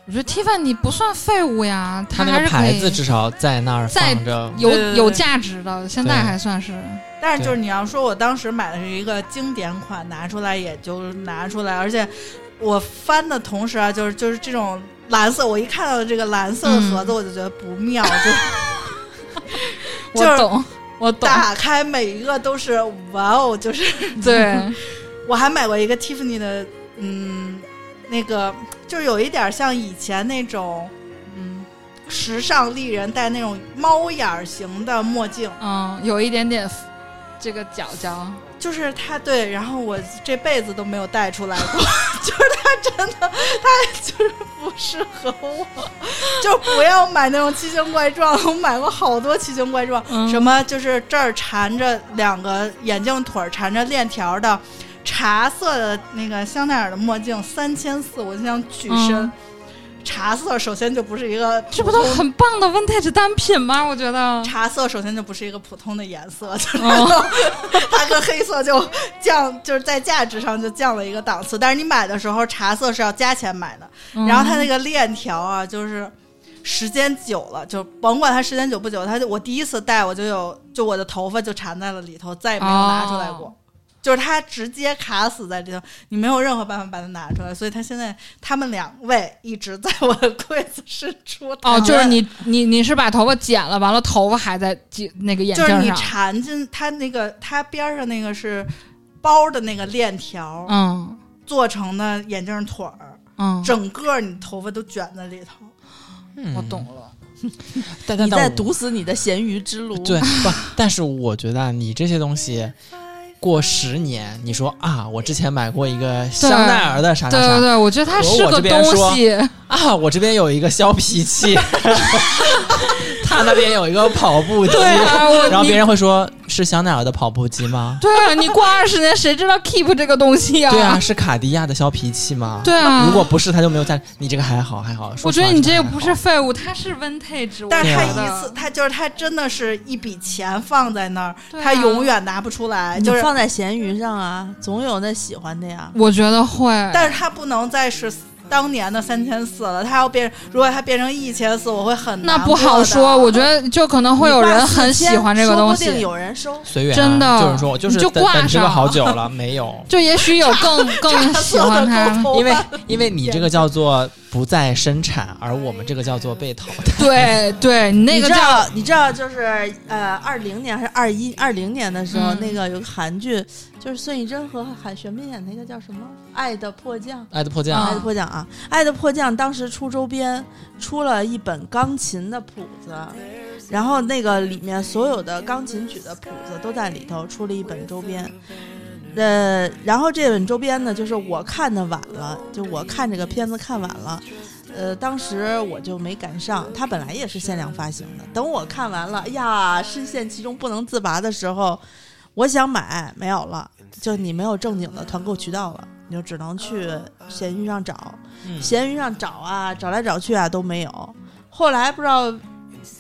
C: 我觉得 Tiffany 不算废物呀，
A: 它那
C: 它还
A: 个
C: 是可
A: 牌子至
C: 以
A: 少在那儿
C: 在
A: 放着，
C: 有
B: 对对对
C: 有价值的，现在
A: 对
C: 还算是
B: 但是就是你要说，我当时买的是一个经典款，拿出来也就拿出来，而且我翻的同时啊，就是就是这种蓝色，我一看到这个蓝色的盒子，
C: 嗯
B: 我就觉得不 妙，就就
C: 我
B: 是
C: 懂我懂，
B: 打开每一个都是哇哦，就是
C: 对，
B: 我还买过一个 Tiffany 的，嗯，那个就是有一点像以前那种，嗯，时尚丽人戴那种猫眼儿型的墨镜，
C: 嗯，有一点点这个角角，
B: 就是它对，然后我这辈子都没有戴出来过， 就是它真的，它就是不适合我，就不要买那种奇形怪状，我买过好多奇形怪状，
C: 嗯
B: 什么就是这儿缠着两个眼镜腿儿缠着链条的茶色的那个香奈儿的墨镜，三千四，我就想举身。
C: 嗯
B: 茶色首先就不是一个，
C: 这不都很棒的 vintage 单品吗？我觉得，
B: 茶色首先就不是一个普通的颜色，就是
C: 嗯，
B: 它跟黑色就降，就是在价值上就降了一个档次。但是你买的时候，茶色是要加钱买的，
C: 嗯
B: 然后它那个链条啊，就是时间久了，就甭管它时间久
C: 哦
B: 不久，它就我第一次戴我就有，就我的头发就缠在了里头，再也没有拿出来过。就是它直接卡死在这头，你没有任何办法把它拿出来，所以它现在他们两位一直在我的柜子深处。
C: 哦，就是你你你是把头发剪了，完了头发还在系那个眼
B: 就
C: 镜
B: 是你
C: 上，
B: 缠进它那个它边上那个是包的那个链条、
C: 嗯
B: 做成的眼镜腿儿，
C: 嗯，
B: 整个你头发都卷在里头。
A: 嗯
C: 我懂了，
A: 但但
D: 你在
A: 但我
D: 堵死你的咸鱼之路。
A: 对不？但是我觉得啊你这些东西。过十年，你说啊，我之前买过一个香奈儿的啥啥
C: 对对
A: 啥
C: 对，我觉得它
A: 和
C: 是
A: 我
C: 个
A: 这边说
C: 东西，
A: 啊，我这边有一个削皮器， 他那边有一个跑步机，
C: 对啊，我
A: 然后
C: 你
A: 别人会说是香奈儿的跑步机吗？
C: 对啊，你过二十年谁知道 keep 这个东西呀、
A: 对啊，，是卡地亚的削皮器吗？
C: 对啊，
A: 如果不是，它就没有价值。你这个还好，还好。说
C: 我
A: 实
C: 觉
A: 话
C: 得你这
A: 个
C: 个
A: 还
C: 不
A: 好
C: 是废物，它是 vintage，
B: 但
A: 对
B: 是他
A: 啊
C: 我觉
B: 一
C: 得
B: 次，他就是他真的是一笔钱放在那儿，
C: 对啊
B: 他永远拿不出来，
D: 你
B: 就是，
D: 放在咸鱼上啊，总有那喜欢的呀。
C: 我觉得会，
B: 但是他不能再是当年的三千四了，他要变，如果他变成一千四，我会很
C: 那
B: 难
C: 不
B: 过
C: 好
B: 的
C: 说。我觉
D: 呃
C: 得就可能会有人很喜欢这个东
D: 说不定
C: 西，
D: 有人收。
A: 随缘啊、
C: 真的
A: 就是说我就
C: 你
A: 是
C: 就
A: 等
C: 挂
A: 等这个
C: 上
A: 好久了，没有。
C: 就也许有更更喜欢它。
A: 因为因为你这个叫做不再生产，而我们这个叫做被淘汰。
C: 对对，你那个
D: 你知
C: 叫
D: 道，你知道，就是呃，二零年还是二一二零年的时候，
C: 嗯
D: 那个有个韩剧，就是孙艺珍和韩玄彬演那个叫什么《爱的迫降》。
A: 爱的迫降，
C: 啊
D: 爱的迫降啊，爱的迫降当时出周边，出了一本钢琴的谱子，然后那个里面所有的钢琴曲的谱子都在里头，出了一本周边。呃，然后这本周边呢，就是我看的晚了，就我看这个片子看晚了，呃，当时我就没赶上，它本来也是限量发行的。等我看完了，哎呀，深陷其中不能自拔的时候，我想买没有了，就你没有正经的团购渠道了，你就只能去闲鱼上找，
A: 嗯
D: 闲鱼上找啊，找来找去啊都没有。后来不知道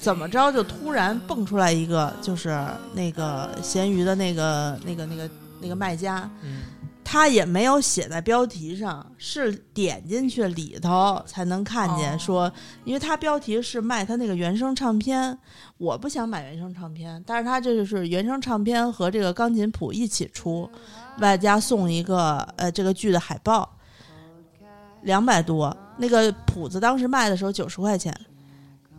D: 怎么着，就突然蹦出来一个，就是那个闲鱼的那个那个那个那个卖家，
A: 嗯
D: 他也没有写在标题上，是点进去里头才能看
C: 哦
D: 见说，因为他标题是卖他那个原声唱片，我不想买原声唱片，但是他这就是原声唱片和这个钢琴谱一起
A: 哦
D: 出，外加送一个呃这个剧的海报，两百多，那个谱子当时卖的时候九十块钱。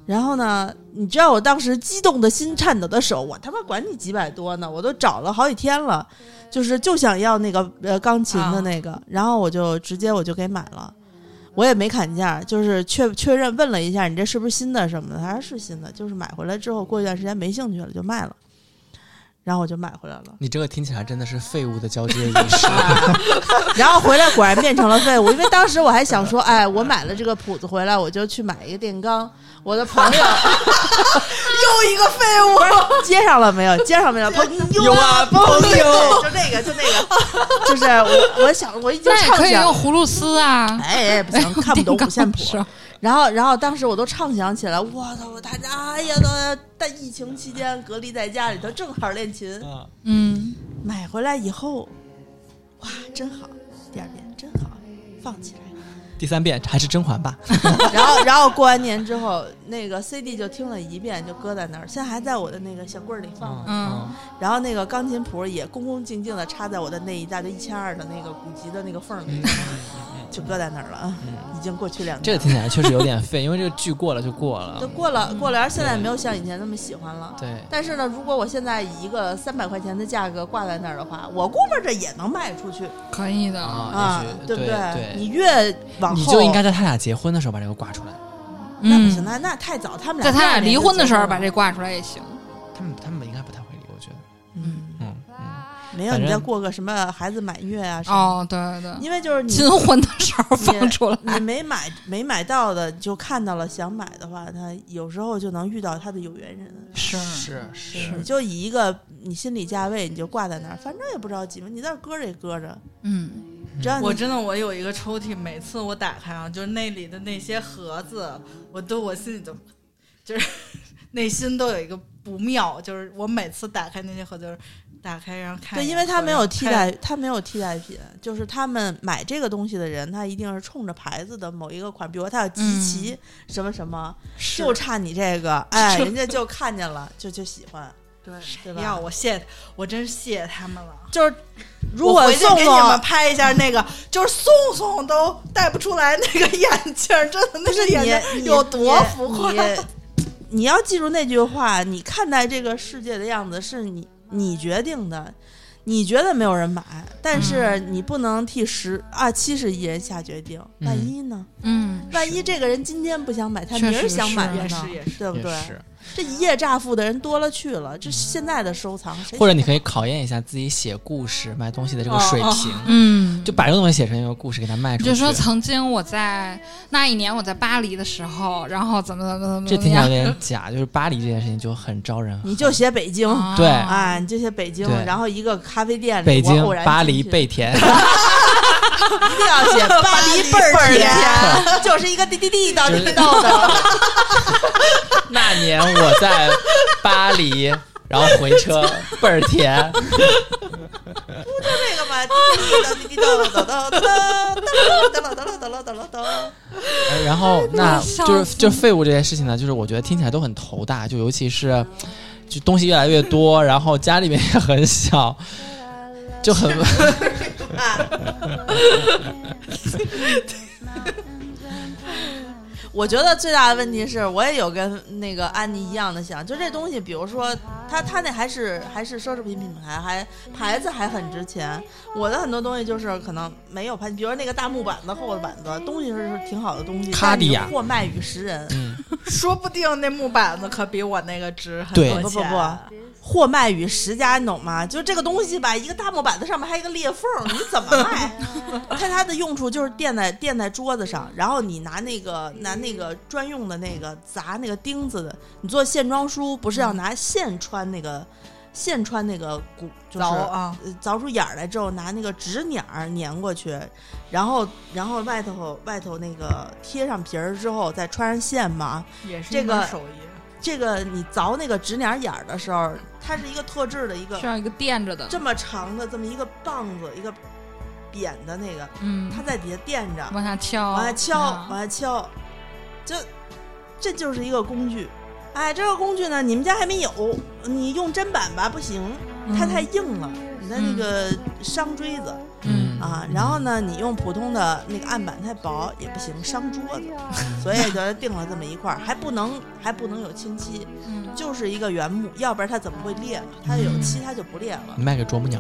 D: 然后呢？你知道我当时激动的心颤抖的手，我他妈管你几百多呢！我都找了好几天了，就是就想要那个呃钢琴的那个，然后我就直接我就给买了，我也没砍价，就是确确认问了一下你这是不是新的什么的，他说是新的，就是买回来之后过一段时间没兴趣了就卖了，然后我就买回来了，
A: 你这个听起来真的是废物的交接仪式。
D: 然后回来果然变成了废物，因为当时我还想说，哎，我买了这个谱子回来，我就去买一个电钢，我的 朋友
B: 又一个废物，
D: 接上了没有？接上没有？朋友
A: 有啊，朋友，
D: 就那个就那个， 就是我我想我已经
C: 那也
D: 畅
C: 可以用
D: 想。
C: 葫芦丝啊，
D: 哎， 哎不行，看不懂五线谱。
C: 是
D: 然后，然后当时我都畅想起来，我操，我大家，哎呀，都在疫情期间隔离在家里头，正好练琴，
A: 嗯
C: 嗯，
D: 买回来以后，哇，真好，第二遍真好，放起来。
A: 第三遍还是甄嬛吧。
D: 然后， 然后过完年之后，那个 CD 就听了一遍，就搁在那儿，现在还在我的那个小柜儿里放着。
C: 嗯
D: 然后那个钢琴谱也恭恭敬敬的插在我的那一大堆一千二的那个古籍的那个缝儿里
A: 嗯，
D: 就搁在那儿了啊，已经过去两
A: 这
D: 年
A: 个
D: 了。
A: 听起来确实有点废，因为这个剧过了就过了。
D: 就过了，过了，而现在也没有像以前那么喜欢了。
A: 对，
D: 但是呢，如果我现在以一个三百块钱的价格挂在那儿的话，我估摸着也能卖出去
C: 可以的，
A: 啊，也许
D: 对不
A: 对？
D: 你越往后，
A: 你就应该在他俩结婚的时候把这个挂出来。
D: 那不行，
C: 嗯，
D: 那那太早，他们俩
C: 在他俩离婚的时候把
D: 这
C: 这挂出来也行，
A: 他们他们应该不太会离，我觉得。
D: 嗯
A: 嗯嗯，
D: 没有，
A: 反
D: 你再
A: 正
D: 过个什么孩子满月啊什么，
C: 哦，对对对，
D: 因为就是你
C: 金婚的时候放出来，
D: 你没买没买到的，你就看到了想买的话，他有时候就能遇到他的有缘人。
C: 是
A: 是是
D: 你就以一个你心理价位，你就挂在那儿，反正也不着急嘛，你在那儿搁着也搁着，
C: 嗯，
D: 只要你
B: 我真的，我有一个抽屉，每次我打开啊，就是那里的那些盒子，我都我心里都，就是内心都有一个不妙，就是我每次打开那些盒子，就是打开然后看
D: 对，
B: 一眼，
D: 因为他没有替
B: 看
D: 代，他没有替代品，就是他们买这个东西的人，他一定是冲着牌子的某一个款，比如他有集
B: 嗯
D: 齐什么什么，
C: 是
D: 就差你这个，哎，
B: 是
D: 人家就看见了，就就喜欢，对对
B: 要
D: 吧？
B: 我谢，我真谢他们了。
D: 就是如
B: 我
D: 果
B: 回去
D: 宋
B: 给你们
D: 宋
B: 拍一下那个，就是宋宋都戴不出来那个眼镜儿，真的那个眼
D: 你
B: 睛
D: 你
B: 有多浮夸。
D: 你 你要记住那句话：你看待这个世界的样子是你你决定的，你觉得没有人买，但是你不能替十啊七十亿人下决定。
A: 嗯
D: 万一呢？
C: 嗯，
D: 万一这个人今天不想买，他
C: 确
D: 明
C: 实
D: 儿想买
C: 是
D: 了
B: 也
D: 呢
B: 是也是，
D: 对不
A: 也
D: 对？
A: 是。
D: 这一夜乍富的人多了去了，这现在的收藏，谁
A: 或者你
D: 知道
A: 可以考验一下自己写故事卖东西的这个水
B: 哦哦
A: 平，
C: 嗯，
A: 就把这个东西写成一个故事给它卖出去。
C: 就说曾经我在那一年我在巴黎的时候，然后怎么怎么怎么
A: 这
C: 怎
A: 听
C: 么
A: 起来有
C: 样，
A: 点假，就是巴黎这件事情就很招人恨。
D: 你就写北京。
C: 啊
A: 对
D: 啊，你就写北京，
A: 对
D: 然后一个咖啡店里，
A: 北京
D: 我偶然、
A: 巴黎、贝甜，
D: 一定要写巴黎倍儿甜，就是一个滴滴滴到滴到的，
A: 那年我在巴黎，然后回车倍儿甜。
D: 这个嘛，滴滴滴到滴滴到哒哒哒哒哒哒哒哒哒哒。
A: 呃然后那
C: 笑
A: 就是
C: 死
A: 就是废物这件事情呢，就是我觉得听起来都很头大，就尤其是就东西越来越多，然后家里面也很小，就很
D: 我觉得最大的问题是，我也有跟那个安妮一样的想，就这东西，比如说它它那还是还是奢侈品品牌，还牌子还很值钱。我的很多东西就是可能没有牌，比如说那个大木板子、厚的板子，东西是是挺好的东西，
A: 卡地亚
D: 但是货卖与实人，
B: 说不定那木板子可比我那个值很
A: 对
B: 多钱。
D: 不不不，货卖与实家，你懂吗？就这个东西吧，一个大木板子上面还有一个裂缝，你怎么 卖？看它的用处就是垫在垫在桌子上，然后你拿那个拿那个专用的那个砸那个钉子的，你做线装书不是
B: 嗯
D: 要拿线穿那个线穿那个骨，就是
B: 凿啊，
D: 呃凿出眼儿来之后，拿那个纸捻儿粘过去，然后然后外头外头那个贴上皮儿之后，再穿上线嘛。
B: 也是
D: 这
B: 一门
D: 个
B: 手艺。
D: 这个你凿那个直捻眼儿的时候，它是一个特制的一个
C: 需要一个垫着的，
D: 这么长的这么一个棒子，一个扁的那个，
C: 嗯，
D: 它在底下垫着，
C: 往下敲，
D: 往下敲，
C: 啊
D: 往下敲，就这就是一个工具。哎，这个工具呢，你们家还没有，你用砧板吧不行，它太硬了，你的那个伤锥子、
A: 嗯
D: 啊。然后呢，你用普通的那个案板太薄也不行，伤桌子。所以就定了这么一块儿，还不能还不能有亲戚。
C: 嗯
D: 就是一个原木，要不然它怎么会裂呢？它有漆，它就不裂了。
A: 卖给啄木鸟，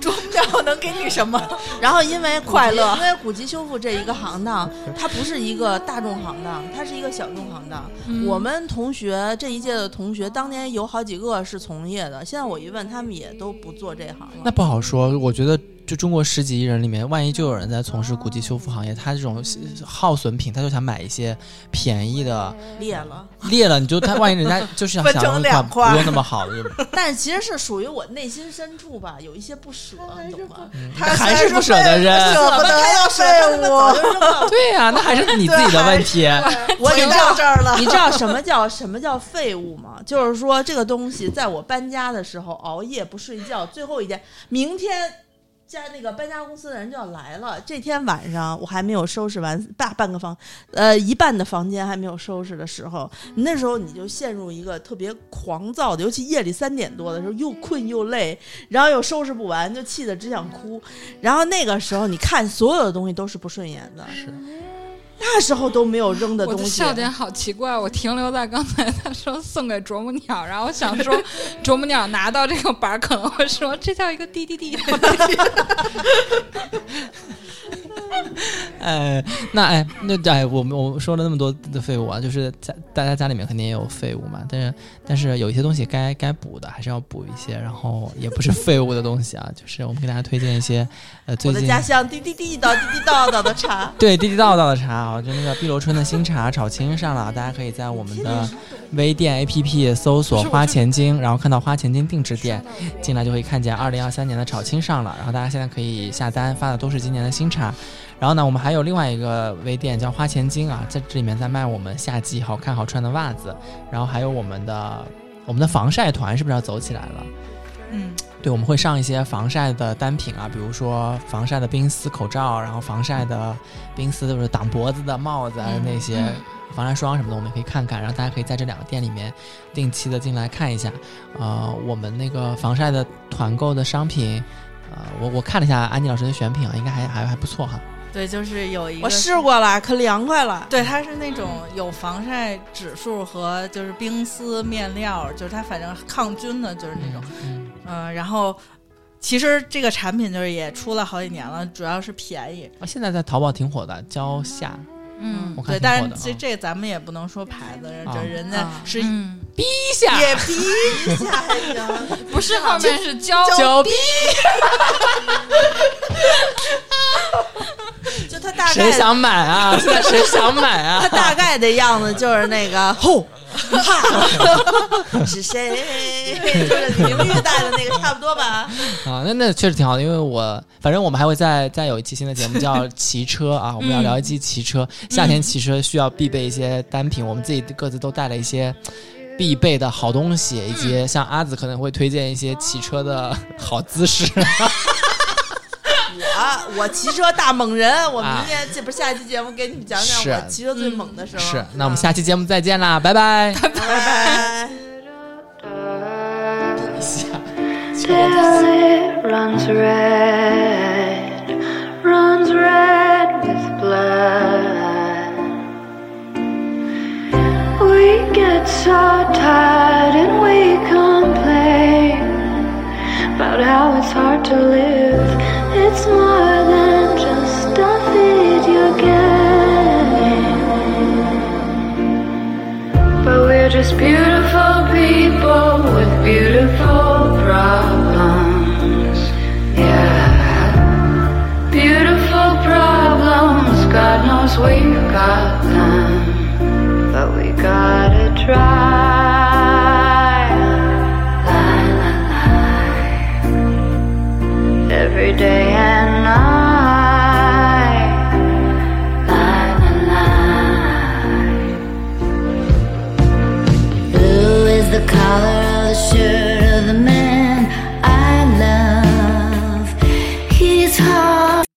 B: 中药能给你 什么？
D: 然后因为古籍
B: 快乐
D: 因为古籍修复这一个行当，它不是一个大众行当，它是一个小众行当。
C: 嗯
D: 我们同学这一届的同学，当年有好几个是从业的，现在我一问，他们也都不做这行
A: 那
D: 了。
A: 不好说。我觉得就中国十几亿人里面，万一就有人在从事古籍修复行业，他这种耗损品，他就想买一些便宜的，
D: 裂了，
A: 裂了你就他万一人家 就是想
B: 分
A: 想用
B: 成
A: 一
B: 两
A: 款
B: 块
A: 不用那么好的，就
D: 但是其实是属于我内心深处吧，有一些不舍，你懂吗？
B: 他
A: 还
B: 虽
A: 是
B: 然
A: 不舍得
B: 说
A: 扔
B: 舍不
D: 他们
B: 得
D: 还要舍，他们早
B: 废
D: 就扔了。
A: 对呀、那还是你自己的问题。 啊
B: 物， 我已到这儿了
D: 你。知道什么叫什么叫废物吗？就是说这个东西，在我搬家的时候熬夜不睡觉，最后一天，明天家那个搬家公司的人就要来了。这天晚上我还没有收拾完大半个房，呃，一半的房间还没有收拾的时候，那时候你就陷入一个特别狂躁的，尤其夜里三点多的时候，又困又累，然后又收拾不完，就气得只想哭。然后那个时候，你看所有的东西都是不顺眼的。
A: 是
D: 那时候都没有扔的
C: 我
D: 东
C: 的
D: 西，
C: 笑点好奇怪，我停留在刚才他说送给啄木鸟，然后我想 说啄木鸟拿到这个板儿可能会说这叫一个滴 滴滴，
A: 哎，那哎，那哎，我们我们说了那么多的废物啊，就是家大家家里面肯定也有废物嘛，但是但是有一些东西该该补的还是要补一些，然后也不是废物的东西啊，就是我们给大家推荐一些呃最
D: 我的
A: 近。
D: 家乡滴滴滴到滴滴到到的茶
A: 对地地道道的茶啊，就那个碧螺春的新茶炒青上了，大家可以在我们的微店 APP 搜索花钱精，然后看到花钱精定制店，进来就会看见二零二三年的炒青上了，然后大家现在可以下单，发的都是今年的新茶。然后呢，我们还有另外一个微店叫花钱精啊，在这里面在卖我们夏季好看好穿的袜子，然后还有我们的我们的防晒团是不是要走起来了？
B: 嗯，
A: 对，我们会上一些防晒的单品啊，比如说防晒的冰丝口罩，然后防晒的冰丝就是挡脖子的帽子啊
C: 嗯
A: 那些
C: 嗯
A: 防晒霜什么的，我们也可以看看。然后大家可以在这两个店里面定期的进来看一下。呃，我们那个防晒的团购的商品，呃，我我看了一下安妮老师的选品啊，应该还还还不错哈。
B: 对，就是有一个
D: 我试过了，可凉快了。
B: 对，它是那种有防晒指数和就是冰丝面料，就是它反正抗菌的，就是那种，
A: 嗯，
B: 嗯、然后其实这个产品就是也出了好几年了，主要是便宜，
A: 啊，现在在淘宝挺火的，蕉下，
C: 嗯
A: 我看
B: 对，
A: 挺
B: 但
A: 火
B: 是
A: 的
B: 这
A: 啊。
B: 这咱们也不能说牌子，
A: 啊
B: 这人家
D: 啊
B: 是
C: 嗯，
A: 一下
B: 也逼一下呀，
C: 不是后面是胶，
A: 胶逼，
B: 就他大
A: 谁
B: 概
A: 想买啊？ 现在谁想买啊
D: 它？大概的样子就是那个吼，哈，是谁？就是明玉带的那个差不多吧。
A: 啊，那那确实挺好的，因为我反正我们还会再再有一期新的节目叫骑车 啊，我们要聊一期骑车。夏天骑车需要必备一些单品，我们自己各自都带了一些必备的好东西，以及像阿紫可能会推荐一些骑车的好姿势。
D: 啊，我骑车大猛人，我
A: 啊
D: 明天这不是下期节目给你们讲
A: 是
D: 讲我骑车最猛的时 候。
A: 是，那我们下期节目再见啦，拜拜。
D: 拜 拜。
A: 一下
E: Daisy runs red, runs red with blood. We get so tired and we complain about how it's hard to live. It's more than just a video game. But we're just beautiful people with beautiful problems. Yeah. Beautiful problems, God knows we've got them. But we gotta try. La, la, la. Every day I